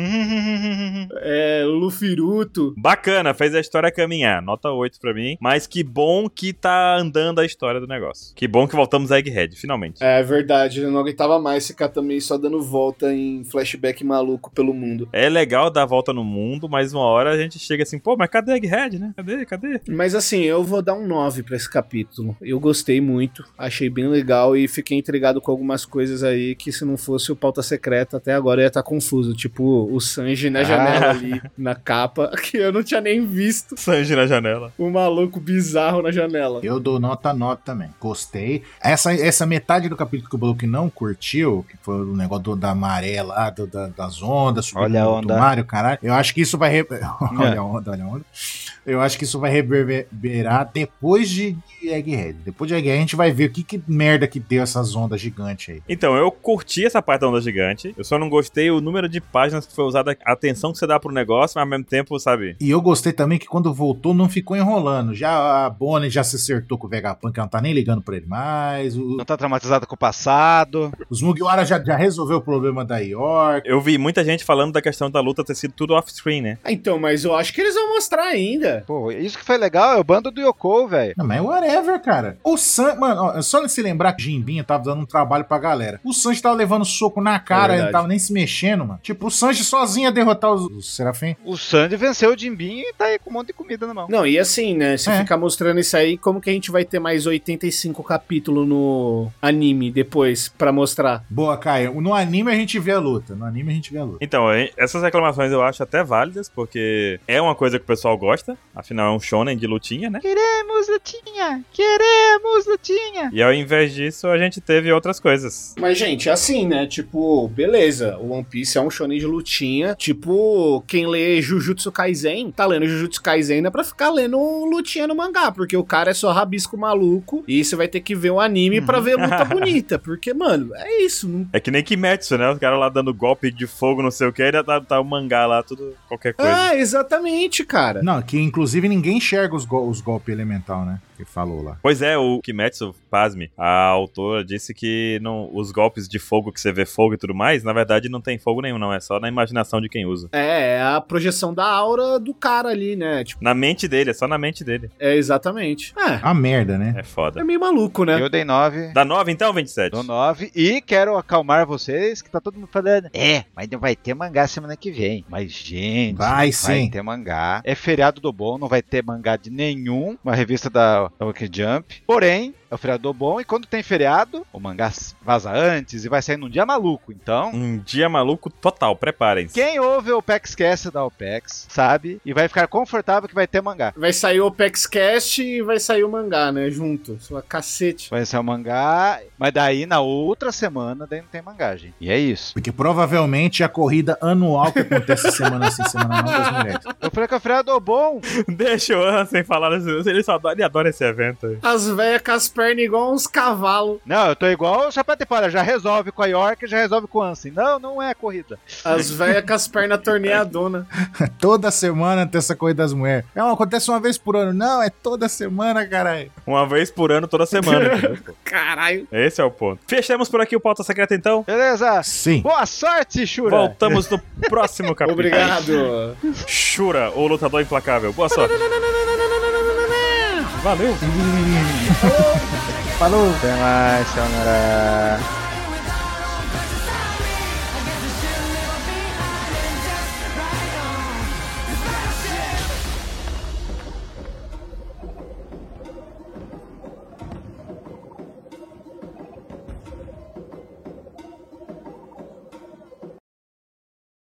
D: é Lufiruto.
A: Bacana, fez a história caminhar. Nota 8 pra mim. Mas que bom que tá andando a história do negócio. Que bom que voltamos a Egghead, finalmente.
D: É verdade, eu não aguentava mais ficar também só dando volta em flashback maluco pelo mundo.
A: É legal dar a volta no mundo, mas uma hora a gente chega assim, pô, mas cadê Egghead, né? Cadê, cadê?
D: Mas assim, eu vou dar um 9 pra esse capítulo. Eu gostei muito, achei bem legal e fiquei intrigado com algumas coisas aí que se não fosse o pauta secreta até agora ia estar confuso. Tipo, o Sanji na janela
A: Ah.
D: ali, na capa, que eu não tinha nem visto.
A: Sanji na janela.
D: O maluco bizarro na janela.
B: Eu dou nota 9 também. Gostei. Essa, essa metade do capítulo que o Bloco não curtiu, que foi o negócio do- da maré lá, do- da- das ondas, subindo
C: Olha a
B: do
C: onda. É.
B: Mário, caralho. Eu acho que isso vai. re- olha a onda, olha a onda. Eu acho que isso vai reverberar depois de Egghead. Depois de Egghead, a gente vai ver o que, que merda que deu essas ondas gigantes aí.
A: Então, eu curti essa parte da onda gigante. Eu só não gostei o número de páginas que foi usada, a atenção que você dá pro negócio, mas ao mesmo tempo, sabe?
B: E eu gostei também que quando voltou não ficou enrolando. Já a Bonnie já se acertou com o Vegapunk, ela não tá nem ligando pra ele mais. O-
C: não tá traumatizado com o passado.
B: os Mugiwara já, já resolveu o problema da York.
A: Eu vi muita gente falando da questão da luta ter sido tudo off-screen, né?
D: Ah, Então, mas eu acho que eles vão mostrar ainda.
C: Pô, isso que foi legal é o bando do Yoko, velho.
B: Não, mas whatever, cara. O San... Mano, ó, só se lembrar que Jimbinha tava dando um trabalho pra galera. O Sanji tava levando soco na cara, ele não
D: verdade.
B: tava nem se mexendo, mano. Tipo, o Sanji sozinho ia derrotar os, os Serafim.
C: O Sandy venceu o Jimbim e tá aí com um monte de comida na mão.
D: Não, e assim, né? Se
B: É.
D: ficar mostrando isso aí, como que a gente vai ter mais 85 capítulos no anime depois pra mostrar?
B: Boa, Caio. No anime a gente vê a luta. No anime a gente vê a luta.
A: Então, hein, essas reclamações eu acho até válidas, porque é uma coisa que o pessoal gosta, afinal é um shonen de lutinha, né?
C: Queremos lutinha! Queremos lutinha!
A: E ao invés disso, a gente teve outras coisas.
D: Mas, gente, assim, né? Tipo, beleza, o One Piece é um shonen de lutinha. Tipo, quem lê Jujutsu Kaisen, tá lendo Jujutsu Kaisen ainda pra ficar lendo lutinha no mangá, porque o cara é só rabisco maluco e você vai ter que ver o anime pra ver luta bonita. Porque, mano, é isso. Não...
A: É que nem Kimetsu, né? Os caras lá dando golpe de fogo, não sei o que, ainda tá, tá o mangá lá, tudo, qualquer coisa.
D: Ah, exatamente, cara.
B: Não, que inclusive ninguém enxerga os, gol- os golpes elemental, né? Que falou lá.
A: Pois é, o Kimetsu, pasme, a autora disse que não, os golpes de fogo que você vê fogo e tudo mais, na verdade não tem fogo nenhum, não. É só na imaginação de quem usa.
D: É, é a projeção da aura do cara ali, né? Tipo,
A: Na mente dele, é só na mente dele.
D: é exatamente. É,
B: A merda, né?
A: É
D: é
A: foda.
D: meio maluco, né?
C: Eu dei 9.
A: Dá 9 então, 27?
C: Dou 9 e quero acalmar vocês que tá todo mundo falando. É, mas não vai ter mangá semana que vem. Mas, gente,
B: Vai
C: vai
B: sim.
C: ter mangá. É feriado do bom, não vai ter mangá de nenhum. Uma revista da ela no Weekly Jump. Porém, é o feriador bom e quando tem feriado, o mangá vaza antes e vai sair num dia maluco. Então,
A: Um dia maluco total, preparem-se.
C: quem ouve o OPEX Cast da OPEX sabe e vai ficar confortável que vai ter mangá.
D: Vai sair o PEXCast e vai sair o mangá, né? Junto. Sua cacete.
C: Vai ser o mangá, mas daí na outra semana daí não tem mangá, gente. E é isso.
B: Porque provavelmente é a corrida anual que acontece semana sim, semana não das mulheres.
C: Eu falei que é o feriador bom.
A: Deixa o Ansem falar, desse- ele só adora, ele adora esse evento. aí.
D: As velhas com as pernas igual uns cavalos.
C: Não, eu tô igual o Chapéu de Palha, já resolve com a York, já resolve com o Ansem. Não, não é corrida.
D: As velhas com as pernas torneadonas.
B: É Toda semana tem essa corrida das mulheres. Não, acontece uma vez por ano. Não, é toda semana, caralho.
A: Uma vez por ano, toda semana. entendeu, pô?
D: Caralho.
A: Esse é o ponto. Fechamos por aqui o Pauta Secreta, então.
C: Beleza?
B: Sim.
C: Boa sorte, Shura.
A: Voltamos no próximo capítulo.
D: Obrigado.
A: Shura, o lutador implacável. Boa sorte. Valeu.
B: Falou.
C: Até mais, senhora.